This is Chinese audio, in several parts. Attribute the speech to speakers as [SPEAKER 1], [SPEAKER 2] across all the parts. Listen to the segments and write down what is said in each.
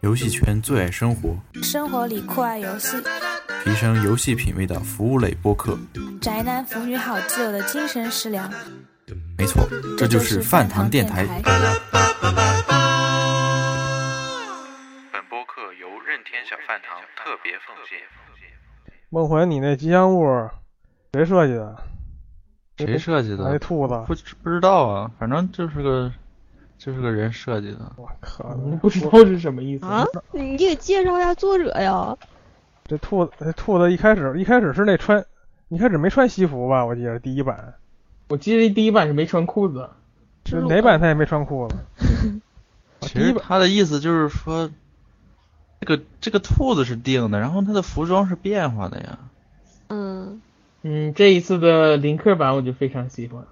[SPEAKER 1] 游戏圈最爱生活，
[SPEAKER 2] 生活里酷爱游戏，
[SPEAKER 1] 提升游戏品味的服务类播客。
[SPEAKER 2] 宅男腐女好基友的精神食粮。
[SPEAKER 1] 没错，这就是饭堂电台。本播客由任天小饭堂特别奉献。
[SPEAKER 3] 梦魂，你那吉祥物谁设计的？
[SPEAKER 4] 谁设计
[SPEAKER 3] 那
[SPEAKER 4] 的？
[SPEAKER 3] 兔子，
[SPEAKER 4] 不知不知道啊，反正就是个就是个人设计的。
[SPEAKER 3] 我靠！
[SPEAKER 5] 不知道是什么意思
[SPEAKER 6] 啊，你这个介绍一下作者呀？
[SPEAKER 3] 这兔子，这兔子一开始一开始是那穿，一开始没穿西服吧？我记得第一版，
[SPEAKER 5] 我记得第一版是没穿裤子，
[SPEAKER 3] 是哪版他也没穿裤子。
[SPEAKER 4] 其
[SPEAKER 3] 第一
[SPEAKER 4] 实
[SPEAKER 3] 版
[SPEAKER 4] 他的意思就是说，这个这个兔子是定的，然后它的服装是变化的呀。
[SPEAKER 6] 嗯，
[SPEAKER 5] 嗯，这一次的林克版我就非常喜欢。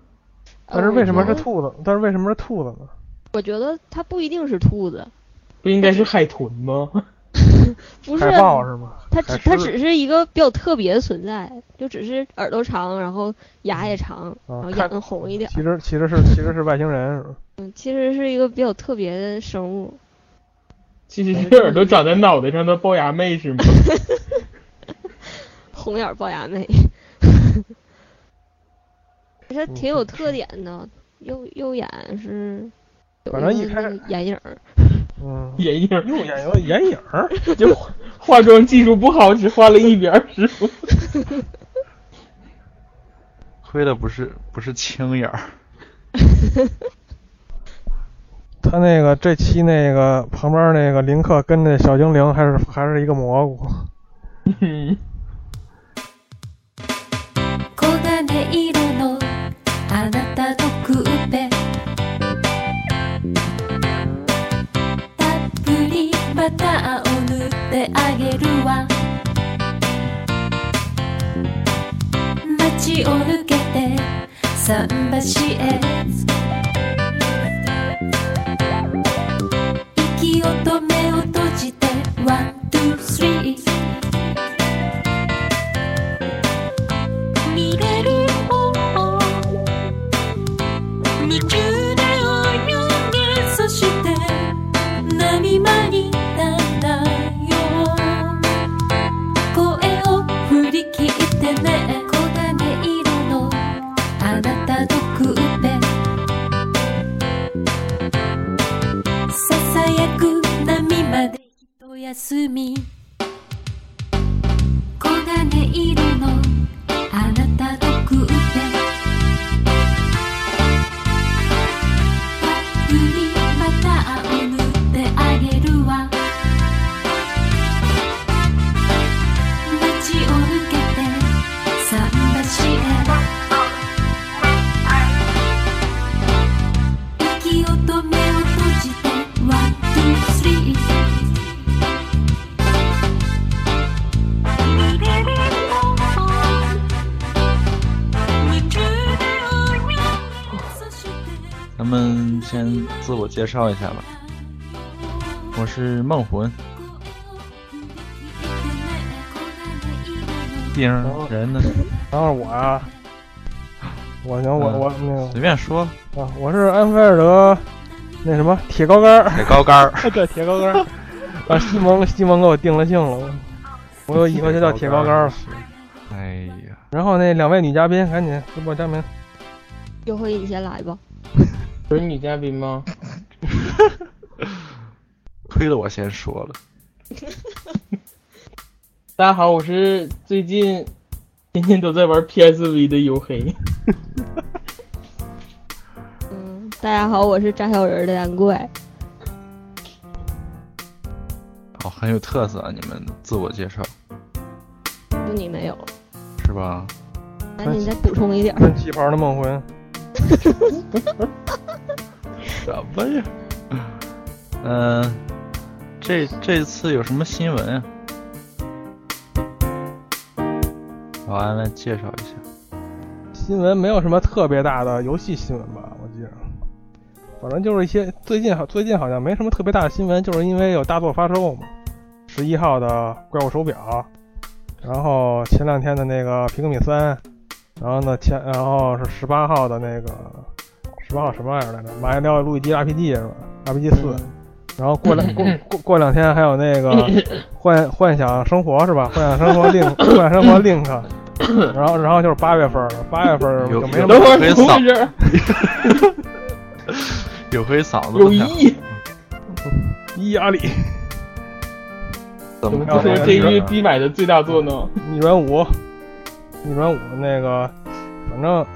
[SPEAKER 3] 但是为什么
[SPEAKER 6] 呃
[SPEAKER 3] 是？兔子？但是为什么是兔子呢？
[SPEAKER 6] 我觉得我觉得它不一定是兔子，不
[SPEAKER 5] 不应该是海豚 吗？
[SPEAKER 6] 不是
[SPEAKER 3] 海豹是吗？
[SPEAKER 6] 它只
[SPEAKER 3] 海
[SPEAKER 6] 它
[SPEAKER 3] 狮子
[SPEAKER 6] 只是一个比较特别的存在，就只是耳朵长，然后牙也长，然后
[SPEAKER 3] 嗯
[SPEAKER 6] 眼
[SPEAKER 3] 啊看
[SPEAKER 6] 睛红一点。
[SPEAKER 3] 其实其实是其实是外星人，是吧
[SPEAKER 6] 嗯，其实是一个比较特别的生物。
[SPEAKER 5] 其实是耳朵长在脑袋上的龅牙妹 是吗？
[SPEAKER 6] 红眼龅牙妹， 其实挺有特点的。右右眼是有
[SPEAKER 3] 反正一
[SPEAKER 6] 个
[SPEAKER 3] 开
[SPEAKER 6] 那个眼影儿，
[SPEAKER 3] 嗯，
[SPEAKER 5] 眼影
[SPEAKER 3] 右眼有眼影儿，
[SPEAKER 5] 就化化妆技术不好，只画了一比二十 五。
[SPEAKER 4] 亏的不是不是青眼儿，
[SPEAKER 3] 他那个这期那个旁边那个林克跟那小精灵还是还是一个蘑 菇，
[SPEAKER 5] 嗯
[SPEAKER 7] 黄金色のあなたとクーペたっぷりバターを塗ってあげるわ街を抜けて桟橋へ息を止めを閉じてワン・ツー・スリー見れる方法夢中で泳げそして波間にならよ声を振り切ってね黄金色のあなたとクーペささやく波まで一休み黄金色のあなたと食ってたっぷりバターを塗ってあげるわ街を抜けて桟橋へ息を止めを閉じてワン・ツー・スリー見れるの
[SPEAKER 4] 咱们先自我介绍一下吧。我是梦魂，丁儿人呢？
[SPEAKER 3] 然后我啊，我行我
[SPEAKER 4] 嗯
[SPEAKER 3] 我那
[SPEAKER 4] 随便说，
[SPEAKER 3] 个啊，我是安菲尔德那什么铁高杆儿，
[SPEAKER 4] 铁高杆儿。
[SPEAKER 3] 对铁高杆儿，啊西蒙西蒙给我定了性了，我我以后就叫铁高杆儿了。
[SPEAKER 4] 哎呀，
[SPEAKER 3] 然后那两位女嘉宾赶紧给我加名，
[SPEAKER 6] 一会你先来吧。
[SPEAKER 5] 不是女嘉宾吗？
[SPEAKER 4] 亏得我先说了。
[SPEAKER 5] 大家好，我是最近天天都在玩 PSV 的黝黑。
[SPEAKER 6] 嗯，大家好，我是炸小人儿的杨贵。
[SPEAKER 4] 哦，很有特色啊！你们自我介绍
[SPEAKER 6] 就你没有，
[SPEAKER 4] 是吧？
[SPEAKER 6] 赶紧再补充一点儿。
[SPEAKER 3] 穿旗袍的梦魂，
[SPEAKER 4] 什么呀？嗯、这这次有什么新闻啊？老安来介绍一下。
[SPEAKER 3] 新闻没有什么特别大的游戏新闻吧，我记着。反正就是一些最近好，最近好像没什么特别大的新闻，就是因为有大作发售嘛。十一号的怪物手表，然后前两天的那个皮克米三，然后呢前然后是十八号的那个十八号什么玩意儿来着？马里奥路易吉 RPG 是吧？ RPG 四，
[SPEAKER 5] 嗯
[SPEAKER 3] 然后过两过过过两天还有那个 幻幻想生活是吧？幻想生活 link 幻想生 活 link，然后然后就是八月份了，八月份儿
[SPEAKER 4] 有
[SPEAKER 3] 就没什么
[SPEAKER 5] 等会儿
[SPEAKER 4] 可以
[SPEAKER 5] 怎么
[SPEAKER 4] 扫
[SPEAKER 5] 回 事？
[SPEAKER 4] 有回嗓子
[SPEAKER 5] 有
[SPEAKER 4] 不太好
[SPEAKER 5] 意，
[SPEAKER 4] 嗯
[SPEAKER 3] 一压力，
[SPEAKER 4] 怎么
[SPEAKER 5] 这
[SPEAKER 3] 说
[SPEAKER 5] 是
[SPEAKER 4] 着
[SPEAKER 5] 这一
[SPEAKER 3] 个
[SPEAKER 5] 日必买的最大作呢。
[SPEAKER 3] 逆转五，逆转五那个，反正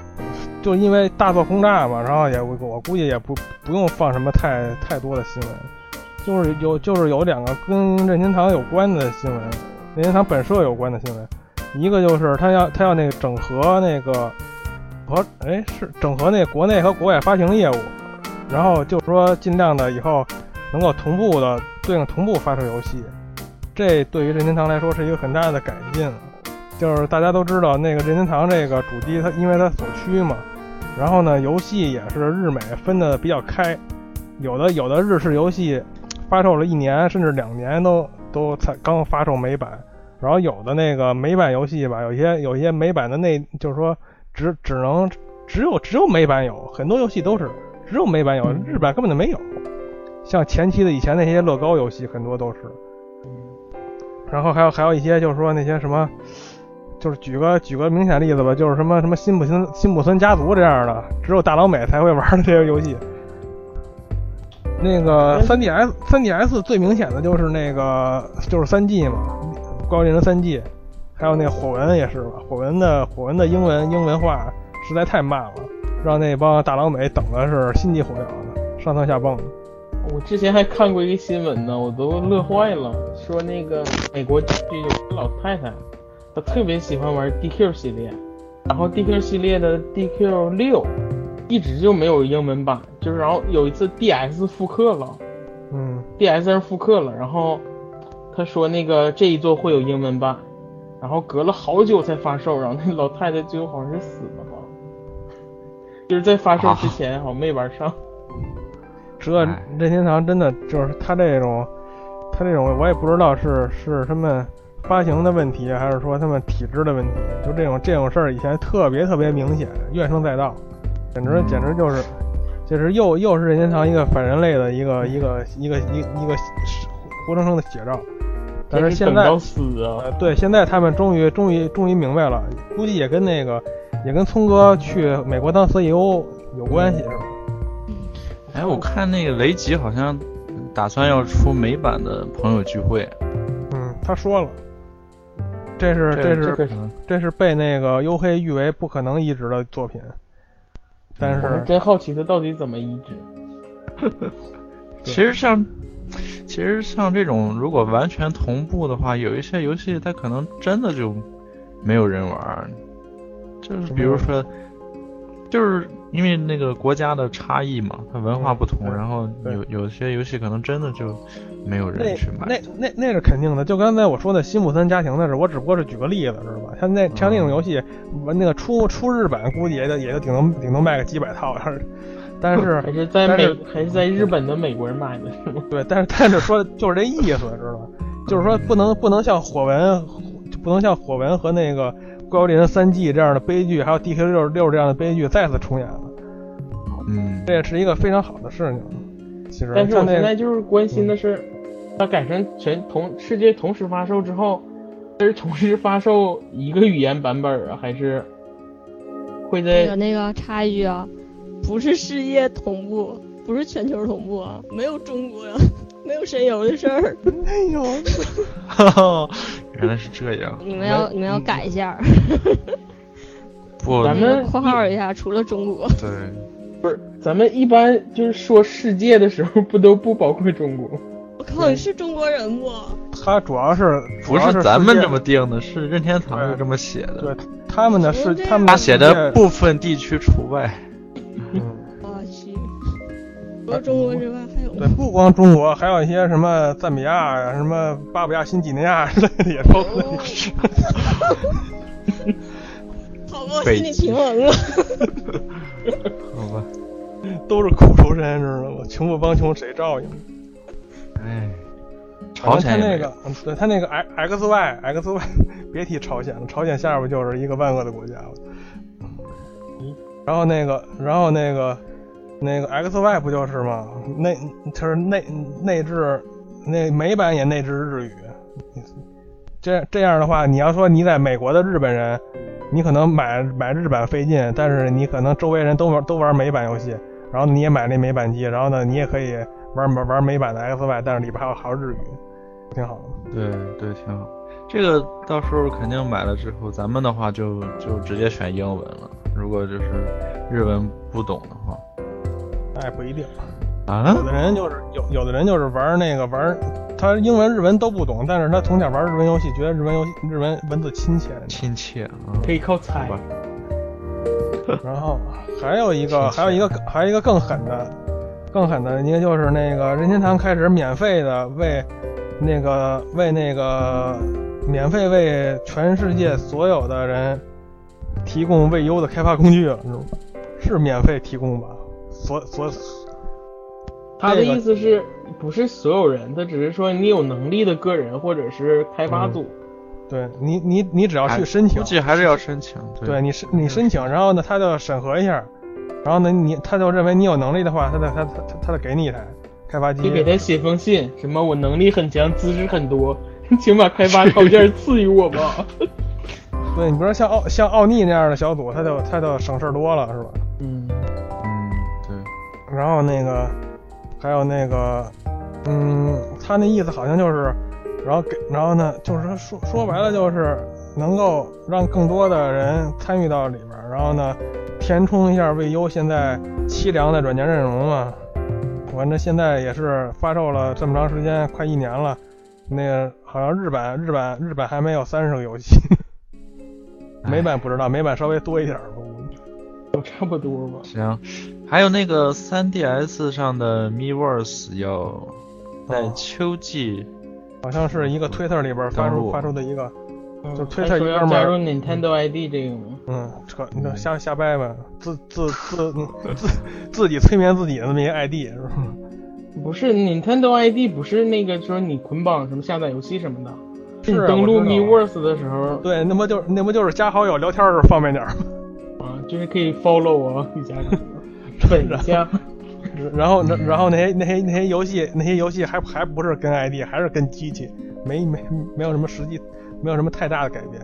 [SPEAKER 3] 就因为大作轰炸嘛，然后也我我估计也不不用放什么太太多的新闻，就是有就是有两个跟任天堂有关的新闻，任天堂本社有关的新闻，一个就是他要他要那个整合那个和哎是整合那国内和国外发行业务，然后就是说尽量的以后能够同步的对应同步发售游戏，这对于任天堂来说是一个很大的改进。就是大家都知道那个任天堂这个主机它，因为它所需嘛，然后呢，游戏也是日美分的比较开，有的有的日式游戏发售了一年甚至两年都都才刚发售美版，然后有的那个美版游戏吧，有些有些美版的内就是说只只能只有只有美版有，很多游戏都是只有美版有，日版根本就没有。像前期的以前那些乐高游戏很多都是，然后还有还有一些就是说那些什么，就是举个举个明显例子吧，就是什么什么辛普森辛普森家族这样的，只有大老美才会玩的这些游戏。那个 3DS 3DS 最明显的就是那个就是三 G 嘛，怪物猎人三 G，还有那个火纹也是吧，火纹的火纹的英文英文化实在太慢了，让那帮大老美等的是心急火燎的，上蹿下蹦的。
[SPEAKER 5] 我之前还看过一个新闻呢，我都乐坏了，说那个美国地区有个老太太，她特别喜欢玩 DQ 系列，然
[SPEAKER 3] 嗯
[SPEAKER 5] 后 DQ 系列的 DQ 六一直就没有英文版，就是然后有一次 DS 复刻了
[SPEAKER 3] 嗯
[SPEAKER 5] ，DS 上复刻了，然后她说那个这一座会有英文版，然后隔了好久才发售，然后那老太太最后好像是死了吧，就是在发售之前好像没玩上。，
[SPEAKER 3] 这
[SPEAKER 4] 哎
[SPEAKER 3] 任天堂真的就是他这种，他这种我也不知道是是他们发行的问题，还是说他们体制的问题。就这种这种事儿以前特别特别明显，怨声载道，
[SPEAKER 5] 嗯
[SPEAKER 3] 简直简直就是，就是又又是任天堂一个反人类的一 个一个一个一个一个活生生的写照。但是现
[SPEAKER 5] 等
[SPEAKER 3] 在
[SPEAKER 5] 到死啊！
[SPEAKER 3] 呃，对，现在他们终于终于终于明白了，估计也跟那个也跟聪哥去美国当 CEO 有关系，是吧？
[SPEAKER 4] 哎，我看那个雷吉好像打算要出美版的朋友聚会，
[SPEAKER 3] 嗯，他说了，这是
[SPEAKER 4] 这
[SPEAKER 3] 是
[SPEAKER 5] 个
[SPEAKER 3] 这是被那个黝黑誉为不可能移植的作品，但
[SPEAKER 5] 嗯我是
[SPEAKER 3] 是
[SPEAKER 5] 真好奇他到底怎么移植。
[SPEAKER 4] 其实像，其实像这种如果完全同步的话，有一些游戏它可能真的就没有人玩儿，就是比如说，就是因为那个国家的差异嘛，它文化不同，
[SPEAKER 3] 嗯
[SPEAKER 4] 然后
[SPEAKER 3] 对
[SPEAKER 4] 有有些游戏可能真的就没有
[SPEAKER 3] 那
[SPEAKER 4] 人去 买。
[SPEAKER 3] 那那那是肯定的。就刚才我说的辛普森家庭的事，我只不过是举个例子，知道吧？像那像那
[SPEAKER 5] 嗯
[SPEAKER 3] 种游戏，那个出出日版估计也得也就顶多顶多卖个几百套，但是但是
[SPEAKER 5] 还是在
[SPEAKER 3] 但
[SPEAKER 5] 美
[SPEAKER 3] 是，
[SPEAKER 5] 还是在日本的美国人买的是吗？
[SPEAKER 3] 对，但是但是说就是这意思，知道吧？就是说不能不能像火纹，不能像火纹和那个怪物猎人三 G 这样的悲剧，还有 DQ 六六这样的悲剧再次重演了。
[SPEAKER 4] 嗯，
[SPEAKER 3] 这也是一个非常好的事情。其实，
[SPEAKER 5] 但是我
[SPEAKER 3] 像那
[SPEAKER 5] 现在
[SPEAKER 3] 个，嗯
[SPEAKER 5] 就是关心的是，它改成全同世界同时发售之后，它是同时发售一个语言版本啊，还是会
[SPEAKER 6] 有
[SPEAKER 5] 在
[SPEAKER 6] 那个插一句啊，不是世界同步，不是全球同步啊，没有中国呀、没有神游的事儿。
[SPEAKER 3] 哎呦，
[SPEAKER 4] 原来是这样。
[SPEAKER 6] 你们要你们要改一下，
[SPEAKER 4] 不，
[SPEAKER 5] 嗯 咱们
[SPEAKER 6] 括号一下，除了中国，
[SPEAKER 4] 对，
[SPEAKER 5] 不是咱们一般就是说世界的时候，不都不包括中国？
[SPEAKER 6] 我靠，你是中国人不？
[SPEAKER 3] 他主要是主
[SPEAKER 4] 不
[SPEAKER 3] 要
[SPEAKER 4] 是咱们
[SPEAKER 3] 世界
[SPEAKER 4] 这么定的，是任天堂
[SPEAKER 3] 对
[SPEAKER 4] 就这么写的
[SPEAKER 3] 对。他们的世，
[SPEAKER 6] 不是
[SPEAKER 3] 他们
[SPEAKER 4] 他写
[SPEAKER 3] 世界
[SPEAKER 4] 的，部分地区除外。
[SPEAKER 3] 嗯
[SPEAKER 6] 我去，除啊了中国之外还有
[SPEAKER 3] 对，不光中国，还有一些什么赞比亚呀、什么巴布亚新几内亚之类的也都
[SPEAKER 6] 哦 好吧，我心里啊平 衡了。
[SPEAKER 4] 好吧，
[SPEAKER 3] 都是苦出身，知道吗？穷不帮穷，谁照应？
[SPEAKER 4] 哎，朝
[SPEAKER 3] 他
[SPEAKER 4] 鲜也没
[SPEAKER 3] 那
[SPEAKER 4] 有
[SPEAKER 3] 个，嗯对他那个 X X Y X Y，别 提朝鲜了，朝鲜下边就是一个万恶的国家了。然后那个，然后那个，那个 XY 不就是吗？内就是内内置，那美版也内置日语。这这样的话，你要说你在美国的日本人，你可能买买日版费劲，但是你可能周围人都玩都玩美版游戏，然后你也买那美版机，然后呢，你也可以玩玩玩美版的 XY，但是里边还有还有日语，挺好的。
[SPEAKER 4] 对对，挺好。这个到时候肯定买了之后，咱们的话就就直接选英文了。如果就是日文不懂的话，
[SPEAKER 3] 那哎也不一定，
[SPEAKER 4] 啊
[SPEAKER 3] 有，的人就是有有的人就是玩那个玩，他英文日文都不懂，但是他从小玩日文游戏，觉得日文游戏日文文字亲切。
[SPEAKER 4] 亲切啊，
[SPEAKER 5] 可以靠猜
[SPEAKER 4] 好吧。
[SPEAKER 3] 然后还有一个，
[SPEAKER 4] 亲切
[SPEAKER 3] 还有一个，还有一个更狠的，更狠的一个就是那个任天堂开始免费的为那个为那个免费为全世界所有的人提供未优的开发工具了，是吗？是免费提供吧？所所
[SPEAKER 5] 他的
[SPEAKER 3] 这个
[SPEAKER 5] 意思是不是所有人？他只是说你有能力的个人或者是开发
[SPEAKER 3] 嗯
[SPEAKER 5] 组。
[SPEAKER 3] 对你你你只要去
[SPEAKER 4] 还
[SPEAKER 3] 申请
[SPEAKER 4] 估，计还是要申请。
[SPEAKER 3] 对你申你申请，然后呢，他就审核一下，然后呢，你他就认为你有能力的话，他再他他他他再给你一台开发机
[SPEAKER 5] 你，给他写封信，什么我能力很强，资质很多， 请把开发条件赐予我吧。
[SPEAKER 3] 对，你比如说像奥像奥尼那样的小组，他就他就省事儿多了，是吧？
[SPEAKER 5] 嗯，
[SPEAKER 4] 嗯，对，
[SPEAKER 3] 然后那个还有那个，嗯，他那意思好像就是，然后给然后呢，就是说说说白了就是能够让更多的人参与到里边儿，然后呢，填充一下未优现在凄凉的软件阵容嘛。反正现在也是发售了这么长时间，快一年了，那个好像日版日版日版还没有三十个游戏， 美版不知道，美版稍微多一点儿吧。我
[SPEAKER 5] 哎都差不多吧。
[SPEAKER 4] 行。还有那个 3DS 上的 Miiverse 要在秋季
[SPEAKER 3] 哦好像是一个推特里边发
[SPEAKER 4] 登
[SPEAKER 3] 出
[SPEAKER 4] 录
[SPEAKER 3] 发出的一个，就推特
[SPEAKER 5] 还
[SPEAKER 3] 一
[SPEAKER 5] 说
[SPEAKER 3] 哥
[SPEAKER 5] 要
[SPEAKER 3] 们
[SPEAKER 5] 加入
[SPEAKER 3] 儿，
[SPEAKER 5] Nintendo ID 这个吗？
[SPEAKER 3] 嗯，扯，你这瞎瞎掰呗，自自 自自自己催眠自己的那么一个 ID 是吧？
[SPEAKER 5] 不是 Nintendo ID，不是那个说你捆绑什么下载游戏什么的。
[SPEAKER 3] 是
[SPEAKER 5] 你
[SPEAKER 3] 啊
[SPEAKER 5] 登录
[SPEAKER 3] 我知道
[SPEAKER 5] Miiverse 的时候
[SPEAKER 3] 对，那不就是那不就是加好友聊天儿时候方便点儿吗？
[SPEAKER 5] 啊，就是可以 follow 我一下， 粉一下。
[SPEAKER 3] 啊然后那然后那些那些那些游戏那些游戏还还不是跟 ID，还是跟机器，没没没有什么实际，没有什么太大的改变。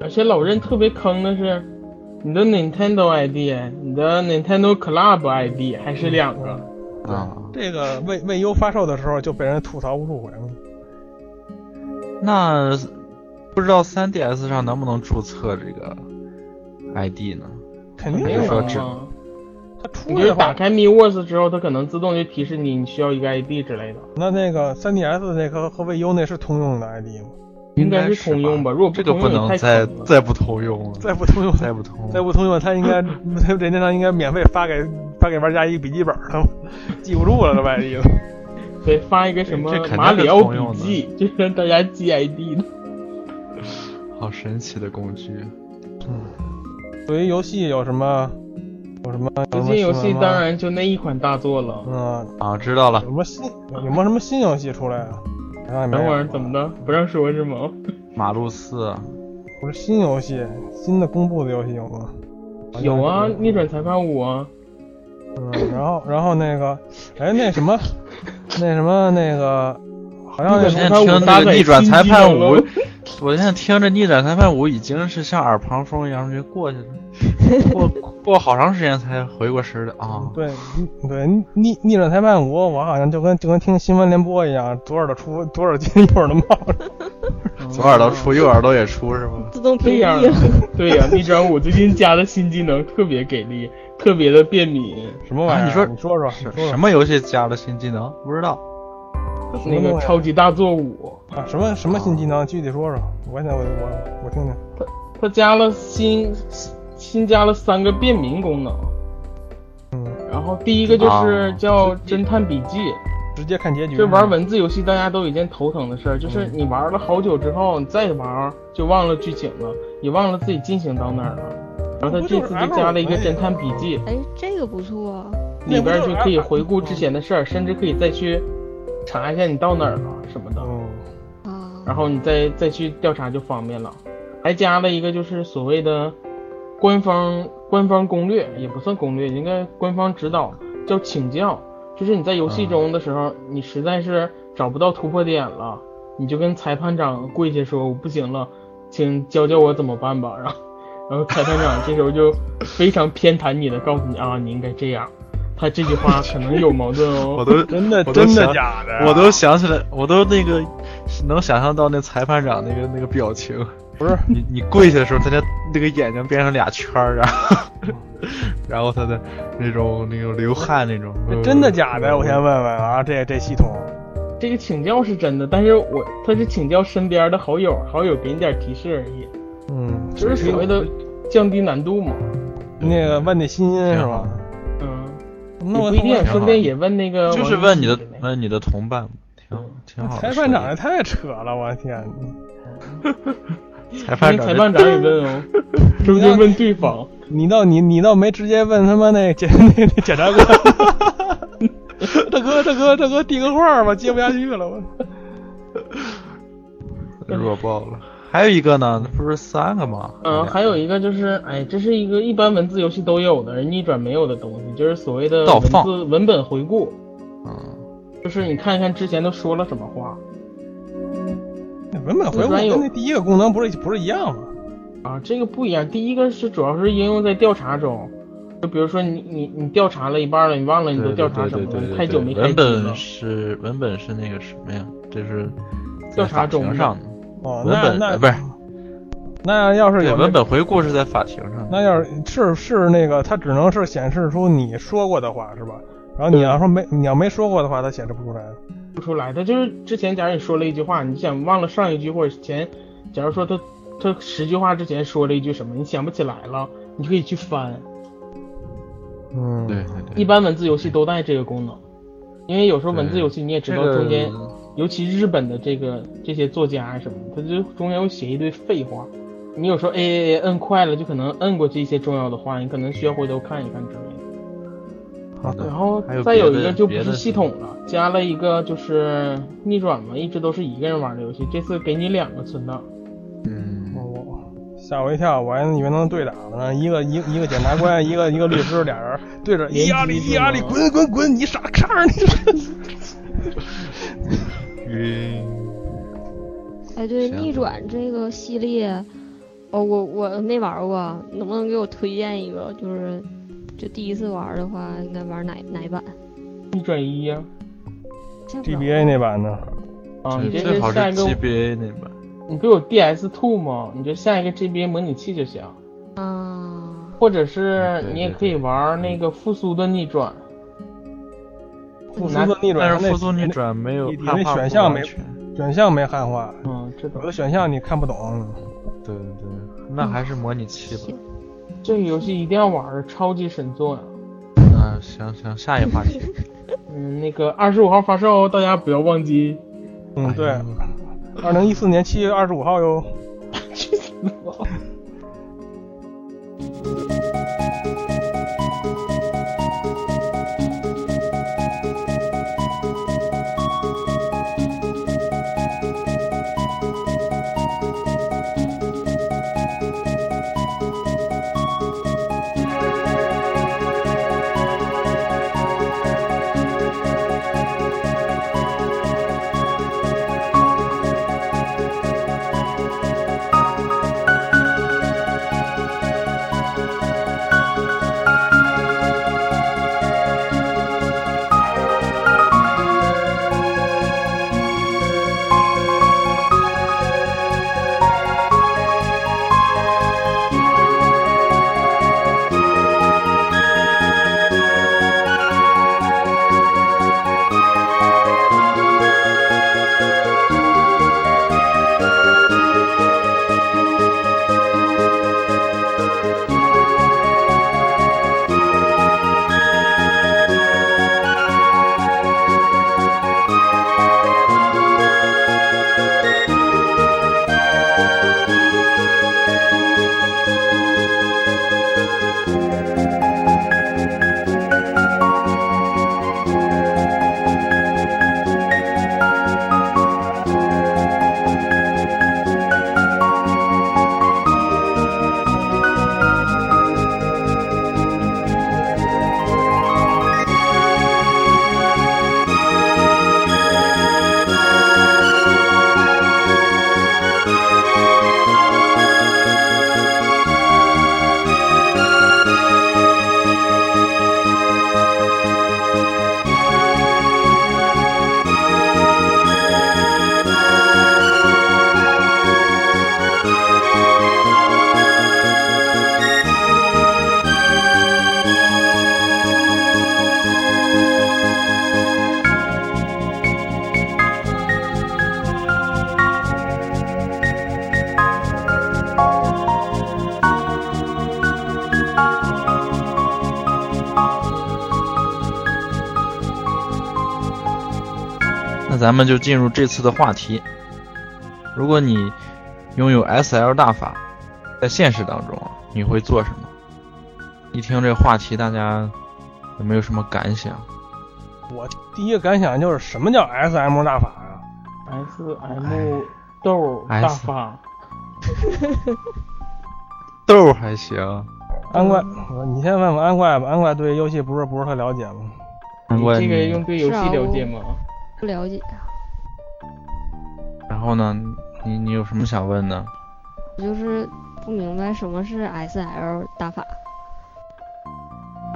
[SPEAKER 5] 而且老任特别坑的是，你的 Nintendo ID，你的 Nintendo Club ID 还是两个。
[SPEAKER 4] 啊。
[SPEAKER 3] 这个未未优发售的时候就被人吐槽无数回了。
[SPEAKER 4] 那不知道 3DS 上能不能注册这个 ID 呢？
[SPEAKER 3] 肯定
[SPEAKER 5] 没
[SPEAKER 4] 比如
[SPEAKER 5] 有
[SPEAKER 4] 说
[SPEAKER 5] 啊
[SPEAKER 3] 有，
[SPEAKER 4] 只
[SPEAKER 5] 吗？
[SPEAKER 3] 他出
[SPEAKER 5] 你
[SPEAKER 3] 来
[SPEAKER 5] 就是
[SPEAKER 3] 的
[SPEAKER 5] 打
[SPEAKER 3] 话，
[SPEAKER 5] 开 MiWords 之后，它可能自动就提示你你需要一个 ID 之类的，
[SPEAKER 3] 那那个 3DS 那颗和未优那是通用的 ID 吗？
[SPEAKER 5] 应
[SPEAKER 4] 该
[SPEAKER 5] 该是通用吧？如果
[SPEAKER 4] 这个
[SPEAKER 5] 通
[SPEAKER 4] 不
[SPEAKER 5] 用也
[SPEAKER 4] 能
[SPEAKER 5] 太
[SPEAKER 4] 再
[SPEAKER 5] 坑了
[SPEAKER 4] 再不通用了，
[SPEAKER 3] 再不通用，
[SPEAKER 4] 再不通
[SPEAKER 3] 再不通用，他应该 任天堂应该免费发给发给玩家一个笔记本了， 记不住了这玩意儿。
[SPEAKER 5] 对，发一个什么
[SPEAKER 4] 这肯定是
[SPEAKER 5] 马里奥
[SPEAKER 4] 通用
[SPEAKER 5] 笔
[SPEAKER 4] 的
[SPEAKER 5] 记， 就让大家记 ID 的。
[SPEAKER 4] 好神奇的工具。
[SPEAKER 3] 对于游戏有什么有什么？
[SPEAKER 5] 最
[SPEAKER 3] 有什么
[SPEAKER 5] 近游戏
[SPEAKER 3] 新闻吗
[SPEAKER 5] 当，然就那一款大作了，
[SPEAKER 3] 嗯，
[SPEAKER 4] 啊，知道了
[SPEAKER 3] 有，什么新有没有什么新游戏出来啊？好像也没
[SPEAKER 5] 等
[SPEAKER 3] 有
[SPEAKER 5] 会儿怎么的不让说是吗？
[SPEAKER 4] 马路四
[SPEAKER 3] 不是新游戏，新的公布的游戏有吗？
[SPEAKER 5] 有啊，逆
[SPEAKER 3] 那种。
[SPEAKER 5] 转裁判五啊，
[SPEAKER 3] 嗯，然后然后那个，哎，那什么，那什么那个，好像那
[SPEAKER 4] 我
[SPEAKER 3] 什
[SPEAKER 5] 裁
[SPEAKER 3] 么
[SPEAKER 4] 现在
[SPEAKER 5] 判五
[SPEAKER 4] 听
[SPEAKER 5] 搭
[SPEAKER 4] 那个
[SPEAKER 5] 载
[SPEAKER 4] 逆转
[SPEAKER 5] 新
[SPEAKER 4] 裁
[SPEAKER 5] 技
[SPEAKER 4] 判
[SPEAKER 5] 能
[SPEAKER 4] 五
[SPEAKER 5] 了，
[SPEAKER 4] 我现在听着逆转裁判五已经是像耳旁风一样就过 去了，过过好长时间才回过神儿来 啊。
[SPEAKER 3] 对，逆对，逆逆逆转裁判五，我好像就跟就跟听新闻联播一样，左耳朵出，左耳进，右耳朵冒着。
[SPEAKER 4] 左耳朵出，右耳朵也出是吗？
[SPEAKER 6] 自动屏
[SPEAKER 5] 对呀
[SPEAKER 6] 蔽。，啊
[SPEAKER 5] 对 呀，逆转五最近加的新技能特别给力，特别的便民。
[SPEAKER 3] 什么玩意儿？
[SPEAKER 4] 啊你说
[SPEAKER 3] 你说说，你
[SPEAKER 4] 是
[SPEAKER 3] 说说
[SPEAKER 4] 什么游戏加了新技能？不知道。
[SPEAKER 5] 那个超级大作五，
[SPEAKER 3] 啊？什么什么新技能？具体说说，我想我我我听听。
[SPEAKER 5] 它加了新新加了三个便民功能，
[SPEAKER 3] 嗯，
[SPEAKER 5] 然后第一个就是
[SPEAKER 4] 啊
[SPEAKER 5] 叫侦探笔记，
[SPEAKER 3] 直接看结局。嗯
[SPEAKER 5] 这玩文字游戏大家都一件头疼的事儿，就是你玩了好久之后，你再玩就忘了剧情了，也忘了自己进行到哪儿了。然后他这次就加了一个侦探笔记，
[SPEAKER 6] 哎，这个不错啊，
[SPEAKER 5] 里边就可以回顾之前的事儿，甚至可以再去查一下你到哪儿了什么的，
[SPEAKER 3] 嗯，
[SPEAKER 6] 啊，
[SPEAKER 5] 然后你再再去调查就方便了。还加了一个就是所谓的官方官方攻略，也不算攻略，应该官方指导，叫请教，就是你在游戏中的时候，你实在是找不到突破点了，你就跟裁判长跪下说：“我不行了，请教教我怎么办吧。”然后，然后裁判长这时候就非常偏袒你的告诉你啊，你应该这样。他这句话可能有矛盾哦。
[SPEAKER 4] 我都
[SPEAKER 3] 真的
[SPEAKER 4] 我都
[SPEAKER 3] 真的
[SPEAKER 4] 想
[SPEAKER 3] 假的呀？啊
[SPEAKER 4] 我都想起来，我都那个能想象到那裁判长那个那个表情。
[SPEAKER 3] 不是
[SPEAKER 4] 你你跪下的时候，他那那个眼睛边上俩圈儿，然后 然后他的那种那种流汗那种。
[SPEAKER 3] 真的假的？我先问问啊，这这系统
[SPEAKER 5] 这个请教是真的，但是我他是请教身边的好友，好友给你点提示而已，
[SPEAKER 3] 嗯，
[SPEAKER 5] 就是所谓的降低难度嘛。
[SPEAKER 3] 那个问那欣欣是吧？
[SPEAKER 5] 嗯，
[SPEAKER 3] 那
[SPEAKER 5] 也
[SPEAKER 3] 我
[SPEAKER 5] 不一定，
[SPEAKER 4] 挺好
[SPEAKER 5] 说不定也问那个王
[SPEAKER 4] 就是
[SPEAKER 5] 一
[SPEAKER 4] 问你的哎
[SPEAKER 5] 之类
[SPEAKER 4] 问你的同伴，挺
[SPEAKER 5] 嗯
[SPEAKER 4] 挺好的设
[SPEAKER 3] 裁
[SPEAKER 4] 计。
[SPEAKER 3] 判长也太扯了，我的天！
[SPEAKER 4] 裁
[SPEAKER 5] 因
[SPEAKER 4] 判
[SPEAKER 5] 为
[SPEAKER 4] 长
[SPEAKER 5] 裁判长也问 哦，说不定问对方。
[SPEAKER 3] 你倒你你倒没直接问他妈那检 那那检察官，大哥大哥大哥递个话吧，接不下去了我。
[SPEAKER 4] 弱爆了。还有一个呢，不是三个吗？
[SPEAKER 5] 嗯，还有一个就是，哎，这是一个一般文字游戏都有的，人逆转没有的东西，就是所谓的
[SPEAKER 4] 倒
[SPEAKER 5] 文
[SPEAKER 4] 放
[SPEAKER 5] 字文本回顾，
[SPEAKER 4] 嗯，
[SPEAKER 5] 就是你看一看之前都说了什么话
[SPEAKER 3] 那文本回顾跟那第一个功能不是不是一样吗？
[SPEAKER 5] 啊，这个不一样。第一个是主要是应用在调查中，就比如说你你你调查了一半了，你忘了
[SPEAKER 4] 对
[SPEAKER 5] 你都
[SPEAKER 4] 对
[SPEAKER 5] 调查
[SPEAKER 4] 对
[SPEAKER 5] 什么
[SPEAKER 4] 对
[SPEAKER 5] 了，
[SPEAKER 4] 对
[SPEAKER 5] 你
[SPEAKER 4] 对，
[SPEAKER 5] 太久没开
[SPEAKER 4] 文
[SPEAKER 5] 机
[SPEAKER 4] 本
[SPEAKER 5] 了。
[SPEAKER 4] 是文本是那个什么呀？这是在
[SPEAKER 5] 调
[SPEAKER 4] 法
[SPEAKER 5] 查中
[SPEAKER 4] 庭
[SPEAKER 5] 的
[SPEAKER 4] 上的
[SPEAKER 3] 哦，
[SPEAKER 4] 文
[SPEAKER 3] 那
[SPEAKER 4] 本，呃
[SPEAKER 3] 那
[SPEAKER 4] 不是
[SPEAKER 3] 那要是
[SPEAKER 4] 对
[SPEAKER 3] 有
[SPEAKER 4] 文本回顾是在法庭上的。
[SPEAKER 3] 那要是是是那个，它只能是显示出你说过的话是吧？然后你要说没你要没说过的话，它显示不出来。
[SPEAKER 5] 不出来。他就是之前，假如你说了一句话，你想忘了上一句或者前，假如说他他十句话之前说了一句什么，你想不起来了，你可以去翻。
[SPEAKER 3] 嗯，
[SPEAKER 4] 对对对，
[SPEAKER 5] 一般文字游戏都带这个功能，因为有时候文字游戏你也知
[SPEAKER 4] 这
[SPEAKER 5] 道
[SPEAKER 4] 个
[SPEAKER 5] 中间，尤其日本的这个这些作家啊什么的，他就中间会写一堆废话。你有时候 A A A 摁快了，就可能摁过这些重要的话，你可能需要回头看一看之类的。
[SPEAKER 4] 好的
[SPEAKER 5] 然后
[SPEAKER 4] 还有
[SPEAKER 5] 再
[SPEAKER 4] 别
[SPEAKER 5] 有一
[SPEAKER 4] 的
[SPEAKER 5] 个就不
[SPEAKER 4] 别
[SPEAKER 5] 是
[SPEAKER 4] 的
[SPEAKER 5] 系统了，加了一个就是逆转嘛，一直都是一个人玩的游戏，这次给你两个存档。
[SPEAKER 4] 嗯，
[SPEAKER 3] 我吓我一跳，我还以为能对打呢，一个一一个检察官，一个一个律师，俩人对着
[SPEAKER 5] 连
[SPEAKER 3] 意大利
[SPEAKER 5] 击是
[SPEAKER 3] 意大利
[SPEAKER 5] 吗
[SPEAKER 3] 滚滚滚，你傻叉儿你！
[SPEAKER 6] 哎，对，
[SPEAKER 4] 行
[SPEAKER 6] 逆转这个系列，哦，我我没玩过，能不能给我推荐一个？就是，就第一次玩的话，应该玩哪哪一版？
[SPEAKER 5] 逆转一啊呀、
[SPEAKER 6] 下不了
[SPEAKER 3] GBA 那版呢？
[SPEAKER 5] 啊，你
[SPEAKER 4] 最
[SPEAKER 5] 这
[SPEAKER 4] 最好
[SPEAKER 5] 是
[SPEAKER 4] 是
[SPEAKER 5] 下一个，
[SPEAKER 4] GBA 那版。
[SPEAKER 5] 你不有 DS Two 吗？你就下一个 GBA 模拟器就行，
[SPEAKER 6] 啊，
[SPEAKER 5] 或者
[SPEAKER 3] 嗯
[SPEAKER 5] 是
[SPEAKER 4] 对
[SPEAKER 5] 你也
[SPEAKER 4] 对
[SPEAKER 5] 可以玩那个复苏的逆转。
[SPEAKER 3] 复苏
[SPEAKER 5] 拿
[SPEAKER 3] 的逆
[SPEAKER 4] 但
[SPEAKER 3] 转，
[SPEAKER 4] 是
[SPEAKER 3] 那
[SPEAKER 4] 复苏逆转没有
[SPEAKER 3] 你你
[SPEAKER 4] 汉
[SPEAKER 3] 那
[SPEAKER 4] 化
[SPEAKER 3] 选
[SPEAKER 4] 不
[SPEAKER 3] 项
[SPEAKER 4] 完
[SPEAKER 3] 没
[SPEAKER 4] 全
[SPEAKER 3] 选项没汉化，
[SPEAKER 5] 嗯，这
[SPEAKER 3] 有
[SPEAKER 5] 个
[SPEAKER 3] 的选项你看不懂。
[SPEAKER 4] 对对对，那还是模拟器吧。
[SPEAKER 5] 这个游戏一定要玩，超级神作呀、
[SPEAKER 4] 那啊行行，下一话题。
[SPEAKER 5] 嗯，那个二十五号发售哦，大家不要忘记。哎
[SPEAKER 3] 嗯，对，二零一四年七月二十五号 哟。
[SPEAKER 5] 去死吧！
[SPEAKER 4] 那咱们就进入这次的话题。如果你拥有 SL 大法，在现实当中啊你会做什么？一听这话题，大家有没有什么感想？
[SPEAKER 3] 我第一个感想就是什么叫 SM 大法呀、
[SPEAKER 5] S M 豆
[SPEAKER 4] 哎
[SPEAKER 5] 大
[SPEAKER 4] S
[SPEAKER 5] 发，
[SPEAKER 4] 豆儿还行，
[SPEAKER 3] 安怪，我你先问问安怪吧，安怪对游戏不是不是特了解吗？
[SPEAKER 4] 难
[SPEAKER 5] 你
[SPEAKER 4] 怪
[SPEAKER 5] 这个
[SPEAKER 4] 你
[SPEAKER 5] 用对游戏
[SPEAKER 6] 是啊
[SPEAKER 5] 了
[SPEAKER 6] 我
[SPEAKER 5] 解吗？
[SPEAKER 6] 不了解，
[SPEAKER 4] 然后呢？你你有什么想问的？
[SPEAKER 6] 我就是不明白什么是 SL 打法。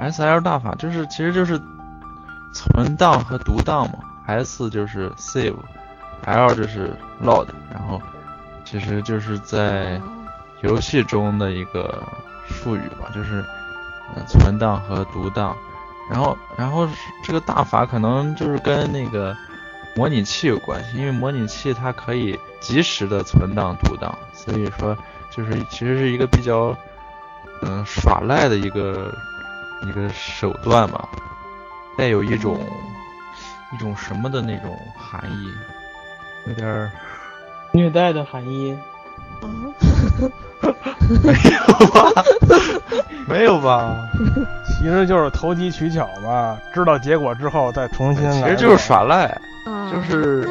[SPEAKER 4] S L 大法就是其实就是存档和读档嘛，S 就是 save，L 就是 load，然后其实就是在游戏中的一个术语吧，就是呃存档和读档，然后然后是这个大法可能就是跟那个模拟器有关系，因为模拟器它可以及时的存档读档，所以说就是其实是一个比较嗯、呃耍赖的一个一个手段吧，带有一种
[SPEAKER 5] 嗯
[SPEAKER 4] 一种什么的那种含义，哎有点儿。
[SPEAKER 5] 虐待的含义，
[SPEAKER 6] 啊，
[SPEAKER 4] 没有吧？没有 吧？
[SPEAKER 3] 其实就是投机取巧嘛，知道结果之后再重新来。
[SPEAKER 4] 哎其实就是耍赖，
[SPEAKER 6] 啊
[SPEAKER 4] 就是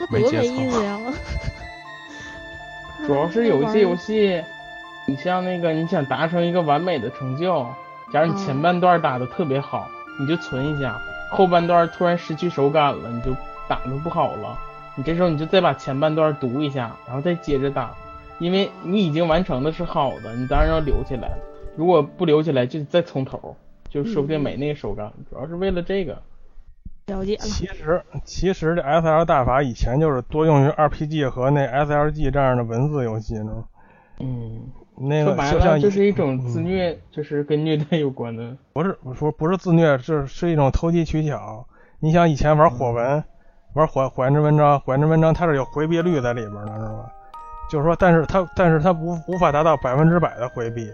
[SPEAKER 6] 那
[SPEAKER 4] 没
[SPEAKER 6] 那多
[SPEAKER 4] 节
[SPEAKER 6] 没
[SPEAKER 4] 操
[SPEAKER 6] 意 思呀！
[SPEAKER 5] 主要是有一些游
[SPEAKER 6] 戏
[SPEAKER 5] 戏，你像那个你想达成一个完美的成就，假如你前半段打的特别好，你就存一下，后半段突然失去手感了，你就打的不好了，你这时候你就再把前半段读一下，然后再接着打，因为你已经完成的是好的，你当然要留起来，如果不留起来就再从头，就说不定没那个手感，主要是为了这个。
[SPEAKER 6] 嗯了解了，
[SPEAKER 3] 其实，其实这 S L 大法以前就是多用于 R P G 和那 S L G 这样的文字游戏呢。
[SPEAKER 5] 嗯，
[SPEAKER 3] 那
[SPEAKER 5] 说
[SPEAKER 3] 个
[SPEAKER 5] 白
[SPEAKER 3] 就像嗯
[SPEAKER 5] 了，
[SPEAKER 3] 以
[SPEAKER 5] 这是一种自虐，就是跟虐待有关的。
[SPEAKER 3] 不是我说不是自虐，是是一种投机取巧。你想以前玩火纹，玩火火焰之纹章，火焰之纹章它是有回避率在里边的，是吧？就是说，但是它但是它无无法达到百分之百的回避。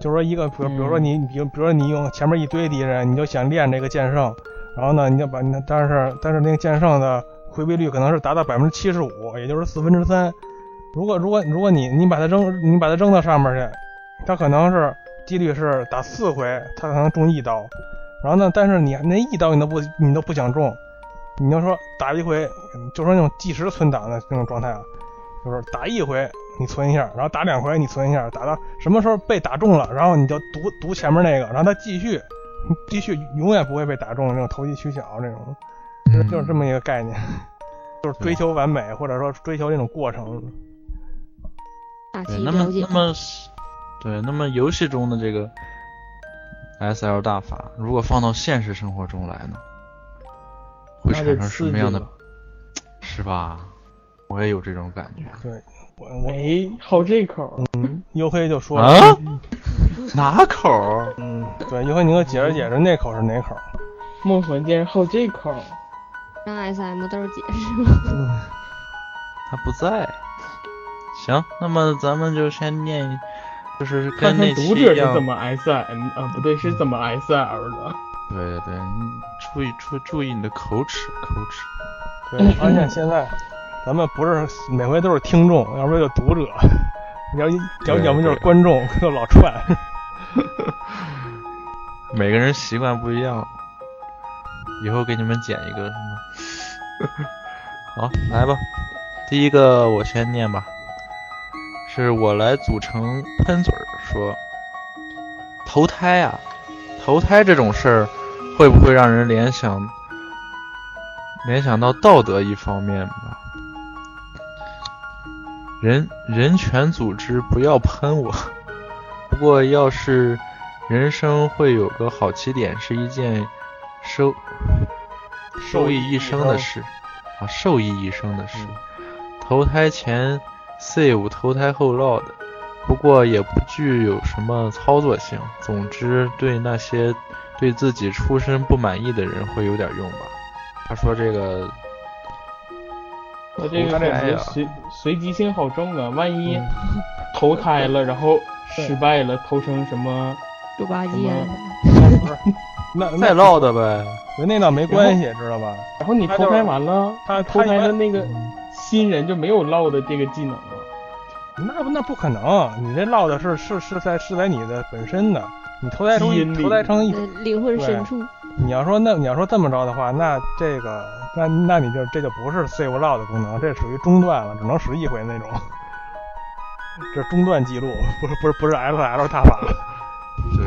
[SPEAKER 3] 就是说一个，比如比如说你，比如比如说你用前面一堆敌人，你就想练这个剑圣，然后呢，你就把那但是但是那个剑圣的回避率可能是达到百分之七十五，也就是四分之三。如果如果如果你你把它扔你把它扔到上面去，它可能是几率是打四回，它才能中一刀。然后呢，但是你那一刀你都不你都不想中，你就说打一回，就说那种计时存档的那种状态啊，就是打一回你存一下，然后打两回你存一下，打到什么时候被打中了，然后你就读读前面那个，然后它继续继续，永远不会被打中那种投机取巧这种，就是就是这么一个概念，就是追求完美或者说追求这种过程。
[SPEAKER 6] 大
[SPEAKER 4] 对，
[SPEAKER 6] 齐
[SPEAKER 4] 那么
[SPEAKER 6] 了解
[SPEAKER 4] 那。么是，对，那么游戏中的这个 S L 大法，如果放到现实生活中来呢，会
[SPEAKER 5] 那
[SPEAKER 4] 产
[SPEAKER 5] 就
[SPEAKER 4] 生什
[SPEAKER 5] 刺
[SPEAKER 4] 么
[SPEAKER 5] 激
[SPEAKER 4] 样的
[SPEAKER 5] 了？，
[SPEAKER 4] 是吧？我也有这种感觉。
[SPEAKER 3] 我我
[SPEAKER 5] 哎，好这口儿，
[SPEAKER 3] 优黑就说了，
[SPEAKER 4] 啊？哪口儿？
[SPEAKER 3] 嗯，对，优黑你给我解释解释那口是哪口？
[SPEAKER 5] 梦魂竟然好这口儿，
[SPEAKER 6] 让 SM 豆儿解释吧。
[SPEAKER 4] 他不在。行，那么咱们就先念一，就是
[SPEAKER 5] 看
[SPEAKER 4] 跟
[SPEAKER 5] 看
[SPEAKER 4] 那
[SPEAKER 5] 读
[SPEAKER 4] 期
[SPEAKER 5] 者
[SPEAKER 4] 一
[SPEAKER 5] 是
[SPEAKER 4] 样
[SPEAKER 5] 怎。么 S M 啊，不对，是怎么 S L 的。
[SPEAKER 4] 对对对，你注意注注意你的口齿，口齿。
[SPEAKER 5] 嗯
[SPEAKER 3] 对，我发现现在咱们不是每回都是听 众，要不就读者，要要要不就是观众，又老串。
[SPEAKER 4] 每个人习惯不一样，以后给你们剪一个什么？好，来吧，第一个我先念吧，是我来组成喷嘴儿说，投胎啊，投胎这种事儿会不会让人联想联想到道德一方面吧？人人权组织不要喷我， 不过要是。人生会有个好起点，是一件收受益一生嗯的事啊，受益一生的事。投胎前 save，投胎后 load，不过也不具有什么操作性。总之，对那些对自己出身不满意的人会有点用吧。他说这个
[SPEAKER 5] 我这
[SPEAKER 4] 投
[SPEAKER 5] 个
[SPEAKER 4] 胎
[SPEAKER 5] 感觉
[SPEAKER 4] 啊
[SPEAKER 5] 随随机性好重啊，万一投胎了，然后失败了，投成什么
[SPEAKER 6] 猪八戒
[SPEAKER 5] 什么
[SPEAKER 3] 不
[SPEAKER 6] 啊，
[SPEAKER 3] 是那
[SPEAKER 4] 再
[SPEAKER 3] 那
[SPEAKER 4] 唠的呗。
[SPEAKER 3] 跟那倒没关系，知道吧？
[SPEAKER 5] 然后你
[SPEAKER 3] 他
[SPEAKER 5] 偷
[SPEAKER 3] 就
[SPEAKER 5] 拍完了，
[SPEAKER 3] 他
[SPEAKER 5] 偷
[SPEAKER 3] 他一
[SPEAKER 5] 拍的
[SPEAKER 3] 般
[SPEAKER 5] 那个新人就没有唠的这个技能了。
[SPEAKER 3] 啊那不那不可能，啊你这落的是是是在是在你的本身的，你投胎成
[SPEAKER 5] 基
[SPEAKER 3] 一
[SPEAKER 5] 因里
[SPEAKER 3] 投胎成一，
[SPEAKER 6] 呃灵魂深处，
[SPEAKER 3] 你要说那你要说这么着的话，那这个那那你就这就不是 save log 的功能，这属于中断了，只能十一回那种。这中断记录不是不是不是 SL 大法，
[SPEAKER 4] 对，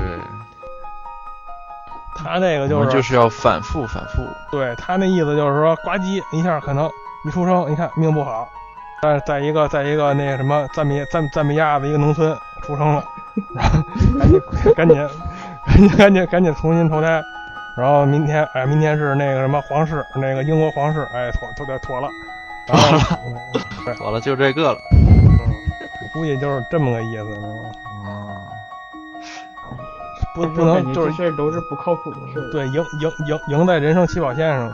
[SPEAKER 3] 他那个
[SPEAKER 4] 我
[SPEAKER 3] 就
[SPEAKER 4] 们
[SPEAKER 3] 是
[SPEAKER 4] 就是要反复反复。
[SPEAKER 3] 对他那意思就是说，呱唧一下可能一出生，你看命不好，但是在一个在一个那个什么赞比赞赞比亚的一个农村出生了，然后赶紧赶紧 赶紧赶紧赶紧重新投胎，然后明天哎明天是那个什么皇室那个英国皇室哎妥妥妥妥了，然后嗯对，
[SPEAKER 4] 好了，就这个了。
[SPEAKER 3] 我估计就是这么个意思，知道吗？
[SPEAKER 5] 哦
[SPEAKER 4] 啊，
[SPEAKER 3] 不
[SPEAKER 5] 但
[SPEAKER 3] 不
[SPEAKER 5] 我感觉
[SPEAKER 3] 能就
[SPEAKER 5] 这
[SPEAKER 3] 是
[SPEAKER 5] 事儿都是不靠谱的事儿。
[SPEAKER 3] 对赢赢赢赢在人生起跑线上嘛。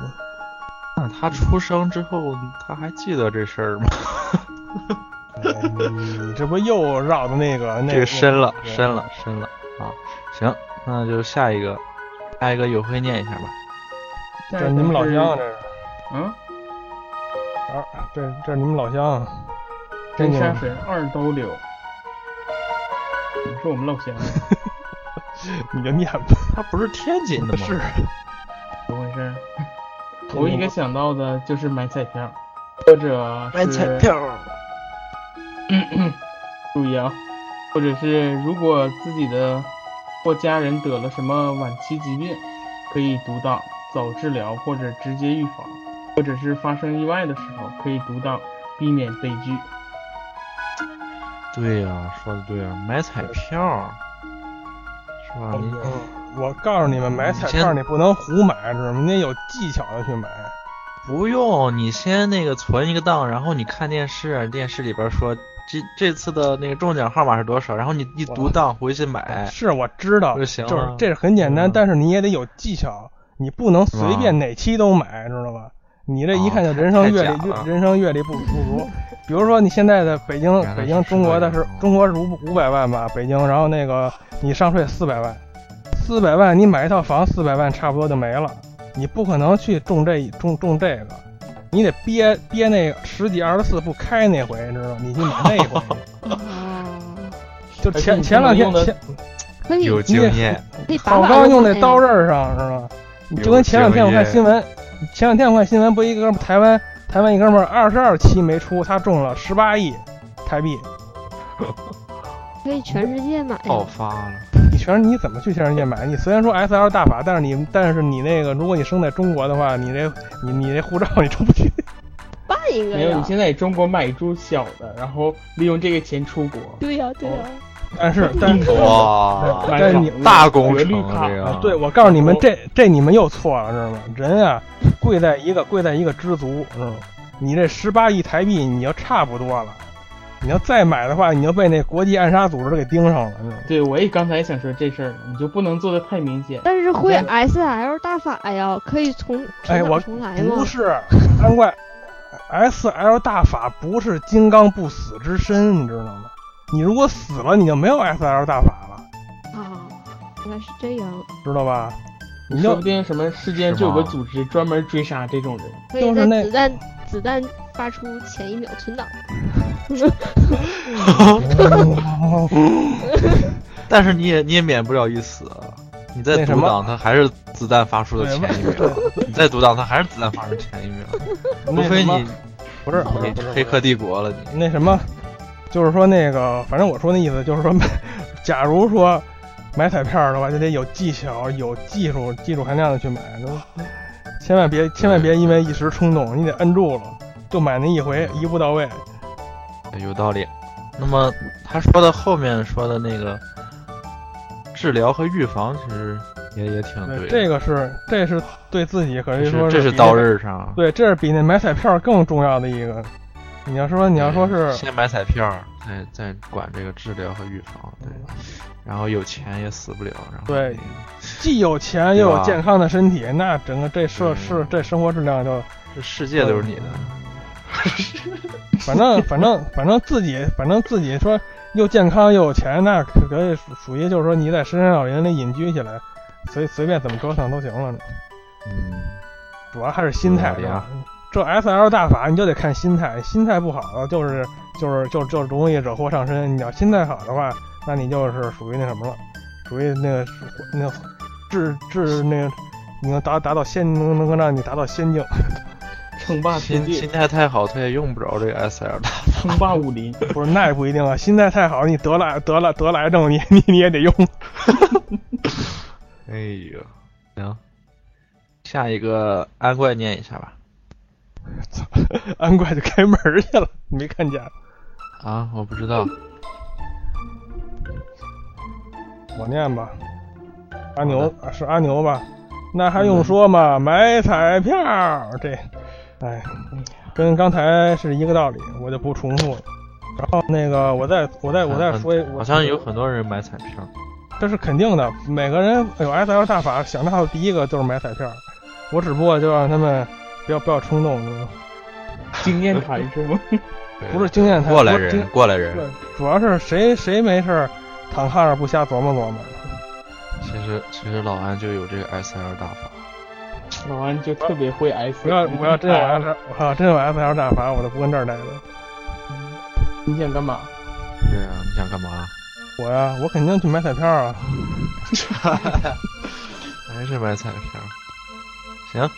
[SPEAKER 4] 那他出生之后，他还记得这事儿吗？
[SPEAKER 3] 哎你你 这不又绕到那个那
[SPEAKER 4] 这个深了，
[SPEAKER 3] 对
[SPEAKER 4] 深了，深了啊！行，那就下一个，下一个有会念一下吧。
[SPEAKER 5] 下一
[SPEAKER 3] 这
[SPEAKER 5] 个
[SPEAKER 3] 是你们老
[SPEAKER 5] 是
[SPEAKER 3] 乡啊这是。
[SPEAKER 5] 嗯，
[SPEAKER 3] 啊，这这是你们老乡啊，
[SPEAKER 5] 真
[SPEAKER 3] 牛
[SPEAKER 5] 山
[SPEAKER 3] 逼
[SPEAKER 5] 神二刀流，你说我们啊老乡，
[SPEAKER 3] 你就念吧。
[SPEAKER 4] 他不是天津的吗？
[SPEAKER 3] 是，
[SPEAKER 5] 怎么回事？头一个想到的就是买彩票，或
[SPEAKER 6] 啊
[SPEAKER 5] 者买彩票。 注意啊，或者是如果自己的或家人得了什么晚期疾病，可以独挡早治疗或者直接预防，或者是发生意外的时候可以独挡，避免悲剧。
[SPEAKER 4] 对呀、说的对呀、买彩票儿是吧？你
[SPEAKER 3] 哦我告诉你们，买彩票
[SPEAKER 4] 你先
[SPEAKER 3] 你不能胡买，知道吗？你得有技巧的去买。
[SPEAKER 4] 不用，你先那个存一个档，然后你看电视，电视里边说这这次的那个中奖号码是多少，然后你一读档回去买。
[SPEAKER 3] 是，我知道，
[SPEAKER 4] 就
[SPEAKER 3] 就
[SPEAKER 4] 行
[SPEAKER 3] 是
[SPEAKER 4] 了
[SPEAKER 3] 这是很简单，
[SPEAKER 4] 嗯
[SPEAKER 3] 但是你也得有技巧，你不能随便哪期都买，知道吧？你这一看就
[SPEAKER 4] 哦太
[SPEAKER 3] 人生阅
[SPEAKER 4] 太
[SPEAKER 3] 历
[SPEAKER 4] 假了，
[SPEAKER 3] 人生阅历不不足。比如说你现在的北京
[SPEAKER 4] 原来，是
[SPEAKER 3] 北京
[SPEAKER 4] 这
[SPEAKER 3] 中国的是
[SPEAKER 4] 样啊
[SPEAKER 3] 中国是五五百万吧，北京，然后那个你上税四百万，四百万你买一套房，四百万差不多就没了。你不可能去中这中中这个，你得憋憋那个十几二十四不开那回，你知道吗？你去买那回，
[SPEAKER 6] 哦，
[SPEAKER 3] 就
[SPEAKER 5] 而且
[SPEAKER 3] 前
[SPEAKER 5] 你
[SPEAKER 3] 前两
[SPEAKER 5] 不能用的
[SPEAKER 3] 天前
[SPEAKER 6] 可以
[SPEAKER 4] 有
[SPEAKER 6] 可
[SPEAKER 4] 经验，
[SPEAKER 6] 以把
[SPEAKER 3] 好
[SPEAKER 6] 把
[SPEAKER 3] 钢
[SPEAKER 6] 握
[SPEAKER 3] 用
[SPEAKER 6] 住
[SPEAKER 3] 在
[SPEAKER 6] 哎
[SPEAKER 3] 刀刃上是吧？你就跟前两天我看新闻，前两天我看新闻，不一哥们儿台湾台湾一哥们儿二十二期没出，他中了十八亿台币。
[SPEAKER 6] 可以全世界买。
[SPEAKER 4] 爆发了。
[SPEAKER 3] 你全你怎么去全世界买？你虽然说 S L 大法，但是你但是你那个，如果你生在中国的话，你这你你这护照你出不去。
[SPEAKER 6] 办一个
[SPEAKER 5] 没有，
[SPEAKER 6] 呀
[SPEAKER 5] 你？现在中国买一株小的，然后利用这个钱出国。
[SPEAKER 6] 对呀对啊呀，
[SPEAKER 3] 但 是但是
[SPEAKER 4] 哇，
[SPEAKER 5] 买
[SPEAKER 3] 但是
[SPEAKER 5] 房
[SPEAKER 3] 你
[SPEAKER 5] 子
[SPEAKER 4] 大工
[SPEAKER 5] 买绿
[SPEAKER 4] 程
[SPEAKER 5] 卡
[SPEAKER 4] 啊这个
[SPEAKER 3] 啊，对，我告诉你们，这这你们又错了，知道吗？人啊，贵在一个贵在一个知足，知道吗？你这十八亿台币，你就差不多了。你要再买的话，你就被那国际暗杀组织给盯上了，嗯知道吗？
[SPEAKER 5] 对，我也刚才想说这事儿，你就不能做的太明显。
[SPEAKER 6] 但是会
[SPEAKER 5] 但
[SPEAKER 6] S L 大法呀，可以重
[SPEAKER 3] 哎
[SPEAKER 6] 重
[SPEAKER 3] 我
[SPEAKER 6] 打重来吗
[SPEAKER 3] 不？是，难怪 S L 大法不是金刚不死之身，你知道吗？你如果死了，你就没有 S L 大法了，
[SPEAKER 6] 啊，原来是这样，
[SPEAKER 3] 知道吧？你
[SPEAKER 5] 说
[SPEAKER 3] 就
[SPEAKER 5] 不定什么世间
[SPEAKER 4] 是
[SPEAKER 5] 就有个
[SPEAKER 4] 吗
[SPEAKER 5] 组织专门追杀这种人。
[SPEAKER 6] 可
[SPEAKER 3] 就
[SPEAKER 6] 以
[SPEAKER 3] 是
[SPEAKER 6] 在
[SPEAKER 3] 那
[SPEAKER 6] 子弹子弹发出前一秒存 档。
[SPEAKER 4] 但是你也你也免不了一死啊。你在
[SPEAKER 3] 那什
[SPEAKER 4] 独
[SPEAKER 3] 么
[SPEAKER 4] 挡，它还是子弹发出的
[SPEAKER 3] 对
[SPEAKER 4] 前一 秒；你在独挡，它还是子弹发出前一 秒。除
[SPEAKER 3] 那
[SPEAKER 4] 非
[SPEAKER 3] 什么
[SPEAKER 4] 你
[SPEAKER 3] 不是不是
[SPEAKER 4] 你
[SPEAKER 3] 不是
[SPEAKER 4] 黑客帝国了，你
[SPEAKER 3] 那什么，就是说那个，反正我说那意思就是说， 假如说买彩票的话，就得有技巧、有技术、技术含量的去买，就千万别千万别因为一时冲动，你得摁住了，就买那一回，一步到位。
[SPEAKER 4] 哎有道理。那么他说的后面说的那个治疗和预防，其实也也挺对的。
[SPEAKER 3] 这个是这是对自己可以
[SPEAKER 4] 这
[SPEAKER 3] 说
[SPEAKER 4] 是
[SPEAKER 3] 是
[SPEAKER 4] 这是
[SPEAKER 3] 比
[SPEAKER 4] 刀
[SPEAKER 3] 那个，
[SPEAKER 4] 刃上啊。
[SPEAKER 3] 对，这是比那买彩票更重要的一个。你要说你要说
[SPEAKER 4] 对
[SPEAKER 3] 是
[SPEAKER 4] 先买彩票，再再管这个治疗和预防，对。然后有钱也死不了，然后
[SPEAKER 3] 嗯对
[SPEAKER 4] 那个
[SPEAKER 3] 既有钱又
[SPEAKER 4] 对
[SPEAKER 3] 有
[SPEAKER 4] 吧
[SPEAKER 3] 健康的身体，那整个这社
[SPEAKER 4] 嗯
[SPEAKER 3] 是这生活质量就
[SPEAKER 4] 这世界都是你的。
[SPEAKER 3] 反正反正反正自己反正自己说又健康又有钱，那可可以属属于就是说你在深山老林里隐居起来，随随便怎么折腾都行了。
[SPEAKER 4] 嗯，
[SPEAKER 3] 主要还是心态
[SPEAKER 4] 有道理
[SPEAKER 3] 是吧
[SPEAKER 4] 啊？
[SPEAKER 3] 这 S L 大法你就得看心态，心态不好了就是就是就就容易惹祸上身。你要心态好的话，那你就是属于那什么了，属于那个那个治治那个，你能达达到仙能能够让你达到仙境，
[SPEAKER 5] 称
[SPEAKER 3] 嗯
[SPEAKER 5] 霸天
[SPEAKER 4] 心
[SPEAKER 5] 界
[SPEAKER 4] 心，态太好，他也用不着这个 SL 大法。
[SPEAKER 5] 称霸武林。
[SPEAKER 3] 不是那也不一定啊。心态太好，你得了得了得了癌症，你你你也得用。
[SPEAKER 4] 哎呦，行，下一个安怪念一 下吧。
[SPEAKER 3] 安怪就开门儿去了，你没看见？
[SPEAKER 4] 啊，我不知道，
[SPEAKER 3] 我念吧，阿
[SPEAKER 4] 好嗯
[SPEAKER 3] 牛是阿牛吧？那还用说吗？买彩票这，哎，跟刚才是一个道理，我就不重复了。然后那个， 我再我再我再说一，我
[SPEAKER 4] 好像有很多人买彩票。
[SPEAKER 3] 这是肯定的，每个人有 S L 大法想到的第一个就是买彩票。我只不过就让他们不要不要冲动，
[SPEAKER 5] 经验谈是吗？
[SPEAKER 3] 不是经验谈，
[SPEAKER 4] 过来
[SPEAKER 3] 不是经
[SPEAKER 4] 人，过来
[SPEAKER 3] 对
[SPEAKER 4] 人，，
[SPEAKER 3] 主要是谁谁没事儿躺炕上不瞎琢磨琢磨。
[SPEAKER 4] 其实其实老安就有这个 SL 大法。
[SPEAKER 5] 老安就特别会哎 S。
[SPEAKER 3] 我要我要真有 S，L，我要真有 S L 大法，我就不跟这儿待着。
[SPEAKER 5] 你想干嘛？
[SPEAKER 4] 对啊，你想干嘛？
[SPEAKER 3] 我呀，我肯定去买彩票 啊！
[SPEAKER 4] 还是买彩票。行，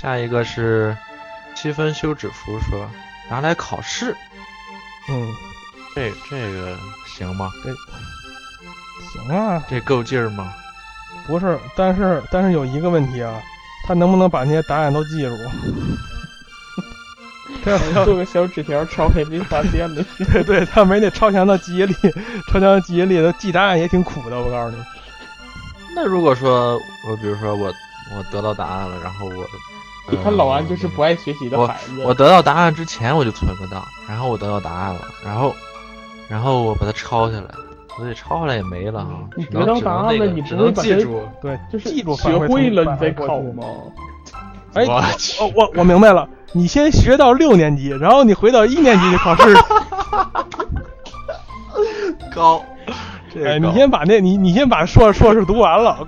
[SPEAKER 4] 下一个是七分休止符说拿来考试，
[SPEAKER 3] 嗯，
[SPEAKER 4] 这这个行吗？
[SPEAKER 3] 行啊，
[SPEAKER 4] 这够劲儿吗？
[SPEAKER 3] 不是，但是但是有一个问题啊，他能不能把那些答案都记住？他要
[SPEAKER 5] 做个小纸条抄也被发现了。
[SPEAKER 3] 对对，他没那超强的记忆力，超强的记忆力，他记答案也挺苦的。我告诉你，
[SPEAKER 4] 那如果说我比如说我我得到答案了，然后我，
[SPEAKER 5] 你看
[SPEAKER 4] 呃
[SPEAKER 5] 老安就是不爱学习的孩子。
[SPEAKER 4] 我得到答案之前我就存不到，然后我得到答案了，然后然后我把它抄下来，我得抄下来也没了啊。
[SPEAKER 5] 嗯你
[SPEAKER 4] 只
[SPEAKER 5] 得
[SPEAKER 4] 能
[SPEAKER 5] 到
[SPEAKER 4] 只能
[SPEAKER 5] 答案了
[SPEAKER 4] 那个
[SPEAKER 5] 你
[SPEAKER 4] 只
[SPEAKER 5] 不会
[SPEAKER 4] 能
[SPEAKER 5] 把
[SPEAKER 4] 记
[SPEAKER 5] 它
[SPEAKER 4] 住。
[SPEAKER 3] 对，
[SPEAKER 5] 就是
[SPEAKER 3] 记住发
[SPEAKER 5] 学
[SPEAKER 3] 挥
[SPEAKER 5] 会
[SPEAKER 3] 从
[SPEAKER 5] 了
[SPEAKER 3] 发
[SPEAKER 5] 你再
[SPEAKER 3] 挥过
[SPEAKER 5] 考
[SPEAKER 3] 去
[SPEAKER 5] 吗？
[SPEAKER 3] 哎，
[SPEAKER 4] 我
[SPEAKER 3] 我我我明白了，你先学到六年级，然后你回到一年级去考试。
[SPEAKER 4] 高，这
[SPEAKER 3] 哎，你
[SPEAKER 4] 高
[SPEAKER 3] 先把那，你你先把硕硕士读完了。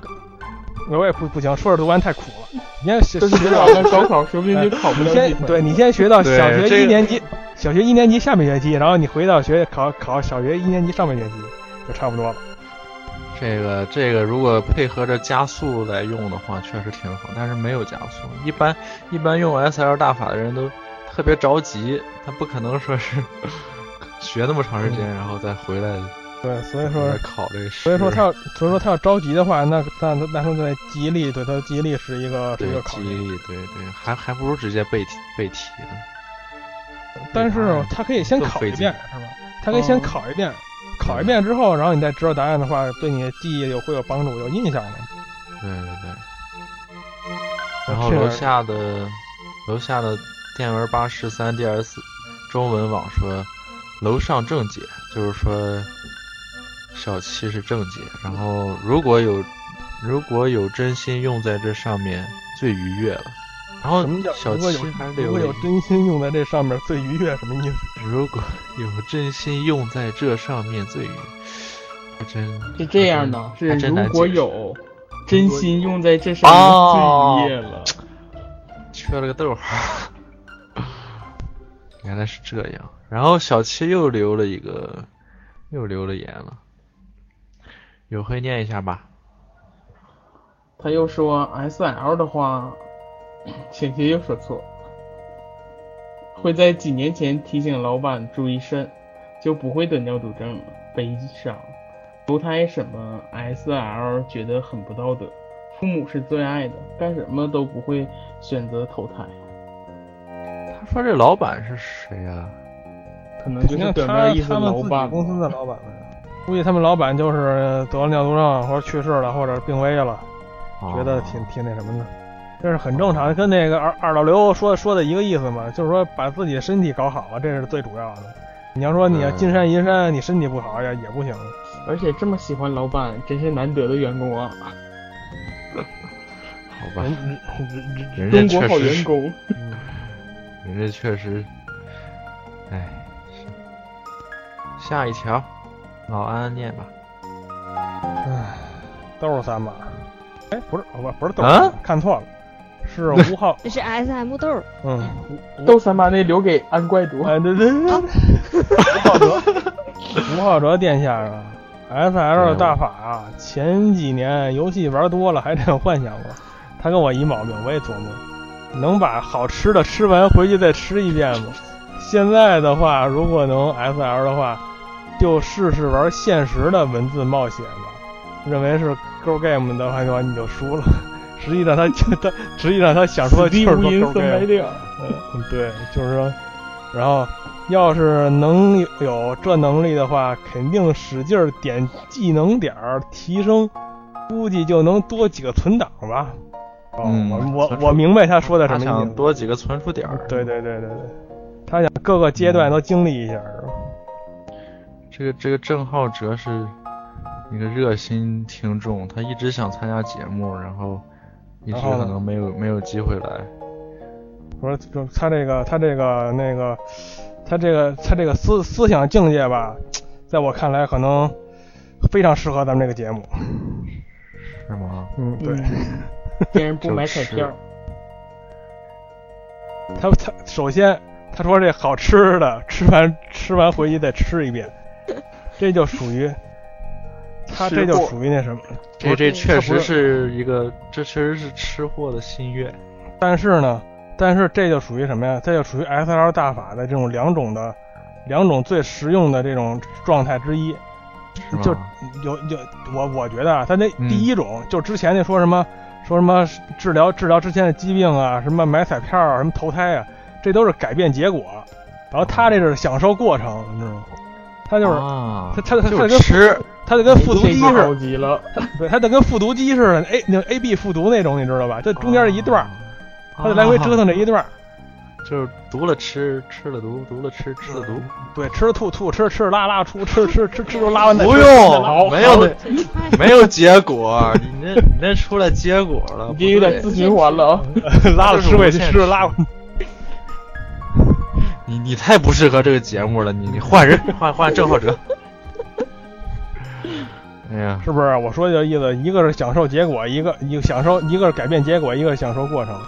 [SPEAKER 3] 我也不不行，硕士读完太苦了。你先学
[SPEAKER 5] 这是
[SPEAKER 3] 学
[SPEAKER 5] 老
[SPEAKER 3] 到
[SPEAKER 5] 安高考，说不定就考不
[SPEAKER 3] 你
[SPEAKER 5] 上
[SPEAKER 3] 先
[SPEAKER 5] 几分。
[SPEAKER 3] 对，你先学到
[SPEAKER 4] 对
[SPEAKER 3] 小
[SPEAKER 4] 这
[SPEAKER 3] 学
[SPEAKER 4] 个
[SPEAKER 3] 一年级，小学一年级下半学期，然后你回到学考考小学一年级上半学期，就差不多了。
[SPEAKER 4] 这个这个如果配合着加速来用的话，确实挺好，但是没有加速。一般一般用 SL 大法的人都特别着急，他不可能说是 学那么长时间，然后再回来
[SPEAKER 3] 嗯对，所以说
[SPEAKER 4] 来，考这个试。
[SPEAKER 3] 所以说他要，所以说他要着急的话，那那那他在记忆力对他的记忆力是一个是
[SPEAKER 4] 对
[SPEAKER 3] 一个考
[SPEAKER 4] 记忆
[SPEAKER 3] 验。
[SPEAKER 4] 力，对对，还还不如直接背题背题呢。
[SPEAKER 3] 但是他可以先
[SPEAKER 4] 更
[SPEAKER 3] 考
[SPEAKER 4] 费
[SPEAKER 3] 一
[SPEAKER 4] 劲
[SPEAKER 3] 遍，是吧？他可以先
[SPEAKER 5] 哦
[SPEAKER 3] 考一遍，考一遍之后，然后你再知道答案的话，对你的记忆有会有帮助，有印象的。
[SPEAKER 4] 对对对。然后
[SPEAKER 3] 这
[SPEAKER 4] 楼
[SPEAKER 3] 样
[SPEAKER 4] 下的楼下的电文八十三 DS 中文网说，楼上正解，就是说小七是正解。然后如果有如果有真心用在这上面，最愉悦了。然后
[SPEAKER 3] 什么叫
[SPEAKER 4] 小
[SPEAKER 3] 如果
[SPEAKER 4] 七
[SPEAKER 3] 有
[SPEAKER 4] 还留
[SPEAKER 3] 如果
[SPEAKER 4] 了
[SPEAKER 3] 有
[SPEAKER 4] 一
[SPEAKER 3] 真心用在这上面，最愉悦什么意思？
[SPEAKER 4] 如果有真心用在这上面，最愉还真
[SPEAKER 5] 是这样的，
[SPEAKER 4] 还
[SPEAKER 5] 是
[SPEAKER 4] 真还真
[SPEAKER 5] 如
[SPEAKER 4] 难
[SPEAKER 5] 果
[SPEAKER 4] 解释
[SPEAKER 5] 有真心用在这上面最业了。
[SPEAKER 4] 哦缺了个逗号。原来是这样。然后小七又留了一个，又留了言了。有会念一下吧。
[SPEAKER 5] 他又说 S L 的话， 浅些又说错，会在几年前提醒老板注意肾，就不会得尿毒症了。悲伤，投胎什么 S L 觉得很不道德，父母是最爱的，干什么都不会选择投胎，
[SPEAKER 4] 他说这老板是谁啊呀、
[SPEAKER 5] 可能就
[SPEAKER 3] 肯
[SPEAKER 5] 是
[SPEAKER 3] 定
[SPEAKER 5] 表
[SPEAKER 3] 他
[SPEAKER 5] 面意思
[SPEAKER 3] 他们
[SPEAKER 5] 老
[SPEAKER 3] 自己
[SPEAKER 5] 板啊
[SPEAKER 3] 公司的老板们，估计他们老板就是得了尿毒症，或者去世了，或者病危了，
[SPEAKER 4] 哦
[SPEAKER 3] 觉得挺挺那什么的，这是很正常，跟那个二二老刘说说的一个意思嘛，就是说把自己的身体搞好了，这是最主要的。你要说你要金山银山，你身体不好也也不行。
[SPEAKER 5] 嗯而且这么喜欢老板，真是难得的员工啊！
[SPEAKER 4] 好吧
[SPEAKER 3] 人，人人
[SPEAKER 4] 人
[SPEAKER 5] 中国
[SPEAKER 4] 家确
[SPEAKER 5] 好
[SPEAKER 4] 实
[SPEAKER 5] 员
[SPEAKER 4] 是，嗯
[SPEAKER 5] 工。
[SPEAKER 4] 人家确实，哎，是下一条，老安念吧。
[SPEAKER 3] 都是三码。哎，不是，哦不不是豆，
[SPEAKER 4] 啊
[SPEAKER 3] 看错了， 是吴昊，
[SPEAKER 6] 这是 S M 豆儿，
[SPEAKER 3] 嗯，
[SPEAKER 5] 都三把那留给安怪 毒，
[SPEAKER 3] 哎，对对
[SPEAKER 5] 啊
[SPEAKER 3] 对，吴昊哲，吴昊哲殿下啊，S
[SPEAKER 4] 哎
[SPEAKER 3] L
[SPEAKER 4] 呦
[SPEAKER 3] 大法啊，前几年游戏玩多了还真有幻想过，他跟我一毛病，我也琢磨，能把好吃的吃完回去再吃一遍吗？现在的话，如果能 S L 的话，就试试玩现实的文字冒险吧。认为是 Go Game 的话，你就输了。 实际上他， 就他实际上他想说的
[SPEAKER 5] 地
[SPEAKER 3] 就是
[SPEAKER 5] 无银
[SPEAKER 3] 说 Go
[SPEAKER 5] 三
[SPEAKER 3] Game
[SPEAKER 5] 百。两。
[SPEAKER 3] 嗯，对，就是说，然后要是能有这能力的话，肯定使劲儿点技能点儿提升，估计就能多几个存档吧。哦，
[SPEAKER 4] 嗯
[SPEAKER 3] 我我
[SPEAKER 4] 存储
[SPEAKER 3] 我明白他说的什
[SPEAKER 4] 他
[SPEAKER 3] 么意思
[SPEAKER 4] 想。多几个存储点儿。
[SPEAKER 3] 对对对对对，他想各个阶段都经历一下。是吧
[SPEAKER 4] 这个这个郑浩哲是一个热心听众，他一直想参加节目，然后一直
[SPEAKER 3] 然后呢
[SPEAKER 4] 可能没有没有机会来。
[SPEAKER 3] 我说就他这个他这个那个，他这个他这个思思想境界吧，在我看来可能非常适合咱们这个节目。
[SPEAKER 4] 是吗？
[SPEAKER 3] 嗯， 对。
[SPEAKER 5] 别人不买彩票，
[SPEAKER 3] 他他首先他说这好吃的，吃完吃完回去再吃 一遍，这就属于他
[SPEAKER 5] 吃
[SPEAKER 3] 这就
[SPEAKER 5] 货
[SPEAKER 3] 属于那什么。
[SPEAKER 4] 这这
[SPEAKER 6] 不是
[SPEAKER 4] 确
[SPEAKER 3] 他
[SPEAKER 4] 实
[SPEAKER 3] 不
[SPEAKER 4] 是一个，这确实是吃货的心愿。
[SPEAKER 3] 但是呢，但是这就属于什么呀？这就属于 S L 大法的这种两种的两种最实用的这种状态之一。
[SPEAKER 4] 是吗
[SPEAKER 3] 就有有我我觉得啊，他那
[SPEAKER 4] 嗯
[SPEAKER 3] 第一种、就之前那说什么说什么治疗治疗之前的疾病啊，什么买彩票啊，什么投胎啊，这都是改变结果。然后他这是享受过程，你知道吗？他就是、
[SPEAKER 4] 啊
[SPEAKER 3] 他，他他
[SPEAKER 4] 就
[SPEAKER 3] 跟
[SPEAKER 4] 吃，
[SPEAKER 3] 他就跟复读
[SPEAKER 5] 这
[SPEAKER 3] 机
[SPEAKER 5] 一
[SPEAKER 3] 似
[SPEAKER 5] 高
[SPEAKER 3] 的，
[SPEAKER 5] 级了，
[SPEAKER 3] 对，他就跟复读机似的，A 那 A B 复读那种，你知道吧？就中间一段儿，他就来回折腾这一段儿。
[SPEAKER 4] 啊，就是读了吃，吃了读，读了吃，吃了读。
[SPEAKER 3] 对，吃了吐，吐吃吃拉拉出吃吃吃吃出拉完再吃
[SPEAKER 4] 不
[SPEAKER 3] 好
[SPEAKER 4] 用，没有那
[SPEAKER 6] 这太
[SPEAKER 4] 没有结果，你那你那出来结果了，
[SPEAKER 5] 你这有点
[SPEAKER 4] 不对
[SPEAKER 5] 自循环 了啊！
[SPEAKER 3] 拉了吃回去
[SPEAKER 4] 这是无限
[SPEAKER 3] 吃了拉回去。
[SPEAKER 4] 你你太不适合这个节目了，你你换人，换换郑浩哲。 哎呀，
[SPEAKER 3] 是不是？我说这意思，一个是享受结果，一个一个享受，一个是改变结果，一个是享受过程。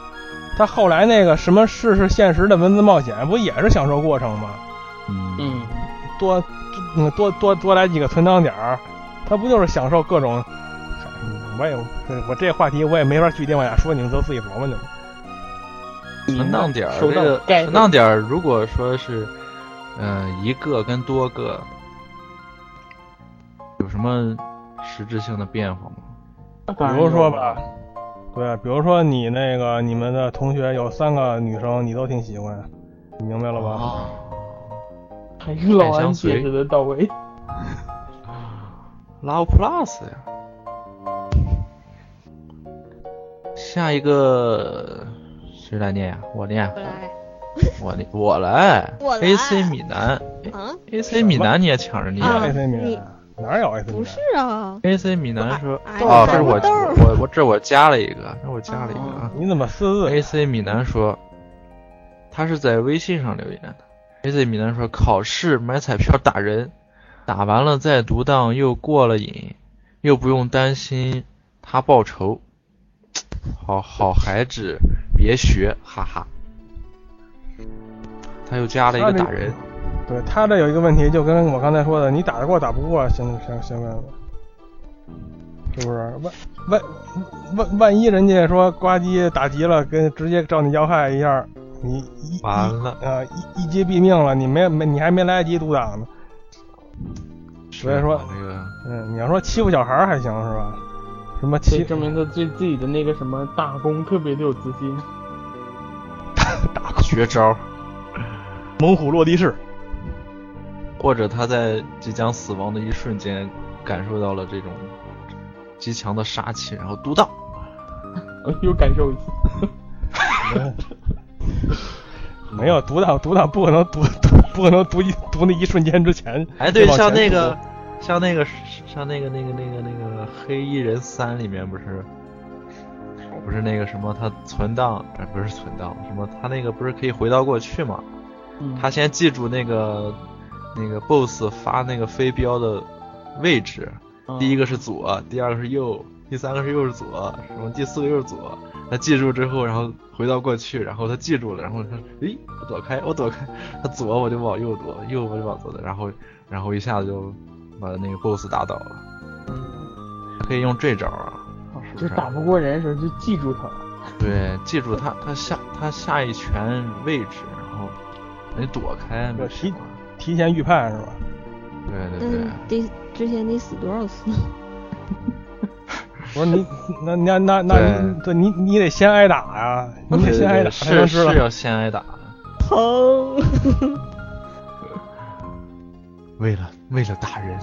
[SPEAKER 3] 他后来那个什么试试现实的文字冒险，不也是享受过程吗？
[SPEAKER 4] 嗯，
[SPEAKER 5] 嗯，
[SPEAKER 3] 多嗯多多多来几个存档点儿，他不就是享受各种？嗯我也我这话题我也没法去电往下说，你们都自己琢磨去吧。
[SPEAKER 4] 存档点儿，
[SPEAKER 5] 收
[SPEAKER 4] 这
[SPEAKER 5] 到
[SPEAKER 4] 个
[SPEAKER 5] 概
[SPEAKER 4] 存档点儿，如果说是，呃，一个跟多个，有什么实质性的变化吗？
[SPEAKER 5] 比
[SPEAKER 3] 比如说吧，，对，啊比如说你那个你们的同学有三个女生，你都挺喜欢，你明白了吧？
[SPEAKER 4] 哦
[SPEAKER 5] 还是哎 老安解释的到 位。
[SPEAKER 4] Love Plus 呀。下一个谁来念呀？我念，
[SPEAKER 6] 不来
[SPEAKER 4] 我念，我来。
[SPEAKER 6] 我来
[SPEAKER 4] AC 米兰
[SPEAKER 6] 啊？
[SPEAKER 4] ，AC 米兰你也抢着念
[SPEAKER 6] 啊
[SPEAKER 3] AC 米
[SPEAKER 6] 你
[SPEAKER 3] 兰哪有 AC 米
[SPEAKER 6] 不
[SPEAKER 3] 兰？
[SPEAKER 6] 是啊，
[SPEAKER 4] ？AC 米兰说，
[SPEAKER 6] 哎
[SPEAKER 4] 哦，这
[SPEAKER 6] 什
[SPEAKER 4] 是
[SPEAKER 6] 么
[SPEAKER 4] 我
[SPEAKER 6] 豆儿
[SPEAKER 4] 我我这我加了一个，这我加了一个啊。
[SPEAKER 3] 哦你怎么私自
[SPEAKER 4] AC 米兰说，他是在微信上留言的。AC 米兰说，考试买彩票打人，打完了再独当又过了瘾，又不用担心他报仇。好好孩子，别学，哈哈。他又加了一个打人，
[SPEAKER 3] 对他这有一个问题，就跟我刚才说的，你打得过打不过相相相关的，是不是？万万万万一人家说呱唧打急了，跟直接找你要害一下，你一
[SPEAKER 4] 完
[SPEAKER 3] 一
[SPEAKER 4] 了。
[SPEAKER 3] 啊一一击毙命了，你没没你还没来得及独挡呢。所以说
[SPEAKER 4] 这个
[SPEAKER 3] 嗯，你要说欺负小孩儿还行是吧？什么
[SPEAKER 5] 这
[SPEAKER 3] 欺
[SPEAKER 5] 证明他对自己的那个什么打工特别的有自信。
[SPEAKER 4] 绝招，
[SPEAKER 3] 猛虎落地式？
[SPEAKER 4] 或者他在即将死亡的一瞬间，感受到了这种极强的杀气，然后独当。
[SPEAKER 3] 哎
[SPEAKER 5] 又感受一次，
[SPEAKER 3] 没有独挡独挡，不可能独独不可能独一独那一瞬间之前。
[SPEAKER 4] 哎，对，
[SPEAKER 3] 再往
[SPEAKER 4] 像
[SPEAKER 3] 前
[SPEAKER 4] 那
[SPEAKER 3] 走
[SPEAKER 4] 个，像那个，像那个，那个，那个，那个《黑衣人三》里面不是，不是那个什么，他存档，哎，不是存档，什么，他那个不是可以回到过去嘛？
[SPEAKER 3] 嗯
[SPEAKER 4] 他先记住那个那个 BOSS 发那个飞镖的位置，第一
[SPEAKER 5] 个
[SPEAKER 4] 个是左，第二个是右，第三个是右左，然后第四个右左。他记住之后，然后回到过去，然后他记住了，然后他诶，我躲开，我躲开，他左我就往右躲，右我就往左躲，然后然后一下子就把那个 BOSS 打倒了。他可以用这招啊，
[SPEAKER 5] 就打不过人的时候就记住他，
[SPEAKER 4] 对，记住他他下他下一拳位置，然后你躲开没事
[SPEAKER 3] 提。提前预判是吧？
[SPEAKER 4] 对对对
[SPEAKER 6] 嗯，，得之前得死多少次？
[SPEAKER 3] 我说你那那那那你对你你得先挨打呀、你
[SPEAKER 4] 对
[SPEAKER 3] 得
[SPEAKER 4] 对
[SPEAKER 3] 先挨
[SPEAKER 4] 对
[SPEAKER 3] 打才
[SPEAKER 4] 是
[SPEAKER 3] 能知道
[SPEAKER 4] 是。要先挨打的。
[SPEAKER 6] 疼，
[SPEAKER 4] 为了为了打人，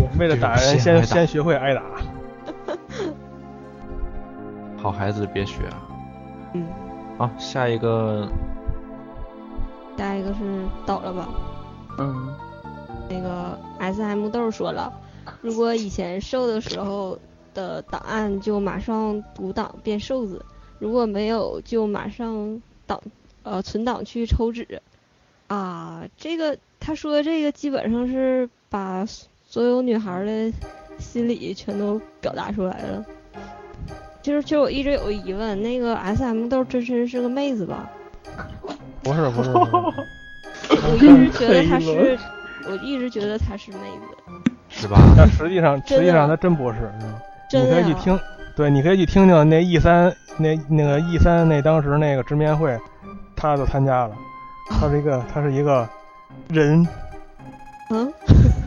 [SPEAKER 3] 为了打人，
[SPEAKER 4] 嗯
[SPEAKER 3] 先
[SPEAKER 4] 是先挨打
[SPEAKER 3] 先学会 挨打。
[SPEAKER 4] 好孩子别学啊。
[SPEAKER 6] 嗯，
[SPEAKER 4] 好，下一个
[SPEAKER 6] 下一个是倒了吧？
[SPEAKER 5] 嗯，
[SPEAKER 6] 那个 S M 豆说了，如果以前瘦的时候的档案就马上读档变瘦子，如果没有就马上档呃存档去抽脂。啊，这个他说这个基本上是把所有女孩的心理全都表达出来了。其实，其实我一直有个疑问，那个 S M 豆真身是个妹子吧？
[SPEAKER 3] 不是不是，不是
[SPEAKER 6] 我一直觉得她是，我一直觉得她是妹子，
[SPEAKER 4] 是吧？
[SPEAKER 3] 但实际上实际上
[SPEAKER 6] 真的啊
[SPEAKER 3] 他真不是。嗯
[SPEAKER 6] 真
[SPEAKER 3] 你
[SPEAKER 6] 的啊
[SPEAKER 3] 可以去听，对，你可以去听听那 E 三那那个 E 三那当时那个直面会，他就参加了，他是一个他是一个人
[SPEAKER 6] 嗯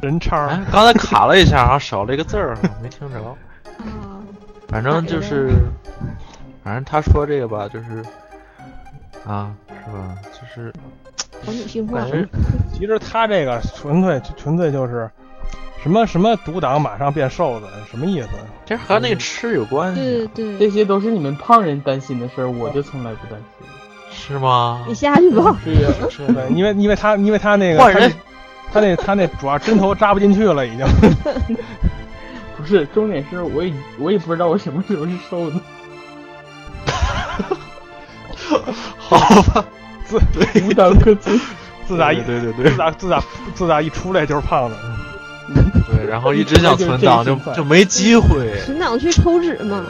[SPEAKER 3] 人叉儿，
[SPEAKER 4] 哎，刚才卡了一下，好像少了一个字儿，没听着。
[SPEAKER 6] 啊。
[SPEAKER 4] 反正就是，反正他说这个吧，就是啊，是吧？就是
[SPEAKER 6] 我女性化
[SPEAKER 4] 感，觉
[SPEAKER 3] 其实他这个纯粹纯粹就是什么什么独挡马上变瘦子，什么意思？
[SPEAKER 4] 这和那个吃有
[SPEAKER 3] 哎
[SPEAKER 4] 关
[SPEAKER 6] 对
[SPEAKER 4] 系，
[SPEAKER 6] 对
[SPEAKER 5] 这
[SPEAKER 6] 对，
[SPEAKER 5] 些都是你们胖人担心的事儿，我就从来不担心。
[SPEAKER 4] 是 吗
[SPEAKER 6] 你？下去吧。
[SPEAKER 5] 对呀，
[SPEAKER 4] 是
[SPEAKER 3] 对，因为因为他因为他那个
[SPEAKER 4] 换
[SPEAKER 3] 他
[SPEAKER 4] 人
[SPEAKER 3] 那他那他那主要针头扎不进去了，已经。
[SPEAKER 5] 不是，重点是我也我也不知道我什么时候是瘦的，
[SPEAKER 4] 好吧？
[SPEAKER 3] 自
[SPEAKER 5] 无当个自。
[SPEAKER 3] 自打一
[SPEAKER 4] 对对对
[SPEAKER 3] 自打自打自打一出来就是胖子，
[SPEAKER 4] 对对，然后一直想存档就就没机会。
[SPEAKER 6] 存档去抽脂嘛，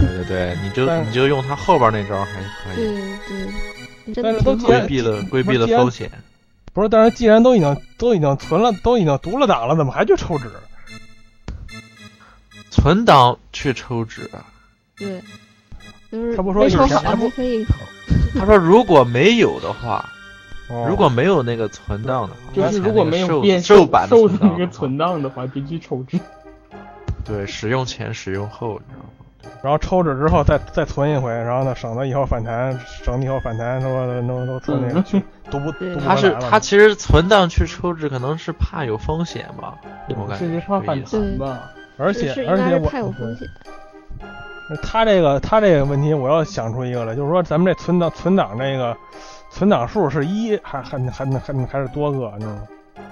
[SPEAKER 4] 对对对，你就
[SPEAKER 3] 但
[SPEAKER 4] 你就用他后边那招还可以，
[SPEAKER 6] 对对，你真
[SPEAKER 3] 但
[SPEAKER 6] 的
[SPEAKER 3] 是都
[SPEAKER 6] 挺
[SPEAKER 3] 既
[SPEAKER 6] 好
[SPEAKER 4] 规
[SPEAKER 3] 然
[SPEAKER 4] 避了规避
[SPEAKER 3] 不是
[SPEAKER 4] 了
[SPEAKER 3] 既然
[SPEAKER 4] 风险。
[SPEAKER 3] 不是？但是既然都已经都已经存了，都已经读了档了，怎么还去抽脂？
[SPEAKER 4] 存档去抽脂啊。
[SPEAKER 6] 对，就是
[SPEAKER 3] 他不说
[SPEAKER 6] 没抽
[SPEAKER 3] 以前
[SPEAKER 6] 好就可以
[SPEAKER 4] 他说如果没有的话，
[SPEAKER 3] 哦
[SPEAKER 4] 如果没有那个存档的话，
[SPEAKER 5] 就是如果没有
[SPEAKER 4] 瘦
[SPEAKER 5] 变
[SPEAKER 4] 瘦版的
[SPEAKER 5] 瘦的那个
[SPEAKER 4] 存
[SPEAKER 5] 存
[SPEAKER 4] 档啊
[SPEAKER 5] 档的话，就去抽脂。
[SPEAKER 4] 的话，对，使用前使用后，你知道吗？
[SPEAKER 3] 然后抽脂之后再再存一回，然后呢，省得以后反弹，省得以后反弹说能能存那个
[SPEAKER 5] 嗯
[SPEAKER 3] 去读不读
[SPEAKER 6] 对
[SPEAKER 3] 不
[SPEAKER 4] 他
[SPEAKER 3] 回
[SPEAKER 4] 是
[SPEAKER 3] 来
[SPEAKER 4] 他
[SPEAKER 3] 了。
[SPEAKER 4] 其实存档去抽脂，可能是怕有风险吧，我感
[SPEAKER 5] 这
[SPEAKER 4] 觉
[SPEAKER 5] 是
[SPEAKER 4] 是
[SPEAKER 5] 怕
[SPEAKER 4] 这
[SPEAKER 5] 反
[SPEAKER 4] 意思。
[SPEAKER 5] 弹吧？
[SPEAKER 3] 而
[SPEAKER 6] 是
[SPEAKER 3] 且
[SPEAKER 6] 是应
[SPEAKER 3] 而
[SPEAKER 6] 该
[SPEAKER 3] 且
[SPEAKER 6] 是
[SPEAKER 3] 我
[SPEAKER 6] 怕有风险。
[SPEAKER 3] 他这个他这个问题，我要想出一个来，就是说咱们这存档存档这个存档数是一，还还还还还是多个，你知道吗？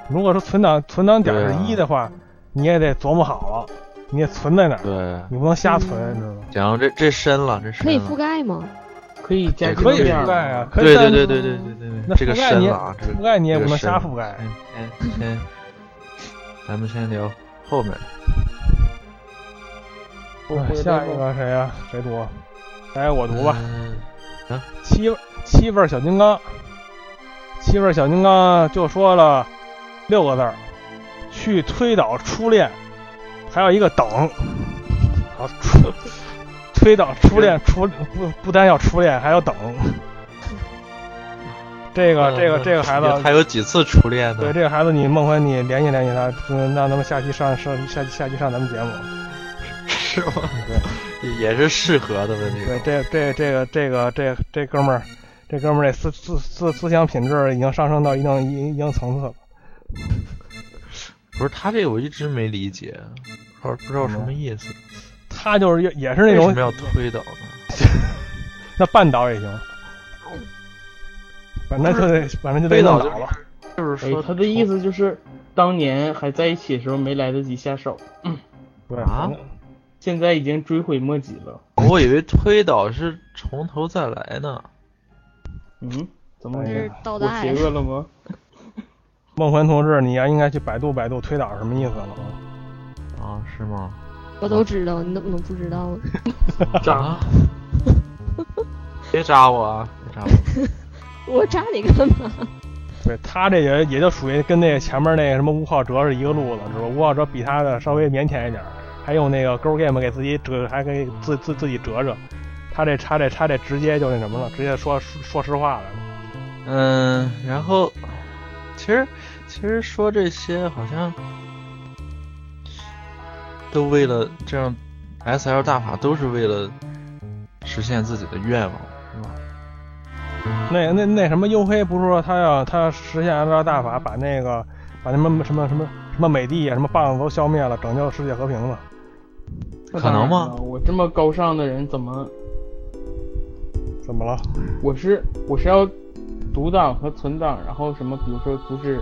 [SPEAKER 3] 如果说存档存档点儿
[SPEAKER 4] 对
[SPEAKER 3] 是
[SPEAKER 4] 啊
[SPEAKER 3] 一的话，你也得琢磨好了，你也存在哪儿，
[SPEAKER 4] 对，
[SPEAKER 3] 你不能瞎
[SPEAKER 6] 嗯
[SPEAKER 3] 存，你知道吗？
[SPEAKER 4] 讲这这深了，这
[SPEAKER 6] 可
[SPEAKER 4] 深
[SPEAKER 6] 以覆
[SPEAKER 4] 了。
[SPEAKER 6] 盖吗？
[SPEAKER 5] 可以加
[SPEAKER 4] 可
[SPEAKER 3] 可
[SPEAKER 4] 以
[SPEAKER 3] 以
[SPEAKER 5] 这样
[SPEAKER 3] 覆盖啊，可以
[SPEAKER 4] 对
[SPEAKER 3] 但
[SPEAKER 4] 对
[SPEAKER 3] 是
[SPEAKER 4] 对对对对对
[SPEAKER 3] 那
[SPEAKER 4] 对，这个
[SPEAKER 3] 覆盖你
[SPEAKER 4] 深
[SPEAKER 3] 也
[SPEAKER 4] 了啊，这个
[SPEAKER 3] 覆盖你也
[SPEAKER 4] 这
[SPEAKER 3] 不
[SPEAKER 4] 个
[SPEAKER 3] 能
[SPEAKER 4] 深
[SPEAKER 3] 瞎
[SPEAKER 4] 了
[SPEAKER 3] 覆盖。
[SPEAKER 4] 先先先，咱们先聊后面。
[SPEAKER 3] 哎下一个谁呀、谁读？来我读吧。
[SPEAKER 4] 嗯
[SPEAKER 3] 七七味儿小金刚，七味儿小金刚就说了六个字儿，去推倒初恋，还有一个等，好初推倒初恋初不不单要初恋，还要等。这
[SPEAKER 4] 嗯
[SPEAKER 3] 个这个这个孩子，
[SPEAKER 4] 他有几次初恋呢？
[SPEAKER 3] 对这个孩子，你梦回你联系联系他，嗯让他们下期上上下期下期上咱们节 目。
[SPEAKER 4] 是吗？也是适合的问题。
[SPEAKER 3] 对，这这这个这个这这哥们儿，这哥们儿这思思思思想品质已经上升到一定一一定层次了。
[SPEAKER 4] 不是他这个我一直没理解，不知道不知道什么意思，
[SPEAKER 3] 他就是也也是
[SPEAKER 4] 为
[SPEAKER 3] 那
[SPEAKER 4] 什
[SPEAKER 3] 种
[SPEAKER 4] 么要推倒呢？
[SPEAKER 3] 那绊倒也行，反正就得反正就得
[SPEAKER 4] 推
[SPEAKER 3] 弄
[SPEAKER 4] 倒
[SPEAKER 3] 倒
[SPEAKER 4] 就
[SPEAKER 3] 了。
[SPEAKER 4] 是就是
[SPEAKER 5] 哎
[SPEAKER 4] 说，
[SPEAKER 5] 他的意思就是，当年还在一起的时候没来得及下手，
[SPEAKER 3] 对，
[SPEAKER 4] 啊
[SPEAKER 3] 反正
[SPEAKER 5] 现在已经追悔莫及了。
[SPEAKER 4] 我以为推倒是从头再来呢。
[SPEAKER 5] 嗯，怎么
[SPEAKER 3] 哎
[SPEAKER 5] 回
[SPEAKER 6] 这
[SPEAKER 5] 事
[SPEAKER 6] 是？倒
[SPEAKER 5] 我
[SPEAKER 6] 带
[SPEAKER 5] 邪，恶了吗？
[SPEAKER 3] 梦魂同志，你要应该去百度百度推倒是什么意思了。
[SPEAKER 4] 啊，是吗？
[SPEAKER 6] 我都知道，你怎么能不知道呢？
[SPEAKER 5] 渣，
[SPEAKER 4] 别扎我啊！别扎我！
[SPEAKER 6] 我扎你干 嘛？
[SPEAKER 3] 对他这也也就属于跟那个前面那个什么吴浩哲是一个路子，只不过吴浩哲比他的稍微腼腆一点儿，还用那个勾 game 给自己折，还给自自自己折折。他这插这插这直接就那什么了，直接说说说实话了。
[SPEAKER 4] 嗯，然后其实其实说这些好像都为了这样 S L 大法都是为了实现自己的愿望，是吧？
[SPEAKER 3] 那那那什么黝黑不是说他要他要实现 M 大法，把那个把那什么什么什么什么美帝啊什么棒子都消灭了，拯救世界和平了。
[SPEAKER 5] 那
[SPEAKER 4] 可
[SPEAKER 5] 当
[SPEAKER 4] 能
[SPEAKER 5] 然
[SPEAKER 4] 吗
[SPEAKER 5] 了？我这么高尚的人，怎么
[SPEAKER 3] 怎么了？
[SPEAKER 5] 我是我是要读档和存档，然后什么，比如说阻止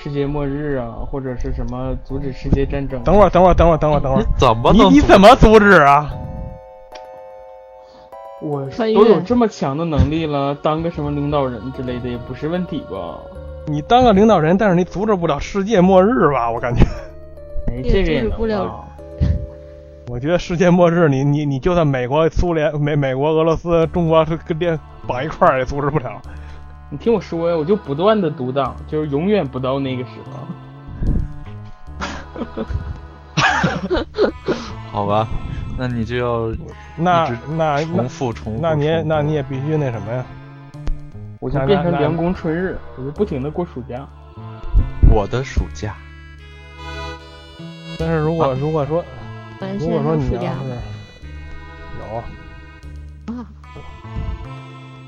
[SPEAKER 5] 世界末日啊，或者是什么阻止世界战争。
[SPEAKER 3] 等会儿等会儿等会儿等会儿等会
[SPEAKER 4] 你
[SPEAKER 3] 儿，
[SPEAKER 4] 怎么
[SPEAKER 3] 你
[SPEAKER 4] 能
[SPEAKER 3] 你怎么阻止啊？
[SPEAKER 5] 我
[SPEAKER 6] 穿越
[SPEAKER 5] 都有这么强的能力了，当个什么领导人之类的也不是问题吧？
[SPEAKER 3] 你当个领导人，但是你阻止不了世界末日吧？我感觉，
[SPEAKER 5] 哎，这个也
[SPEAKER 6] 阻止不
[SPEAKER 5] 能
[SPEAKER 6] 了
[SPEAKER 5] 啊。
[SPEAKER 3] 我觉得世界末日你，你你就算美国、苏联、美美国、俄罗斯、中国跟连绑一块儿也阻止不了。
[SPEAKER 5] 你听我说呀，我就不断的读档，就是永远不到那个时候。
[SPEAKER 4] 好吧？那你就要
[SPEAKER 3] 那
[SPEAKER 4] 一直
[SPEAKER 3] 那那
[SPEAKER 4] 重复重复。
[SPEAKER 3] 那你也
[SPEAKER 4] 重复
[SPEAKER 3] 那你也必须那什么呀？
[SPEAKER 5] 我就
[SPEAKER 3] 那
[SPEAKER 5] 变成
[SPEAKER 3] 那
[SPEAKER 5] 梁公春日，我就不停的过暑假。
[SPEAKER 4] 我的暑假，
[SPEAKER 3] 但是如
[SPEAKER 5] 啊
[SPEAKER 3] 果、如果说
[SPEAKER 6] 完
[SPEAKER 3] 如
[SPEAKER 6] 事
[SPEAKER 3] 果
[SPEAKER 6] 儿
[SPEAKER 3] 说
[SPEAKER 6] 还
[SPEAKER 3] 你
[SPEAKER 6] 出
[SPEAKER 3] 要
[SPEAKER 6] 家
[SPEAKER 3] 是有，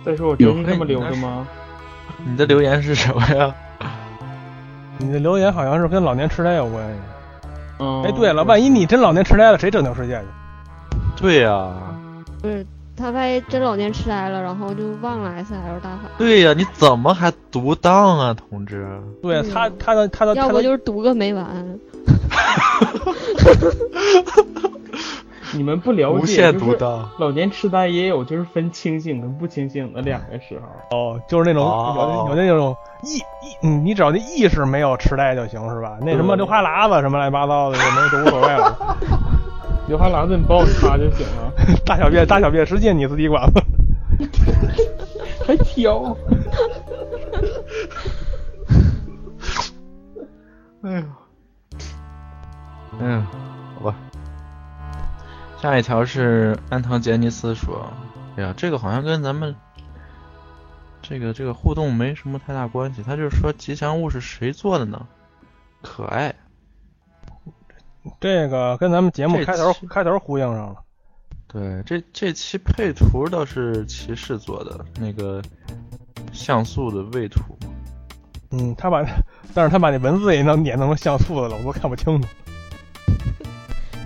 [SPEAKER 5] 再说我真是这么留着吗？
[SPEAKER 4] 你的留言是什么呀？
[SPEAKER 3] 你的留言好像是跟老年痴呆有关系。
[SPEAKER 5] 嗯，
[SPEAKER 3] 哎，对了，万一你真老年痴呆了，谁拯救世界去？
[SPEAKER 4] 对呀、
[SPEAKER 6] 不是他万一真老年痴呆了，然后就忘了 S L 大法，
[SPEAKER 4] 对呀、你怎么还独当啊，同志？
[SPEAKER 3] 对啊
[SPEAKER 6] 嗯
[SPEAKER 3] 他他的他的
[SPEAKER 6] 要
[SPEAKER 3] 他
[SPEAKER 6] 不
[SPEAKER 3] 的
[SPEAKER 6] 就是读个没完。
[SPEAKER 5] 你们不了解，
[SPEAKER 4] 无限
[SPEAKER 5] 就是
[SPEAKER 4] 独当。
[SPEAKER 5] 老年痴呆也有，就是分清醒跟不清醒的两个时候。
[SPEAKER 3] 哦，就是那种
[SPEAKER 4] 哦
[SPEAKER 3] 有有那种意意，嗯你只要那意识没有痴呆就行，是吧？那什么
[SPEAKER 5] 对
[SPEAKER 3] 流哈喇子什么乱七八糟的就没就无所谓了。
[SPEAKER 5] 刘哈喇子，你帮我擦就行了。
[SPEAKER 3] 大小便大小便失禁你自己管 吧。
[SPEAKER 5] 还挑，
[SPEAKER 4] 哎呦，嗯，好吧。下一条是安藤杰尼斯说：“哎呀，这个好像跟咱们这个这个互动没什么太大关系。他就是说吉祥物是谁做的呢？可爱，
[SPEAKER 3] 这个跟咱们节目
[SPEAKER 4] 这
[SPEAKER 3] 开头
[SPEAKER 4] 期
[SPEAKER 3] 开头呼应上了。
[SPEAKER 4] 对，这这期配图倒是骑士做的，那个像素的位图。
[SPEAKER 3] 嗯，他把，但是他把那文字也弄也弄成像素的了，我都看不清楚。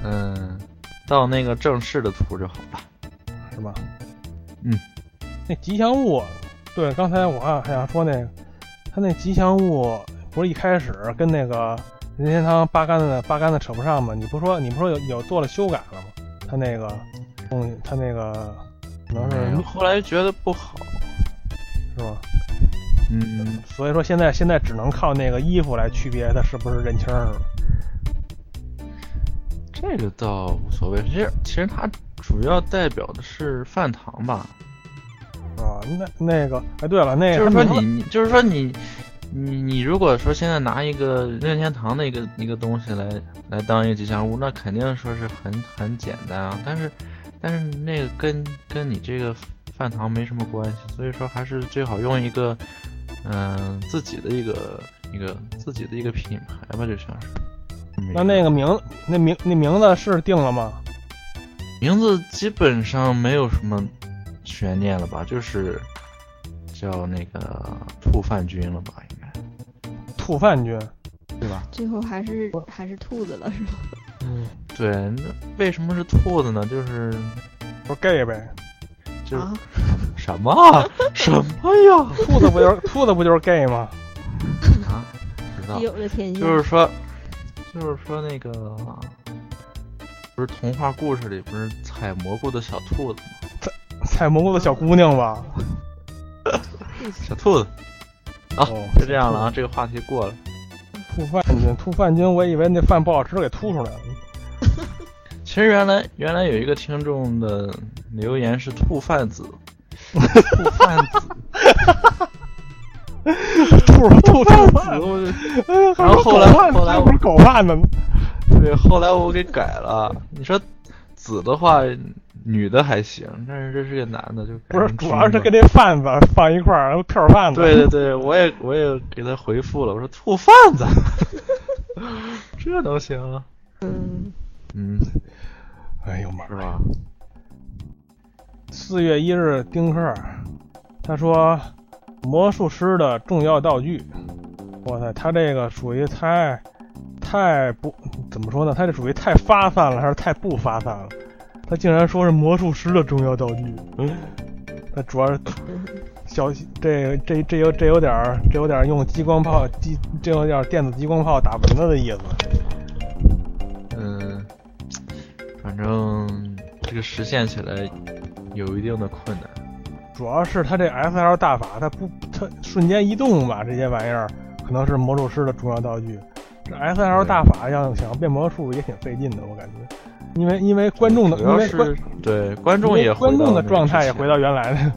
[SPEAKER 4] 嗯，到那个正式的图就好了。
[SPEAKER 3] 是吧？
[SPEAKER 4] 嗯，
[SPEAKER 3] 那吉祥物，对，刚才我还还想说那个，他那吉祥物不是一开始跟那个任天堂八竿子八竿子扯不上吗？你不说你不说有有做了修改了吗？他那个东西，他那个可能是
[SPEAKER 4] 哎呦后来觉得不好，
[SPEAKER 3] 是吧？
[SPEAKER 4] 嗯，
[SPEAKER 3] 所以说现在现在只能靠那个衣服来区别它是不是认清儿了。
[SPEAKER 4] 这个倒无所谓。其实其实它主要代表的是饭堂吧，
[SPEAKER 3] 啊，那那个，哎，对了，那
[SPEAKER 4] 就
[SPEAKER 3] 个
[SPEAKER 4] 是
[SPEAKER 3] 他名字
[SPEAKER 4] 说你你就是说你你你如果说现在拿一个任天堂的一个一个东西来来当一个吉祥物，那肯定说是很很简单啊。但是但是那个跟跟你这个饭堂没什么关系，所以说还是最好用一个嗯、自己的一个一个自己的一个品牌吧，就像是。
[SPEAKER 3] 那那个名那名那名字是定了吗？
[SPEAKER 4] 名字基本上没有什么悬念了吧，就是叫那个兔饭君了吧，应该
[SPEAKER 3] 兔饭君，
[SPEAKER 4] 对吧？
[SPEAKER 6] 最后还是还是兔子了，是吧？
[SPEAKER 3] 嗯，
[SPEAKER 4] 对，那为什么是兔子呢？就是
[SPEAKER 3] 不是 gay 呗？
[SPEAKER 4] 就是、
[SPEAKER 6] 啊，
[SPEAKER 4] 什 么啊什么呀
[SPEAKER 3] 哎兔子不就是兔子不就是 gay 吗？
[SPEAKER 4] 啊？不知道，
[SPEAKER 6] 有了天性，
[SPEAKER 4] 就是说，就是说那个，不是童话故事里不是采蘑菇的小兔子吗？
[SPEAKER 3] 采蘑菇的小姑娘吧？
[SPEAKER 4] 小兔子啊
[SPEAKER 3] 哦，
[SPEAKER 4] 就这样了啊，这个话题过了。
[SPEAKER 3] 兔饭君，兔饭君，我以为那饭不好吃给吐出来了。
[SPEAKER 4] 其其实原来原来有一个听众的留言是兔 贩子，兔贩子，
[SPEAKER 3] 兔 兔兔贩子，
[SPEAKER 4] 我
[SPEAKER 3] 哎呀，还
[SPEAKER 4] 然后
[SPEAKER 3] 不是
[SPEAKER 4] 后来
[SPEAKER 3] 狗贩子
[SPEAKER 4] 后
[SPEAKER 3] 还
[SPEAKER 4] 来我
[SPEAKER 3] 不是狗贩子吗？
[SPEAKER 4] 对，后来我给改了。你说子的话，女的还行，但是这是个男哎的就改
[SPEAKER 3] 不是，
[SPEAKER 4] 成
[SPEAKER 3] 主
[SPEAKER 4] 猪
[SPEAKER 3] 要是
[SPEAKER 4] 了
[SPEAKER 3] 跟那贩子放一块儿，然后票贩子。
[SPEAKER 4] 对对对，我也我也给他回复了，我说兔贩子， 这能行啊？
[SPEAKER 6] 嗯，
[SPEAKER 4] 嗯，
[SPEAKER 3] 哎呦妈！
[SPEAKER 4] 是吧？
[SPEAKER 3] 四月一日，丁克儿，他说魔术师的重要道具。哇塞，他这个属于太太不怎么说呢？他这属于太发散了，还是太不发散了？他竟然说是魔术师的重要道具。嗯，那主要是小这这这有这有点儿这有点儿用激光炮激这有点儿电子激光炮打蚊子的意思。
[SPEAKER 4] 嗯，反正这个实现起来有一定的困难。
[SPEAKER 3] 主要是它这 S L 大法，它不它瞬间移动吧，这些玩意儿可能是魔术师的重要道具。这 S L
[SPEAKER 4] 对
[SPEAKER 3] 大法要想变魔术也挺费劲的，我感觉，因为因为观众的
[SPEAKER 4] 主
[SPEAKER 3] 因
[SPEAKER 4] 要
[SPEAKER 3] 为观
[SPEAKER 4] 是对观众
[SPEAKER 3] 因
[SPEAKER 4] 也
[SPEAKER 3] 为观
[SPEAKER 4] 回到
[SPEAKER 3] 众
[SPEAKER 4] 那
[SPEAKER 3] 的
[SPEAKER 4] 个
[SPEAKER 3] 状
[SPEAKER 4] 之
[SPEAKER 3] 态也
[SPEAKER 4] 前
[SPEAKER 3] 回到原来 的。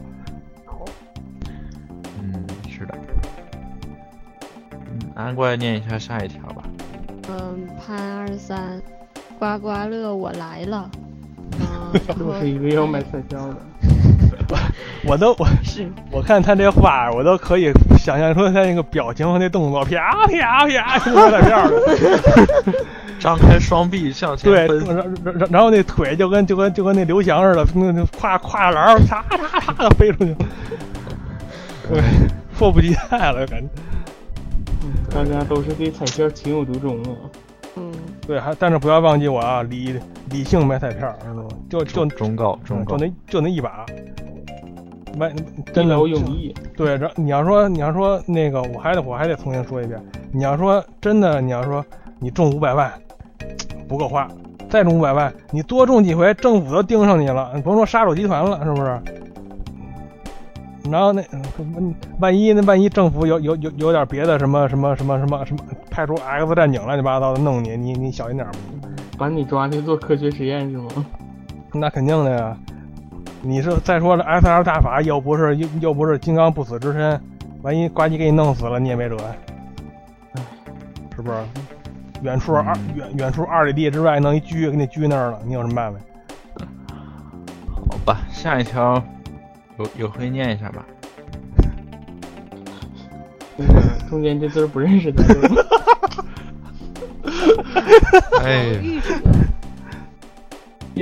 [SPEAKER 4] 嗯，是的。嗯，安过来念一下下一条吧。
[SPEAKER 6] 嗯，潘二三，刮刮乐我来了。嗯，
[SPEAKER 5] 又
[SPEAKER 6] 说
[SPEAKER 5] 是一个要买彩票的。
[SPEAKER 3] 我都 我
[SPEAKER 6] 是
[SPEAKER 3] 我看他这话，我都可以想象出他那个表情和那动作，啪啪啪，就有点这样的。
[SPEAKER 4] 张开双臂向前
[SPEAKER 3] 对，
[SPEAKER 4] 奔，
[SPEAKER 3] 然然然然后那腿就跟就跟就跟那刘翔似的，那那跨跨栏儿，啪啪啪的飞出去，对，迫不及待了，感觉。
[SPEAKER 5] 嗯大家都是对彩票情有独钟啊。
[SPEAKER 6] 嗯，
[SPEAKER 3] 对，还但是不要忘记我啊，理理性买彩票，知道吗？就就嗯
[SPEAKER 4] 忠忠告忠告
[SPEAKER 3] 就，那就那一把，买
[SPEAKER 5] 一
[SPEAKER 3] 真的
[SPEAKER 5] 劳永逸，
[SPEAKER 3] 对，然后你要说你要说那个，我还得我还得重新说一遍，你要说真的，你要说你中五百万不够花，再中五百万，你多中几回，政府都盯上你了，你甭说杀手集团了，是不是？然后那嗯万一那万一政府有有有有点别的什么什么什么什么什么派出 X 战警乱七八糟的弄你，你你小心点儿吧。
[SPEAKER 5] 把你抓去做科学实验是吗？
[SPEAKER 3] 那肯定的呀。你是再说这 S L 大法又不是又又不是金刚不死之身，万一呱唧给你弄死了，你也没辙呀，是不是？远处二、
[SPEAKER 4] 嗯
[SPEAKER 3] 远远处二里地之外弄一狙给你狙那儿了，你有什么办法？
[SPEAKER 4] 好吧，下一条有有会念一下吧。
[SPEAKER 5] 那个中间这字儿不认识的，
[SPEAKER 4] 哎，
[SPEAKER 6] 玉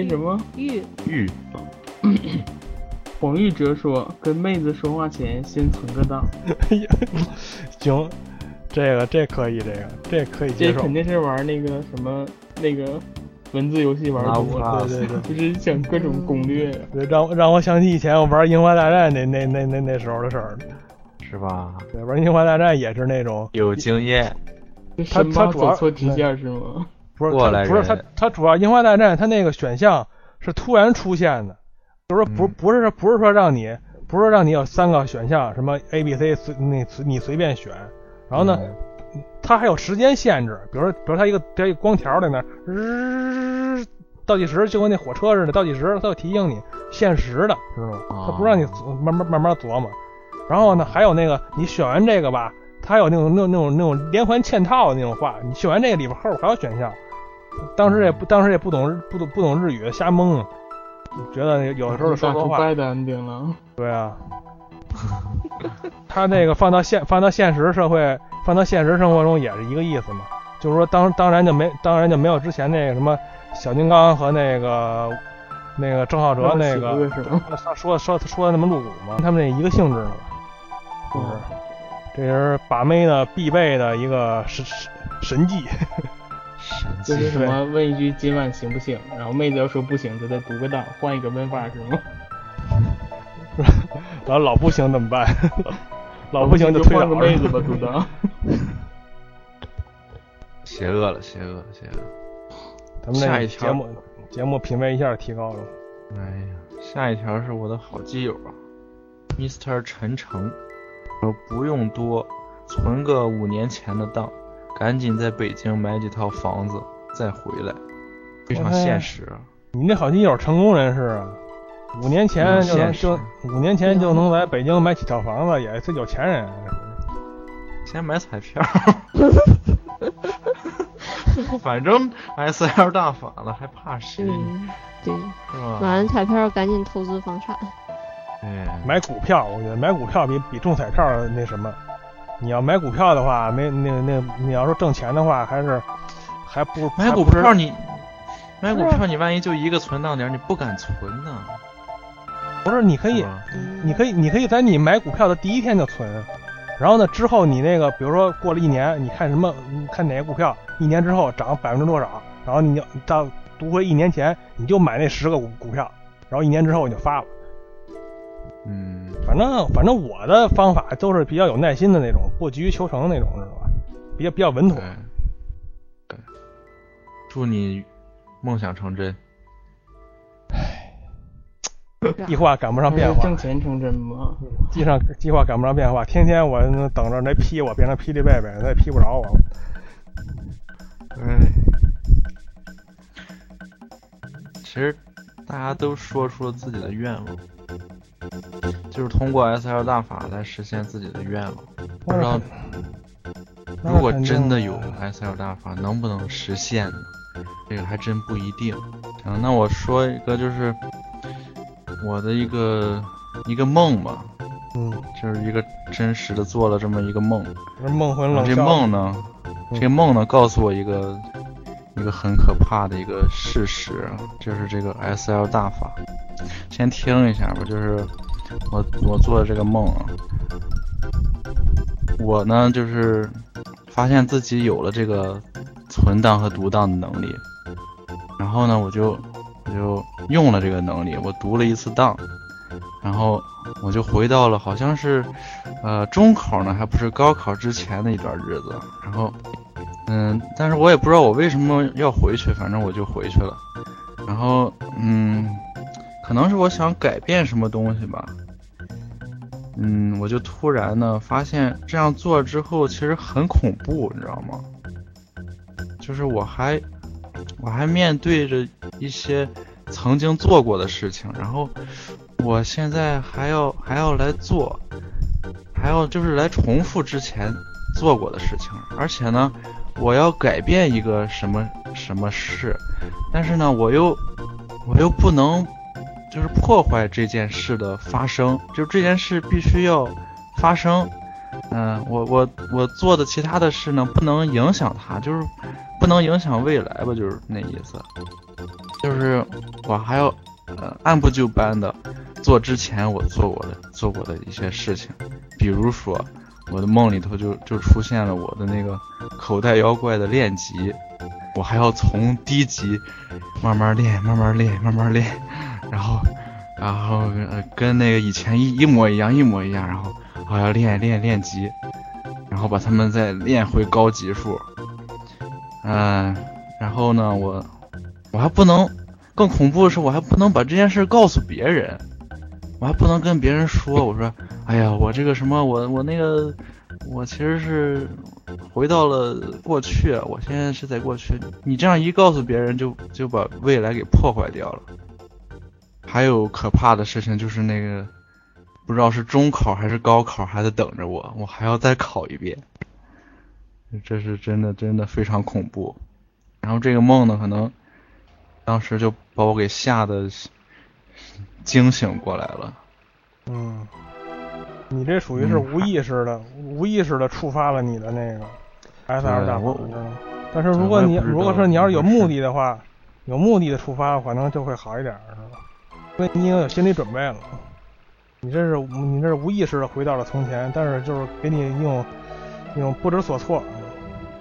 [SPEAKER 5] 那什么？
[SPEAKER 6] 玉
[SPEAKER 4] 玉
[SPEAKER 5] 黄玉哲说，跟妹子说话前先存个档，
[SPEAKER 3] 行，这个这可以，这个 这可以接
[SPEAKER 5] 这
[SPEAKER 3] 受
[SPEAKER 5] 肯。定是玩那个什么那个文字游戏玩多了，
[SPEAKER 4] 啊
[SPEAKER 3] 对对对
[SPEAKER 5] 就是想各种攻略。
[SPEAKER 3] 对，让我让我想起以前我玩《樱花大战》那那那那那时候的事儿。
[SPEAKER 4] 是吧？
[SPEAKER 3] 对，玩《樱花大战》也是那种，
[SPEAKER 4] 有经验，
[SPEAKER 5] 就
[SPEAKER 3] 他
[SPEAKER 5] 生怕
[SPEAKER 3] 他主要
[SPEAKER 5] 走错支线是吗？
[SPEAKER 3] 不是
[SPEAKER 4] 过
[SPEAKER 3] 它
[SPEAKER 4] 来
[SPEAKER 3] 不是它
[SPEAKER 4] 人
[SPEAKER 3] 它主要《樱花大战》它那个选项是突然出现的，就是说不
[SPEAKER 4] 嗯
[SPEAKER 3] 不是说不是说让你不是说让你有三个选项，什么 A、B、C 随你随你随便选，然后呢，它还有时间限制，比如说比如说它一个它一个光条在那儿，日倒计时就跟那火车似的，倒计时它会提醒你限时的，知道吗？它
[SPEAKER 5] 哦
[SPEAKER 3] 不让你琢慢慢慢慢琢磨。然后呢，还有那个你选完这个吧，它还有那种那种那种那种连环嵌套的那种话，你选完这个里边后边还有选项。当时也
[SPEAKER 5] 嗯
[SPEAKER 3] 不当时也不懂日不懂不懂日语，瞎蒙啊，觉得有的时候说
[SPEAKER 5] 打
[SPEAKER 3] 说
[SPEAKER 5] 出
[SPEAKER 3] 话，
[SPEAKER 5] 怪的 ending 了，
[SPEAKER 3] 对啊。他那个放到现放到现实社会，放到现实生活中也是一个意思嘛，就是说当当然就没当然就没有之前那个什么小金刚和那个那个郑浩 哲那个
[SPEAKER 5] 邪恶是吗？
[SPEAKER 3] 他说说说那么露骨吗？他们那一个性质呢，就是
[SPEAKER 5] 嗯
[SPEAKER 3] 这是把妹的必备的一个神神神技。
[SPEAKER 4] 神
[SPEAKER 5] 就
[SPEAKER 4] 奇
[SPEAKER 5] 是什么问一句今晚行不行，然后妹子要说不行，就再读个档，换一个问法是 吗？
[SPEAKER 3] 然后老不行怎么办？ 老不行就推
[SPEAKER 5] 换
[SPEAKER 3] 倒
[SPEAKER 5] 个
[SPEAKER 3] 了
[SPEAKER 5] 妹子吧，读档。
[SPEAKER 4] 邪恶了，邪恶了，邪恶了。
[SPEAKER 3] 咱们那
[SPEAKER 4] 下
[SPEAKER 3] 个
[SPEAKER 4] 一
[SPEAKER 3] 节
[SPEAKER 4] 条
[SPEAKER 3] 目节目品味一下提高了。
[SPEAKER 4] 哎呀，下一条是我的好基友啊，Mr. 陈诚，说不用多，存个五年前的档，赶紧在北京买几套房子再回来。非常现实。
[SPEAKER 3] 哎
[SPEAKER 4] 啊
[SPEAKER 3] 你这好基友成功人士啊，五年前就能
[SPEAKER 4] 现实
[SPEAKER 3] 就五年前就能在北京买起套房子，也是有钱人啊。
[SPEAKER 4] 先买彩票，反正 S L 大法了，还怕谁？
[SPEAKER 6] 嗯，对，
[SPEAKER 4] 是吧？
[SPEAKER 6] 买完彩票赶紧投资房产。
[SPEAKER 4] 对，
[SPEAKER 3] 买股票，我觉得买股票比比中彩票那什么。你要买股票的话，没那那你要说挣钱的话，还是还不
[SPEAKER 4] 买股
[SPEAKER 3] 还不
[SPEAKER 4] 票
[SPEAKER 3] 是
[SPEAKER 4] 你买股票哎你万一就一个存档点，你不敢存呢，
[SPEAKER 3] 不是你可
[SPEAKER 4] 是
[SPEAKER 3] 以
[SPEAKER 4] 吧？
[SPEAKER 3] 你可以，你可以在你买股票的第一天就存，然后呢，之后你那个，比如说过了一年，你看什么，你看哪个股票，一年之后涨百分之多少，然后你就到读回一年前，你就买那十个股股票，然后一年之后你就发了。
[SPEAKER 4] 嗯，
[SPEAKER 3] 反正反正我的方法都是比较有耐心的那种，不急于求成的那种，知道吧？比较比较稳妥
[SPEAKER 4] 对。，对，祝你梦想成真。
[SPEAKER 3] 计划赶不上变
[SPEAKER 5] 还是
[SPEAKER 3] 化
[SPEAKER 5] 挣，钱成真吧。
[SPEAKER 3] 计上计划赶不上变化，天天我等着那劈我变成霹雳贝贝，那也劈不着我。
[SPEAKER 4] 哎，其实大家都说出了自己的愿望，就是通过 S L 大法来实现自己的愿望。不知道
[SPEAKER 3] 那
[SPEAKER 4] 如果
[SPEAKER 3] 肯定
[SPEAKER 4] 真的
[SPEAKER 3] 啊
[SPEAKER 4] 有 S L 大法，能不能实现呢？这个还真不一定。嗯，那我说一个，就是我的一个一个梦吧，
[SPEAKER 3] 嗯，
[SPEAKER 4] 就是一个真实的做了这么一个梦。
[SPEAKER 3] 这梦魂冷
[SPEAKER 4] 这
[SPEAKER 3] 笑
[SPEAKER 4] 梦呢，
[SPEAKER 3] 嗯
[SPEAKER 4] 这个梦呢，告诉我一个一个很可怕的一个事实啊，就是这个 S L 大法。先听一下吧，就是我我做的这个梦啊，我呢就是发现自己有了这个存档和读档的能力，然后呢我就我就用了这个能力，我读了一次档，然后我就回到了好像是呃，中考呢，还不是高考之前的一段日子。然后，嗯，但是我也不知道我为什么要回去，反正我就回去了。然后，嗯，可能是我想改变什么东西吧。嗯，我就突然呢发现这样做之后其实很恐怖，你知道吗？就是我还我还面对着一些曾经做过的事情，然后我现在还要还要来做，还要就是来重复之前做过的事情，而且呢，我要改变一个什么什么事，但是呢，我又我又不能就是破坏这件事的发生，就这件事必须要发生。嗯、我我我做的其他的事呢，不能影响它，就是不能影响未来吧，就是那意思。就是我还要呃按部就班的做之前我做过的做过的一些事情，比如说我的梦里头就就出现了我的那个口袋妖怪的练级，我还要从低级慢慢练，慢慢练，慢慢练，然后然后呃跟那个以前一一模一样，一模一样，然后呃我要练练练级，然后把他们再练回高级数，嗯、然后呢我我还不能。更恐怖的是，我还不能把这件事告诉别人，我还不能跟别人说，我说，哎呀，我这个什么，我我那个，我其实是回到了过去，我现在是在过去。你这样一告诉别人就，就把未来给破坏掉了。还有可怕的事情就是那个，不知道是中考还是高考还在等着我，我还要再考一遍。这是真的，真的非常恐怖。然后这个梦呢，可能当时就把我给吓得惊醒过来了。
[SPEAKER 3] 嗯，你这属于是无意识的，无意识的触发了你的那个 S L
[SPEAKER 4] 嗯对
[SPEAKER 3] 大法
[SPEAKER 4] 我
[SPEAKER 3] 你知道吗？但是如果你
[SPEAKER 4] 我也不知道
[SPEAKER 3] 如果说你要是有
[SPEAKER 4] 没事
[SPEAKER 3] 目的的话，有目的的触发，可能就会好一点，是吧？因为你已经有心理准备了。你这是你这是无意识的回到了从前，但是就是给你一种一种不知所措，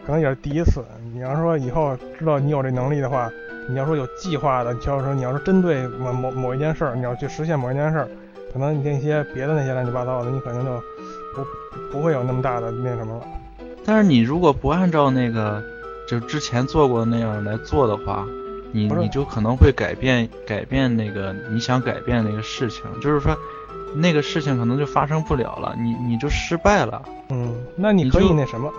[SPEAKER 3] 可能也是第一次。你要说以后知道你有这能力的话，你要说有计划的，就是说你要是针对某某某一件事儿，你要去实现某一件事儿，可能你那些别的那些乱七八糟的，你可能就不不会有那么大的那什么了。
[SPEAKER 4] 但是你如果不按照那个就之前做过的那样来做的话，你
[SPEAKER 3] 不是
[SPEAKER 4] 你就可能会改变改变那个你想改变那个事情，就是说那个事情可能就发生不了了，你你就失败了，
[SPEAKER 3] 嗯，那你可
[SPEAKER 4] 你
[SPEAKER 3] 以
[SPEAKER 4] 就
[SPEAKER 3] 那什么，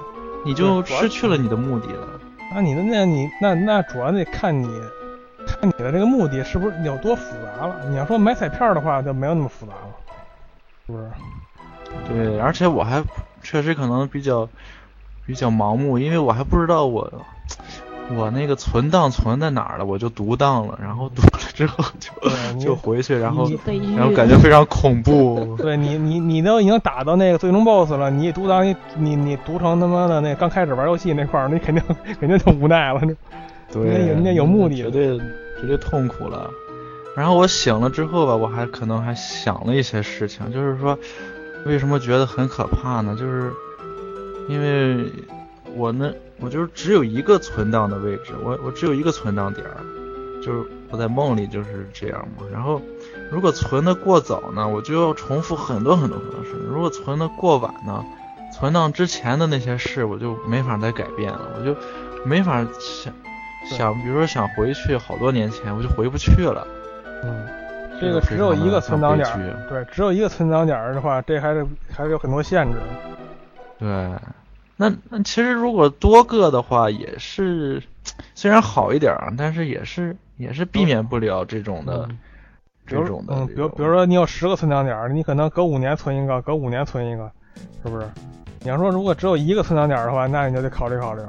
[SPEAKER 4] 你就
[SPEAKER 3] 对主要
[SPEAKER 4] 失去了你的目的了。
[SPEAKER 3] 那你的那你那那主要得看你看你的这个目的是不是有多复杂了。你要说买彩票的话，就没有那么复杂 了，是不是？
[SPEAKER 4] 对，而且我还确实可能比较比较盲目，因为我还不知道我我那个存档存在哪儿了，我就读档了，然后读了之后
[SPEAKER 3] 对
[SPEAKER 4] 就
[SPEAKER 3] 你
[SPEAKER 4] 就回去，然后
[SPEAKER 3] 你。
[SPEAKER 6] 悲剧。
[SPEAKER 4] 然后感觉非常恐怖
[SPEAKER 3] 对你，你你都已经打到那个最终 BOSS 了，你读到你你你读成他妈的那刚开始玩游戏那块儿，你肯定 肯定就无奈了。
[SPEAKER 4] 对，嗯
[SPEAKER 3] 那有那有目的
[SPEAKER 4] 绝对绝对痛苦了。然后我醒了之后吧，我还可能还想了一些事情，就是说，为什么觉得很可怕呢？就是因为我那我就是只有一个存档的位置，我我只有一个存档点儿，就是我在梦里就是这样嘛。然后如果存的过早呢，我就要重复很多很多很多事；如果存的过晚呢，存档之前的那些事我就没法再改变了，我就没法想
[SPEAKER 3] 对
[SPEAKER 4] 想，比如说想回去好多年前，我就回不去了。
[SPEAKER 3] 嗯，这个只有一个存档点儿
[SPEAKER 4] 非常的悲剧
[SPEAKER 3] 对，只有一个存档点儿的话，这还是还是有很多限制的。
[SPEAKER 4] 对，那那其实如果多个的话，也是虽然好一点儿，但是也是也是避免不了这种的、
[SPEAKER 3] 嗯比
[SPEAKER 4] 这
[SPEAKER 3] 如
[SPEAKER 4] 种的
[SPEAKER 3] 嗯，
[SPEAKER 4] 这
[SPEAKER 3] 比如
[SPEAKER 4] 种
[SPEAKER 3] 比如说你有十个存档点儿，你可能隔五年存一个，隔五年存一个，是不是？你要说如果只有一个存档点儿的话，那你就得考虑考虑了。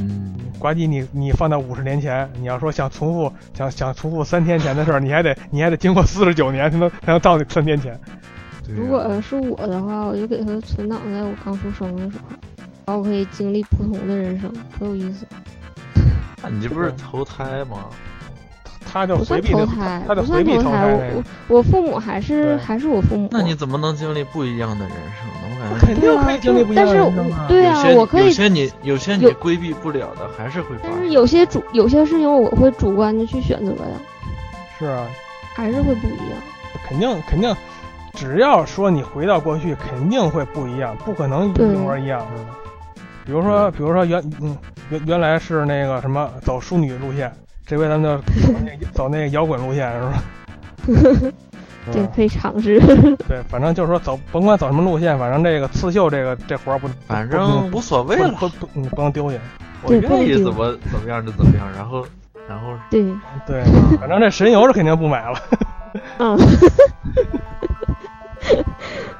[SPEAKER 4] 嗯，
[SPEAKER 3] 呱唧，你你放到五十年前，你要说想重复想想重复三天前的事儿，你还得你还得经过四十九年才能才能到你三天前。
[SPEAKER 4] 对
[SPEAKER 6] 如
[SPEAKER 4] 啊
[SPEAKER 6] 果是我的话，我就给它存档在我刚出生的时候，然后我可以经历不同的人生，多有意思！
[SPEAKER 4] 那你这不是投胎吗？
[SPEAKER 3] 他就
[SPEAKER 6] 不
[SPEAKER 3] 回
[SPEAKER 6] 算
[SPEAKER 3] 避
[SPEAKER 6] 投
[SPEAKER 3] 那
[SPEAKER 6] 胎，
[SPEAKER 3] 他就
[SPEAKER 6] 不
[SPEAKER 3] 回
[SPEAKER 6] 算
[SPEAKER 3] 避
[SPEAKER 6] 投
[SPEAKER 3] 投
[SPEAKER 6] 胎，
[SPEAKER 3] 胎那
[SPEAKER 6] 我
[SPEAKER 3] 个，
[SPEAKER 6] 我我父母还是
[SPEAKER 3] 对
[SPEAKER 6] 还是我父母。
[SPEAKER 4] 那你怎么能经历不一样的人生呢？我感觉
[SPEAKER 3] 肯定可以经历不一样
[SPEAKER 6] 啊
[SPEAKER 3] 的
[SPEAKER 6] 但是
[SPEAKER 3] 人生
[SPEAKER 6] 我
[SPEAKER 3] 啊。
[SPEAKER 6] 对
[SPEAKER 4] 有
[SPEAKER 6] 啊
[SPEAKER 4] 些，
[SPEAKER 6] 我可
[SPEAKER 4] 有
[SPEAKER 6] 以，
[SPEAKER 4] 些你有些你
[SPEAKER 6] 有
[SPEAKER 4] 规避不了的，还是会发
[SPEAKER 6] 但是
[SPEAKER 4] 生。
[SPEAKER 6] 有些主有些事情我会主观的去选择的，
[SPEAKER 3] 是啊，
[SPEAKER 6] 还是会不一样。
[SPEAKER 3] 肯定肯定，只要说你回到过去，肯定会不一样，不可能一模一样。是吧比如说，比如说原嗯原原来是那个什么走淑女路线，这回咱们 就走那个走那个摇滚路线，是吧？是
[SPEAKER 4] 嗯
[SPEAKER 6] 对，
[SPEAKER 3] 吧
[SPEAKER 6] 可以尝试。
[SPEAKER 3] 嗯 对，反正就是说走，甭管走什么路线，反正这个刺绣这个这活儿不，
[SPEAKER 4] 反正无所谓
[SPEAKER 3] 不
[SPEAKER 4] 了，
[SPEAKER 3] 不不，你不能丢下。
[SPEAKER 4] 我
[SPEAKER 6] 对不
[SPEAKER 4] 愿
[SPEAKER 6] 能
[SPEAKER 4] 意
[SPEAKER 6] 丢
[SPEAKER 4] 怎么怎么样就怎么样，然后然后
[SPEAKER 6] 对，
[SPEAKER 3] 对，反正这神油是肯定不买了。
[SPEAKER 6] 嗯，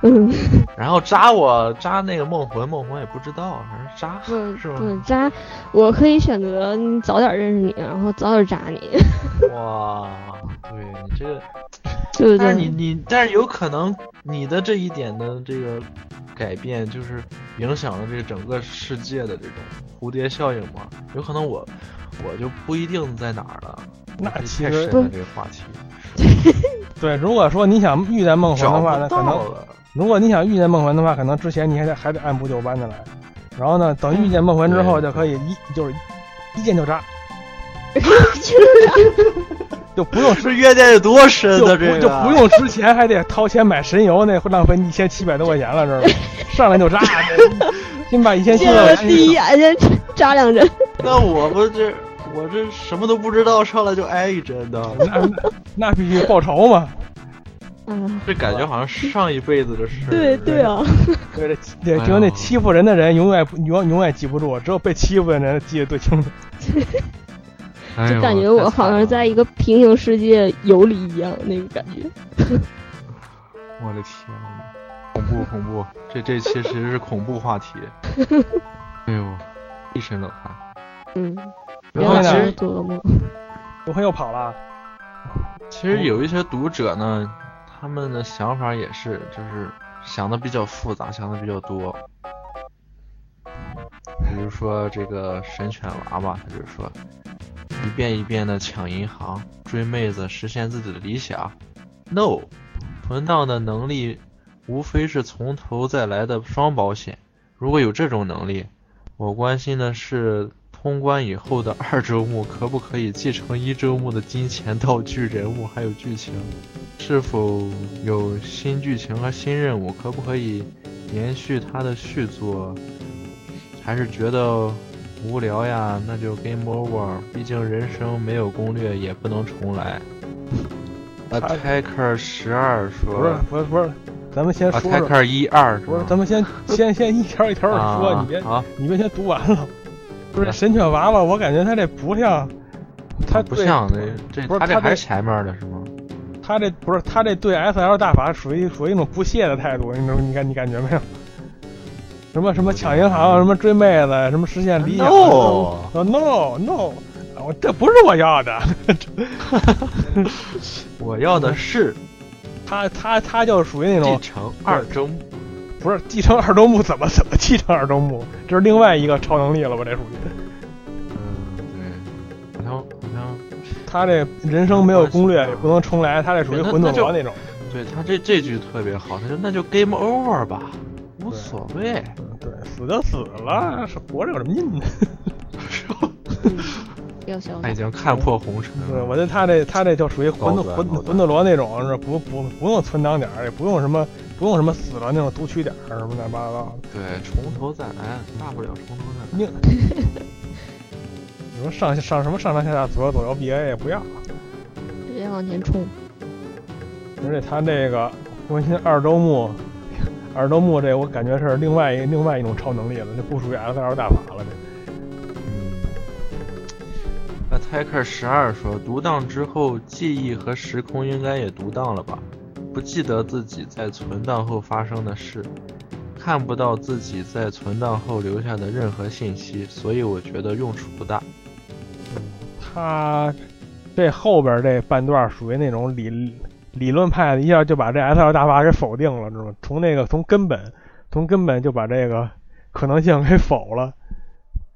[SPEAKER 6] 嗯，
[SPEAKER 4] 然后扎我扎那个梦魂，梦魂也不知道，反正扎
[SPEAKER 6] 不
[SPEAKER 4] 是
[SPEAKER 6] 不
[SPEAKER 4] 吧？
[SPEAKER 6] 扎，我可以选择你早点认识你，然后早点扎你，
[SPEAKER 4] 哇，对你这个，
[SPEAKER 6] 对不
[SPEAKER 4] 但是？
[SPEAKER 6] 对
[SPEAKER 4] 你你但是有可能你的这一点的这个改变，就是影响了这个整个世界的这种蝴蝶效应嘛？有可能我我就不一定在哪儿了。
[SPEAKER 3] 那
[SPEAKER 4] 这
[SPEAKER 3] 其
[SPEAKER 4] 太深
[SPEAKER 3] 实
[SPEAKER 4] 了这个话题，
[SPEAKER 3] 对，如果说你想遇见梦魂
[SPEAKER 4] 找
[SPEAKER 3] 的
[SPEAKER 4] 不
[SPEAKER 3] 话，那可能
[SPEAKER 4] 到了。
[SPEAKER 3] 如果你想遇见梦魂的话，可能之前你还得还得按部就班的来，然后呢，等遇见梦魂之后
[SPEAKER 4] 嗯
[SPEAKER 3] 就可以一就是一见就 扎，就不用
[SPEAKER 4] 这越界有多深
[SPEAKER 3] 就
[SPEAKER 4] 的
[SPEAKER 3] 不
[SPEAKER 4] 这个，
[SPEAKER 3] 就不用之前还得掏钱买神油，那会浪费一千七百多块钱了，知道吗？上来就 扎，这先把一千七
[SPEAKER 6] 见
[SPEAKER 3] 百块
[SPEAKER 6] 了
[SPEAKER 3] 钱
[SPEAKER 6] 第一眼先扎两针，
[SPEAKER 4] 那我不这我这什么都不知道，上来就挨一针的，
[SPEAKER 3] 那那那必须报仇嘛！
[SPEAKER 6] 啊，
[SPEAKER 4] 这感觉好像上一辈子的事儿。
[SPEAKER 6] 对对啊，
[SPEAKER 3] 对，这
[SPEAKER 4] 哎
[SPEAKER 3] 只有那欺负人的人永远不永永远记不住，只有被欺负的人记得最清楚。
[SPEAKER 4] 哎呦，
[SPEAKER 6] 就感觉我好像在一个平行世界游离一样那个感觉。
[SPEAKER 4] 太惨了，哎我的天呐，恐怖恐怖，这这期其实是恐怖 话题。哎呦，一身冷汗。
[SPEAKER 6] 嗯，
[SPEAKER 4] 然
[SPEAKER 6] 原
[SPEAKER 4] 后
[SPEAKER 6] 来
[SPEAKER 4] 其
[SPEAKER 6] 是
[SPEAKER 4] 实
[SPEAKER 6] 做噩梦。
[SPEAKER 3] 不会又跑了？
[SPEAKER 4] 其实有一些读者呢，他们的想法也是，就是想的比较复杂，想的比较多。比如说这个神犬娃娃，他就说，一遍一遍的抢银行、追妹子、实现自己的理想。No，存档的能力无非是从头再来的双保险。如果有这种能力，我关心的是通关以后的二周目可不可以继承一周目的金钱、道具、人物还有剧情，是否有新剧情和新任务，可不可以延续它的续作？还是觉得无聊呀？那就 game over，毕竟人生没有攻略也不能重来。Attacker 啊十二
[SPEAKER 3] 不是
[SPEAKER 4] 说
[SPEAKER 3] 不是不是，咱们
[SPEAKER 4] 啊
[SPEAKER 3] 先说说。
[SPEAKER 4] ，Attacker 一二
[SPEAKER 3] 不
[SPEAKER 4] 说
[SPEAKER 3] 是，咱们先先先一条一条的说，
[SPEAKER 4] 啊
[SPEAKER 3] 你别
[SPEAKER 4] 好啊
[SPEAKER 3] 你别先读完了。不是神犬娃娃，我感觉他这不像，他
[SPEAKER 4] 不
[SPEAKER 3] 对
[SPEAKER 4] 像那这
[SPEAKER 3] 不是他
[SPEAKER 4] 他这
[SPEAKER 3] 这
[SPEAKER 4] 还是前面的是吗？
[SPEAKER 3] 他这不是他这对 S L 大法属于属于一种不屑的态度，你能你感你感觉没有？什么什么抢银行，什么追妹子，什么实现理想
[SPEAKER 4] No
[SPEAKER 3] no no，, no 啊我这不是我要的。
[SPEAKER 4] 我要的是
[SPEAKER 3] 他他他就属于那
[SPEAKER 4] 继
[SPEAKER 3] 种
[SPEAKER 4] 承二周目，
[SPEAKER 3] 不是继承二周目怎么怎么继承二周目，这是另外一个超能力了吧？这属于
[SPEAKER 4] 嗯，对，好像好像
[SPEAKER 3] 他这人生没有攻略，也不能重来，他这属于
[SPEAKER 4] 啊对那
[SPEAKER 3] 魂斗
[SPEAKER 4] 那就
[SPEAKER 3] 罗那种。
[SPEAKER 4] 对他这这句特别好，他说那就 game over 吧，无所谓。
[SPEAKER 3] 嗯对，死就死了，是活着有什么劲呢？
[SPEAKER 6] 比较潇
[SPEAKER 4] 他已
[SPEAKER 6] 洒。
[SPEAKER 4] 经看破红尘
[SPEAKER 3] 对，
[SPEAKER 4] 了。
[SPEAKER 3] 我觉得他这他这就属于魂斗
[SPEAKER 4] 高端
[SPEAKER 3] 魂
[SPEAKER 4] 高端
[SPEAKER 3] 魂斗罗那种，是不不不用存档点儿，也不用什么不用什么死了那种读取点儿什么乱七八糟的。
[SPEAKER 4] 对，从头再来，大不了从头再来。
[SPEAKER 3] 你 你说上上什么上上下下左右左右 B A 也不要，啊
[SPEAKER 6] 直接往前冲，
[SPEAKER 3] 而且他这个关心二周目，二周目这我感觉是另外一另外一种超能力了，这不属于 S L 大法了这。
[SPEAKER 4] 那 Taker 十二说，读档之后，记忆和时空应该也读档了吧？不记得自己在存档后发生的事，看不到自己在存档后留下的任何信息，所以我觉得用处不大。
[SPEAKER 3] 他这后边这半段属于那种理理论派的，一下就把这 S L 大法给否定了，知道吗？从那个从根本从根本就把这个可能性给否了，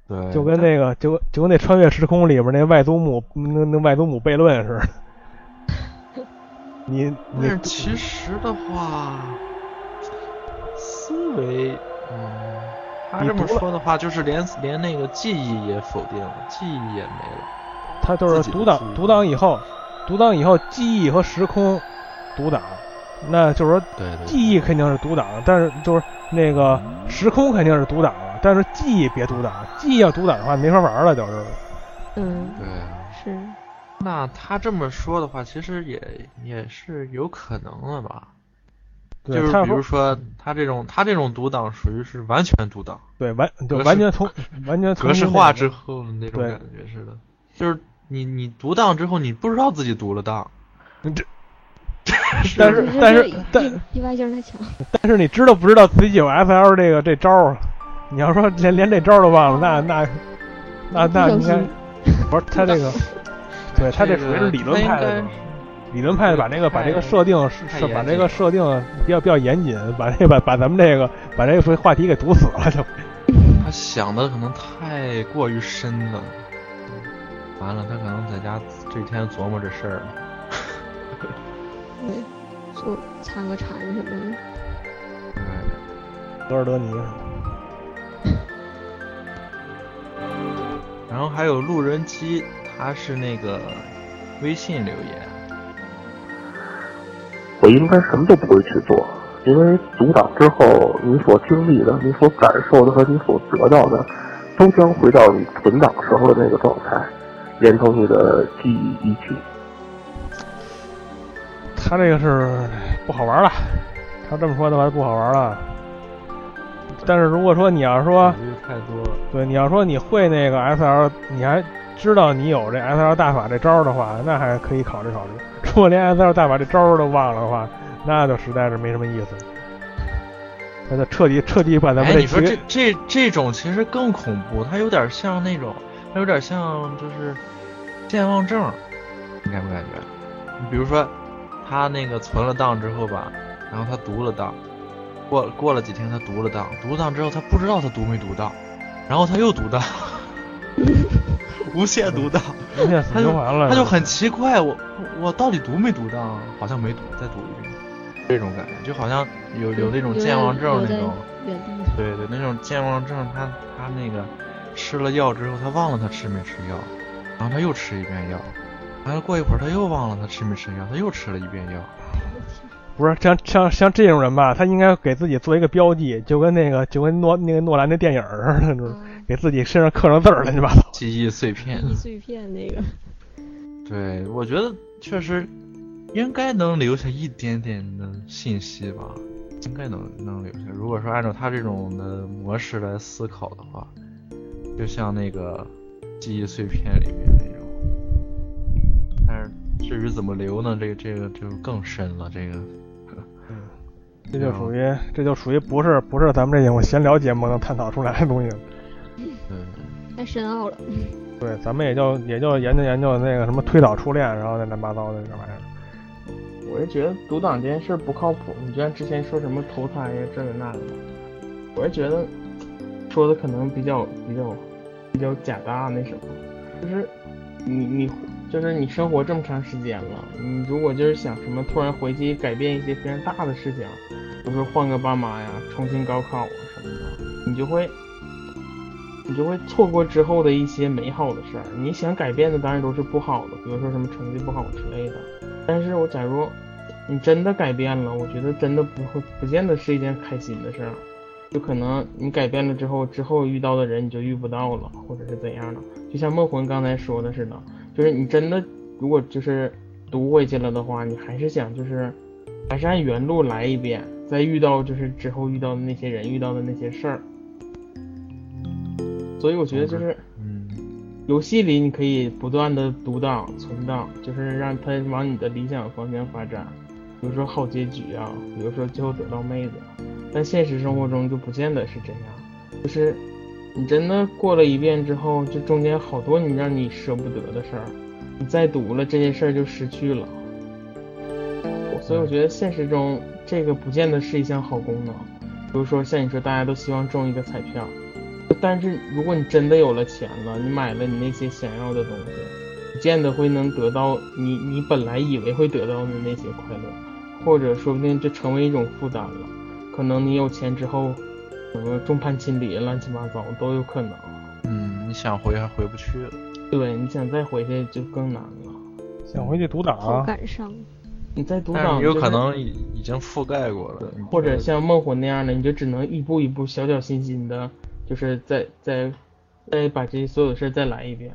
[SPEAKER 4] 对，
[SPEAKER 3] 就跟那个就就跟那穿越时空里边那外祖母那那外祖母悖论似的。你
[SPEAKER 4] 但
[SPEAKER 3] 你
[SPEAKER 4] 是其实的话，思维，嗯，他
[SPEAKER 3] 你
[SPEAKER 4] 这么
[SPEAKER 3] 读了
[SPEAKER 4] 说的话，就是连连那个记忆也否定了，记忆也没了。
[SPEAKER 3] 他就是
[SPEAKER 4] 自己的
[SPEAKER 3] 独挡
[SPEAKER 4] 记忆
[SPEAKER 3] 独挡以后，独挡以后记忆和时空独挡，那就是说
[SPEAKER 4] 对对嗯
[SPEAKER 3] 记忆肯定是独挡，但是就是那个时空肯定是独挡了，但是记忆别独挡，记忆要独挡的话没法玩了，就是
[SPEAKER 6] 嗯，
[SPEAKER 4] 对啊。
[SPEAKER 6] 是，
[SPEAKER 4] 那他这么说的话，其实也也是有可能的吧？
[SPEAKER 3] 对
[SPEAKER 4] 就是
[SPEAKER 3] 他要
[SPEAKER 4] 比如
[SPEAKER 3] 说
[SPEAKER 4] 说他这种他这种独挡属于是完全独挡，
[SPEAKER 3] 对完就
[SPEAKER 4] 格式
[SPEAKER 3] 完全从完全从
[SPEAKER 4] 格式化
[SPEAKER 3] 之
[SPEAKER 4] 之后的那种
[SPEAKER 3] 对
[SPEAKER 4] 感觉似的，就是你你独挡之后，你不知道自己独了档，
[SPEAKER 3] 这
[SPEAKER 4] 是
[SPEAKER 3] 但是
[SPEAKER 6] 这
[SPEAKER 3] 但是
[SPEAKER 6] 这意
[SPEAKER 3] 但
[SPEAKER 6] 意外劲儿太强，
[SPEAKER 3] 但是你知道不知道自己有 F L 这个这招儿啊？你要说连连这招儿都忘了，那那那那
[SPEAKER 6] 哦不小
[SPEAKER 3] 应该
[SPEAKER 6] 心
[SPEAKER 3] 不是他这 个，对他这属于是理论派
[SPEAKER 4] 他
[SPEAKER 3] 的
[SPEAKER 4] 应该。
[SPEAKER 3] 理论派把这个
[SPEAKER 4] 太
[SPEAKER 3] 把这个设定是
[SPEAKER 4] 太
[SPEAKER 3] 是
[SPEAKER 4] 严
[SPEAKER 3] 把
[SPEAKER 4] 谨
[SPEAKER 3] 这个设定比较比较严谨，把这把把咱们这个把这个话题给堵死了 就。
[SPEAKER 4] 他想的可能太过于深了，完了，他可能在家这几天琢磨这事儿了。
[SPEAKER 6] 对，就参个禅什么的。
[SPEAKER 4] 哎，
[SPEAKER 3] 多尔多尼，
[SPEAKER 4] 然后还有路人机，他是那个微信留言，
[SPEAKER 8] 我应该什么都不会去做，因为阻挡之后，你所经历的、你所感受的和你所得到的，都将回到你存档时候的那个状态，连同你的记忆一起。
[SPEAKER 3] 他这个是不好玩了。他这么说的话不好玩了。但是如果说你要说
[SPEAKER 4] 考虑太多了。
[SPEAKER 3] 对你要说你会那个 S L，你还知道你有这 S L 大法这招儿的话，那还可以考虑 考虑。如果连 S L 大法这招儿都忘了的话，那就实在是没什么意思。那就彻底彻底把咱们
[SPEAKER 4] 哎，
[SPEAKER 3] 这
[SPEAKER 4] 你说
[SPEAKER 3] 局
[SPEAKER 4] 这这这种其实更恐怖，它有点像那种，它有点像就是健忘症，你感不感觉？你比如说，他那个存了档之后吧，然后他读了档，过过了几天他读了档，读了档之后他不知道他读没读档，然后他又读档， 无限读档，
[SPEAKER 3] 嗯无限死循环了，
[SPEAKER 4] 他就很奇怪，我我到底读没读档？好像没读，再读一遍，这种感觉就好像有有那种
[SPEAKER 6] 有
[SPEAKER 4] 健忘
[SPEAKER 6] 点
[SPEAKER 4] 症
[SPEAKER 6] 有
[SPEAKER 4] 那
[SPEAKER 6] 点
[SPEAKER 4] 种。
[SPEAKER 6] 原地
[SPEAKER 4] 对对，那种健忘症，他他那个吃了药之后，他忘了他吃没吃药，然后他又吃一遍药，然后过一会儿他又忘了他吃没吃药，他又吃了一遍药。
[SPEAKER 3] 不是像像像这种人吧，他应该给自己做一个标记，就跟那个就跟诺那个诺兰那电影儿似的，就是
[SPEAKER 6] 啊，
[SPEAKER 3] 给自己身上刻上字儿，乱七八糟。
[SPEAKER 4] 记忆碎片。
[SPEAKER 6] 一碎片那个，
[SPEAKER 4] 对，我觉得确实应该能留下一点点的信息吧，应该能能留下。如果说按照他这种的模式来思考的话，就像那个记忆碎片里面那种，但是至于怎么留呢，这个这个就更深了，这个
[SPEAKER 5] 嗯
[SPEAKER 4] 哎
[SPEAKER 3] 这就属于这就属于不是不是咱们这种闲聊节目能探讨出来的东西了。
[SPEAKER 4] 嗯。
[SPEAKER 6] 太深奥了。
[SPEAKER 3] 对，咱们也就也就研究研究那个什么推倒初恋，然后那乱七八糟的这玩意儿。
[SPEAKER 5] 我是觉得独挡这件事儿不靠谱。你就像之前说什么投胎呀，这个那个的，我是觉得说的可能比较比较比较假大那什么，就是你你就是你生活这么长时间了，你如果就是想什么突然回去改变一些非常大的事情，比如说换个爸妈呀，重新高考啊什么的，你就会。你就会错过之后的一些美好的事儿。你想改变的当然都是不好的，比如说什么成绩不好之类的。但是我假如你真的改变了，我觉得真的不会，不见得是一件开心的事儿。就可能你改变了之后，之后遇到的人你就遇不到了，或者是怎样的。就像梦魂刚才说的似的，就是你真的如果就是读回去了的话，你还是想就是还是按原路来一遍，再遇到就是之后遇到的那些人遇到的那些事儿。所以我觉得就是
[SPEAKER 4] 嗯，
[SPEAKER 5] 游戏里你可以不断的读档、存档，就是让它往你的理想方向发展，比如说好结局啊，比如说最后得到妹子，啊但现实生活中就不见得是这样，就是你真的过了一遍之后，这中间好多你让你舍不得的事儿，你再读了这些事儿就失去了，我所以我觉得现实中这个不见得是一项好功能，比如说像你说大家都希望中一个彩票。但是如果你真的有了钱了，你买了你那些想要的东西，不见得会能得到你你本来以为会得到的那些快乐，或者说不定这成为一种负担了。可能你有钱之后，什么众叛亲离、乱七八糟都有可能。
[SPEAKER 4] 嗯，你想回还回不去了。
[SPEAKER 5] 对，你想再回去就更难了。
[SPEAKER 3] 想回去读档
[SPEAKER 6] 好
[SPEAKER 3] 啊，
[SPEAKER 6] 感伤。
[SPEAKER 5] 你在独
[SPEAKER 4] 但是
[SPEAKER 5] 挡
[SPEAKER 4] 你有
[SPEAKER 5] 就是
[SPEAKER 4] 可能已已经覆盖过了，你
[SPEAKER 5] 或者像梦魂那样的，你就只能一步一步、小小心心的，就是再再再把这些所有的事儿再来一遍。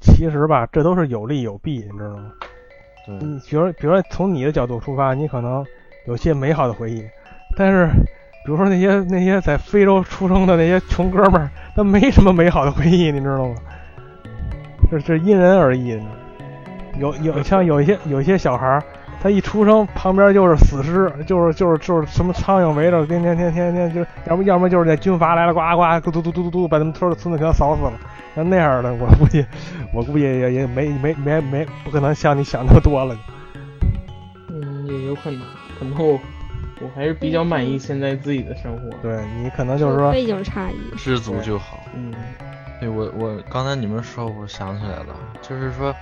[SPEAKER 3] 其实吧，这都是有利有弊，你知道吗？
[SPEAKER 4] 对，
[SPEAKER 3] 你比如说，比如说从你的角度出发，你可能有些美好的回忆，但是比如说那些那些在非洲出生的那些穷哥们儿，他没什么美好的回忆，你知道吗？这是因人而异的。有有像有一些有一些小孩儿，他一出生旁边就是死尸，就是就是就是什么苍蝇围着，天天天天天就要不要么就是那军阀来了，呱呱咕嘟嘟嘟嘟嘟把他们村儿村子全扫死了。像那样的，我估计我估计也也没没没没不可能像你想那么多了。
[SPEAKER 5] 嗯，也有可能，可能我我还是比较满意现在自己的生活。
[SPEAKER 3] 对你可能就是说，
[SPEAKER 6] 背景差异。
[SPEAKER 4] 知足就好。
[SPEAKER 5] 嗯，
[SPEAKER 4] 对我我刚才你们说，我想起来了，就是说，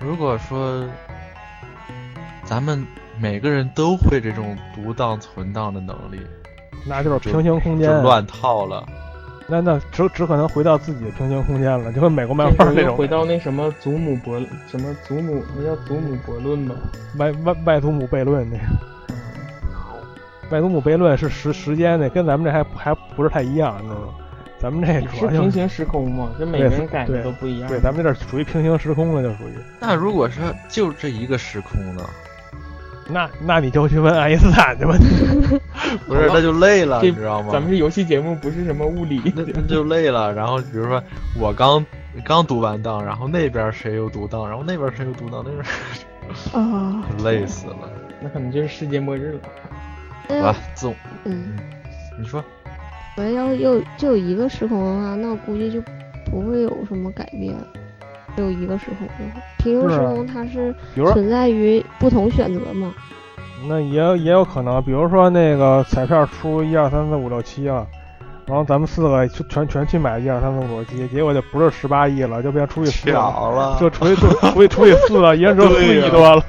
[SPEAKER 4] 如果说咱们每个人都会这种独当存档的能力，
[SPEAKER 3] 那就是平行空间
[SPEAKER 4] 就，乱套了。
[SPEAKER 3] 那那只只可能回到自己的平行空间了，就跟美国漫
[SPEAKER 5] 这
[SPEAKER 3] 画
[SPEAKER 5] 时候
[SPEAKER 3] 那
[SPEAKER 5] 又回
[SPEAKER 3] 种
[SPEAKER 5] 到那什么祖母悖，什么祖母，那叫祖母悖论吧？
[SPEAKER 3] 外外外祖母悖论那个。外祖母悖论是时时间的，跟咱们这还还不是太一样，你知道吗？咱们这主
[SPEAKER 5] 是
[SPEAKER 3] 要就
[SPEAKER 5] 平
[SPEAKER 3] 是
[SPEAKER 5] 行时空嘛？这每个人改的都不一样。
[SPEAKER 3] 对，咱们这属于平行时空了，就属于。
[SPEAKER 4] 那如果说就这一个时空呢？
[SPEAKER 3] 那那你就去问爱因斯坦去吧。
[SPEAKER 4] 不是，那就累了，
[SPEAKER 5] 这
[SPEAKER 4] 你知道吗？
[SPEAKER 5] 咱们这游戏节目不是什么物理，
[SPEAKER 4] 那那就累了。然后比如说我刚刚读完档，然后那边谁又读档，然后那边谁又读档，那边
[SPEAKER 6] 啊，
[SPEAKER 4] 累死了。 啊
[SPEAKER 5] 那可能就是世界末日了。
[SPEAKER 4] 好吧，总
[SPEAKER 6] 嗯，
[SPEAKER 4] 你说
[SPEAKER 6] 我要又就有一个时空的话，那我估计就不会有什么改变。只有一个时空的话，平行时空它是
[SPEAKER 3] 啊比如说，
[SPEAKER 6] 存在于不同选择嘛？
[SPEAKER 3] 那也有也有可能，比如说那个彩票出一二三四五六七了，然后咱们四个去全全去买一二三四五六七，结果就不是十八亿了，就变出去四了，
[SPEAKER 4] 巧了
[SPEAKER 3] 就除以就 除以除以四啊了，一人只有四亿 多了。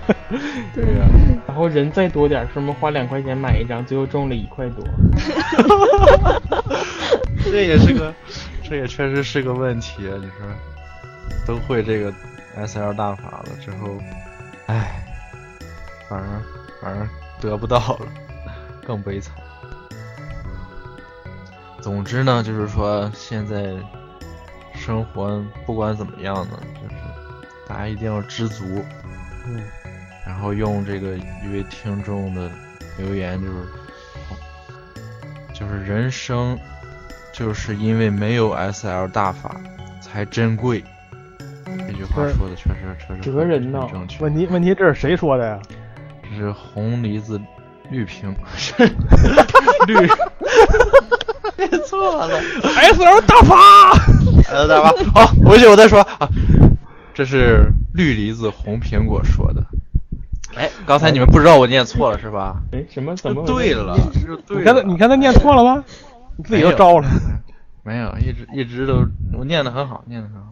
[SPEAKER 4] 对呀、
[SPEAKER 5] 然后人再多点儿，什么花两块钱买一张，最后中了一块 多。
[SPEAKER 4] 这也是个， 这也确实是个问题啊！你说，都会这个 S L 大法了之后，唉，反而反而得不到了，更悲惨。总之呢，就是说现在生活不管怎么样呢，就是大家一定要知足，
[SPEAKER 3] 嗯，
[SPEAKER 4] 然后用这个一位听众的留言，就是就是人生就是因为没有 S L 大法才珍贵，那句话
[SPEAKER 3] 对
[SPEAKER 4] 说的确实确实
[SPEAKER 5] 哲嗯人呐
[SPEAKER 4] 很正确。
[SPEAKER 3] 问题问题这是谁说的呀？
[SPEAKER 4] 这是红梨子 绿瓶，是绿。念错了，
[SPEAKER 3] S L 大法，
[SPEAKER 4] 呃，大妈，好，回去我再说啊。这是绿梨子红苹果说的。哎，刚才你们不知道我念错了是吧？
[SPEAKER 5] 哎，什么怎么回事
[SPEAKER 4] 对了，这就对
[SPEAKER 3] 你刚才
[SPEAKER 4] 了。
[SPEAKER 3] 你刚才念错了吗？你自己都招了。
[SPEAKER 4] 没有，一直一直都我念的很好，念的很好。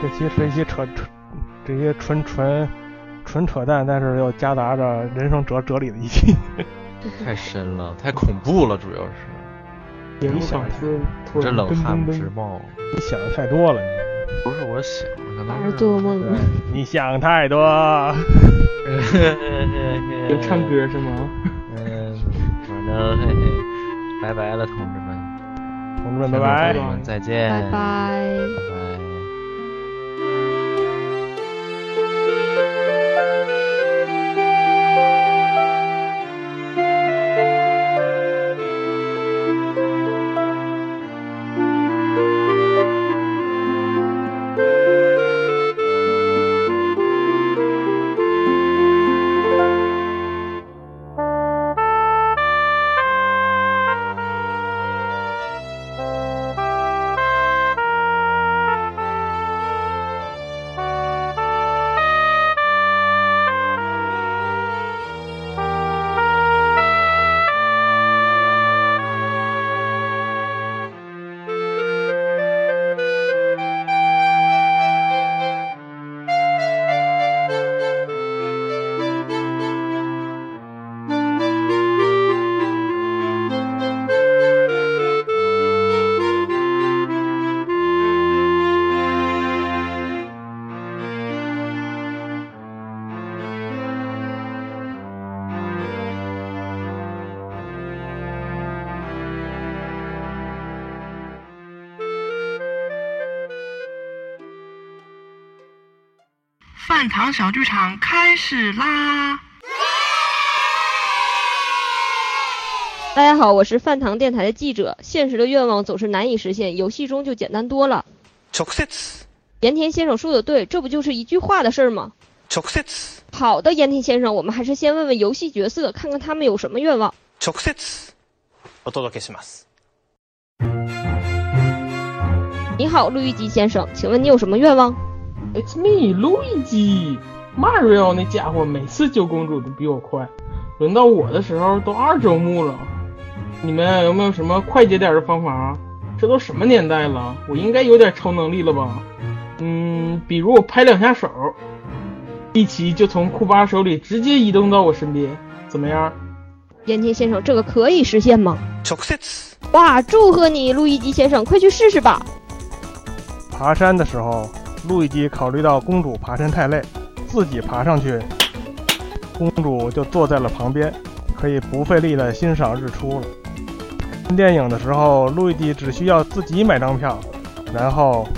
[SPEAKER 3] 这期是一期扯扯，这些纯纯纯扯淡，但是又夹杂着人生哲哲理的一 期。
[SPEAKER 4] 太深了，太恐怖了，主要是
[SPEAKER 5] 节目导师突
[SPEAKER 4] 我这
[SPEAKER 5] 然
[SPEAKER 4] 冷
[SPEAKER 5] 噔
[SPEAKER 4] 汗
[SPEAKER 5] 噔噔
[SPEAKER 4] 直冒。
[SPEAKER 3] 你想的太多了，
[SPEAKER 4] 不是我想，可能
[SPEAKER 6] 还是做梦了。
[SPEAKER 3] 你想太 多。
[SPEAKER 5] 要唱歌是吗？
[SPEAKER 4] 嗯，反正嘿嘿，拜拜了，同志们，
[SPEAKER 3] 同志们，拜拜
[SPEAKER 4] 听众。朋友们再见，
[SPEAKER 6] 拜拜。
[SPEAKER 4] 拜拜
[SPEAKER 9] 饭堂小剧场开始啦！
[SPEAKER 6] 大家好，我是饭堂电台的记者。现实的愿望总是难以实现，游戏中就简单多了。
[SPEAKER 9] 直接，
[SPEAKER 6] 盐田先生说的对，这不就是一句话的事儿吗？
[SPEAKER 9] 直接，
[SPEAKER 6] 好的，盐田先生，我们还是先问问游戏角色，看看他们有什么愿望。
[SPEAKER 9] 直接，お届けします。
[SPEAKER 6] 你好，路易吉先生，请问你有什么愿望？
[SPEAKER 5] It's me, Luigi。Mario 那家伙每次救公主都比我快，轮到我的时候都二周目了。你们有没有什么快捷点的方法啊？这都什么年代了，我应该有点超能力了吧？嗯，比如我拍两下手，碧琪就从库巴手里直接移动到我身边，怎么样？
[SPEAKER 6] 盐田先生，这个可以实现吗？
[SPEAKER 9] 直接，
[SPEAKER 6] 哇，祝贺你，路易吉先生，快去试试吧。
[SPEAKER 3] 爬山的时候，路易吉考虑到公主爬山太累，自己爬上去，公主就坐在了旁边，可以不费力的欣赏日出了。看电影的时候，路易吉只需要自己买张票，然后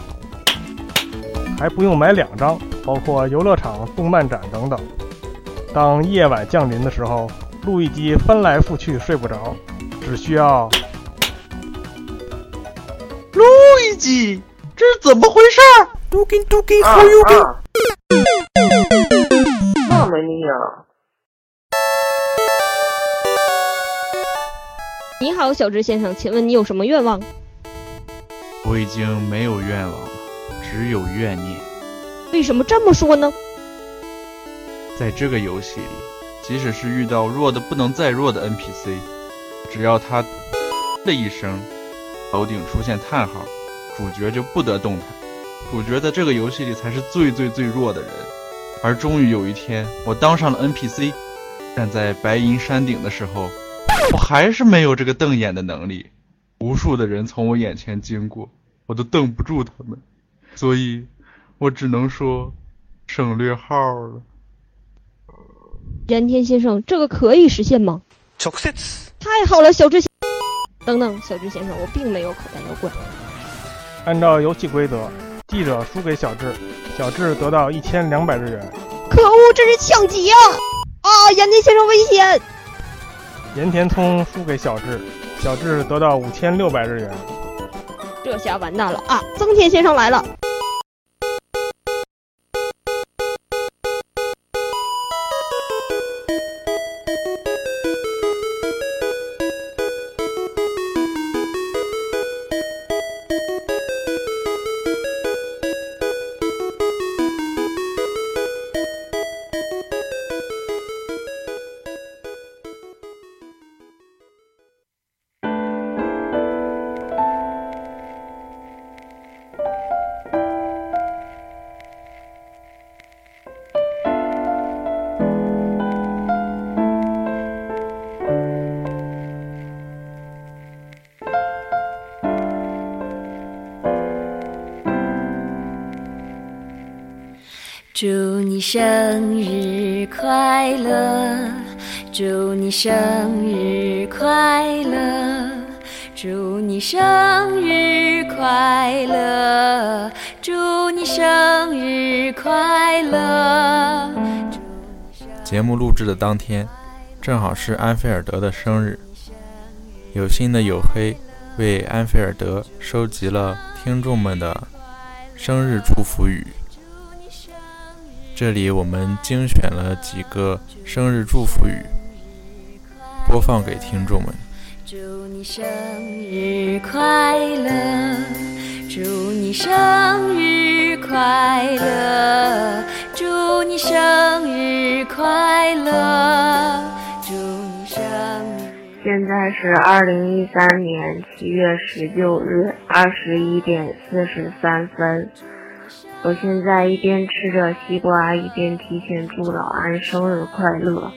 [SPEAKER 3] 还不用买两张，包括游乐场、动漫展等等。当夜晚降临的时候，路易吉翻来覆去睡不着，只需要
[SPEAKER 9] 路易吉，
[SPEAKER 4] 这是怎么回事儿？
[SPEAKER 10] Dukin Dukin
[SPEAKER 9] 啊
[SPEAKER 10] How you be？
[SPEAKER 9] 啊！那么腻啊！
[SPEAKER 6] 你好，小智先生，请问你有什么愿望？
[SPEAKER 4] 我已经没有愿望了，只有怨念。
[SPEAKER 6] 为什么这么说呢？
[SPEAKER 4] 在这个游戏里，即使是遇到弱的不能再弱的 NPC，只要他的一声，头顶出现叹号，主角就不得动弹。主角在这个游戏里才是最最最弱的人。而终于有一天，我当上了 NPC，站在白银山顶的时候，我还是没有这个瞪眼的能力。无数的人从我眼前经过，我都瞪不住他们，所以我只能说省略号了。
[SPEAKER 6] 盐田先生，这个可以实现吗？
[SPEAKER 10] 直接
[SPEAKER 6] 太好了，小智先。等等，小智先生，我并没有口袋妖怪。
[SPEAKER 3] 按照游戏规则，记者输给小智，小智得到一千两百日元。
[SPEAKER 6] 可恶，这是抢劫呀！啊，盐田先生危险！
[SPEAKER 3] 盐田聪输给小智，小智得到五千六百日元。
[SPEAKER 6] 这下完蛋了啊！增田先生来了。
[SPEAKER 11] 祝你生日快乐，祝你生日快乐，祝你生日快乐，祝你生日快乐。
[SPEAKER 4] 节目录制的当天，正好是安菲尔德的生日。有心的黝黑为安菲尔德收集了听众们的生日祝福语。这里我们精选了几个生日祝福语，播放给听众们。
[SPEAKER 11] 祝你生日快乐，祝你生日快乐，祝你生日快乐，祝你生日。
[SPEAKER 9] 现在是二零一三年七月十九日二十一点四十三分。我现在一边吃着西瓜，一边提前祝老安生日快乐。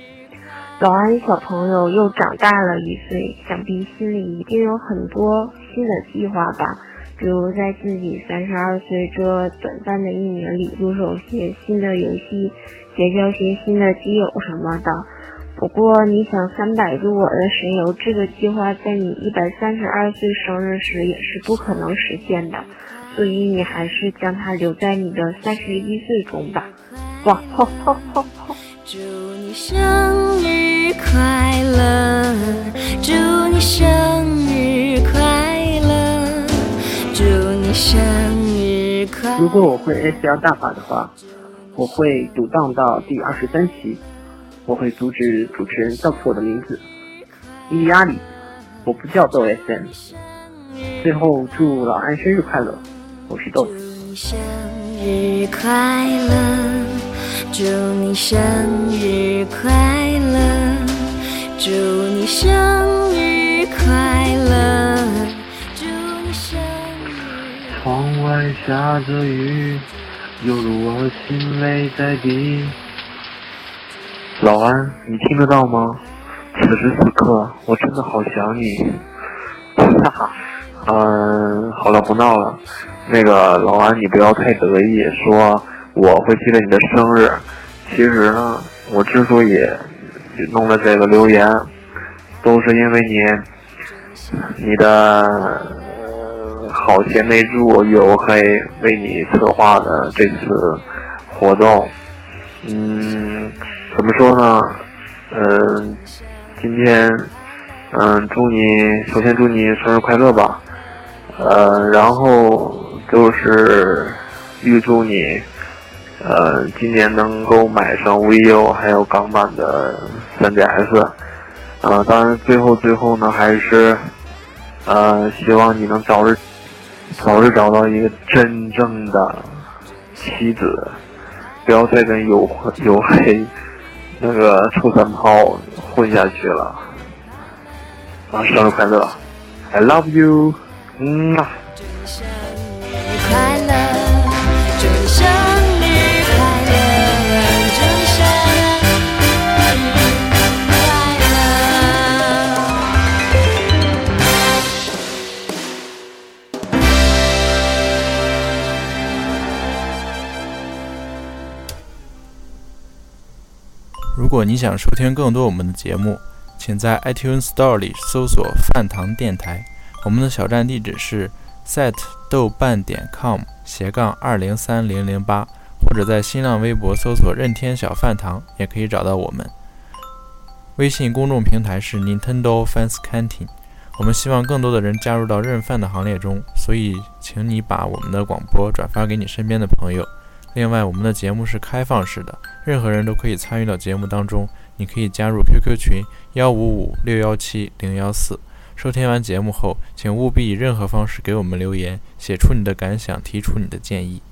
[SPEAKER 9] 老安小朋友又长大了一岁，想必心里一定有很多新的计划吧，比如在自己三十二岁这短暂的一年里，入手些新的游戏，结交些新的基友什么的。不过，你想三百度我的神游这个计划，在你一百三十二岁生日时也是不可能实现的，所以你还是将它留在你的三十一岁中吧。哇，吼吼吼吼！
[SPEAKER 11] 祝你生日快乐，祝你生日快乐，祝你生日快乐。
[SPEAKER 12] 如果我会 ACL 大法的话，我会读档到第二十三期，我会阻止主持人叫错我的名字，伊利亚里，我不叫豆 SM。最后祝老安生日快乐，我是豆。
[SPEAKER 11] 生日快乐，祝你生日快乐，祝你生日快乐，祝你生
[SPEAKER 13] 窗外下着雨，犹如我心累在滴。
[SPEAKER 8] 老安，你听得到吗？此时此刻，我真的好想你。哈哈，嗯，好了，不闹了。那个老安，你不要太得意，说我会记得你的生日。其实呢，我之所以弄了这个留言，都是因为你，你的、呃、好邪内助月我黑为你策划的这次活动。嗯，怎么说呢？嗯，今天，嗯，祝你首先祝你生日快乐吧。呃，然后就是预祝你，呃，今年能够买上 VU 还有港版的 3DS，呃，当然最后最后呢，还是，呃，希望你能早日早日找到一个真正的妻子，不要再跟黝黝黑那个臭三炮混下去了。啊，生日快乐！I love you，嗯啊。
[SPEAKER 1] 快乐，祝你生日快乐，祝你生日快乐。
[SPEAKER 4] 如果你想收听更多我们的节目，请在 iTunes Store 里搜索“饭堂电台”。我们的小站地址是 set 豆瓣点 com 斜杠二零三零零八，或者在新浪微博搜索“任天小饭堂”，也可以找到我们。微信公众平台是 Nintendo Fans Canteen。我们希望更多的人加入到认饭的行列中，所以请你把我们的广播转发给你身边的朋友。另外，我们的节目是开放式的，任何人都可以参与到节目当中。你可以加入 QQ 群幺五五六幺七零幺四。收听完节目后，请务必以任何方式给我们留言，写出你的感想，提出你的建议。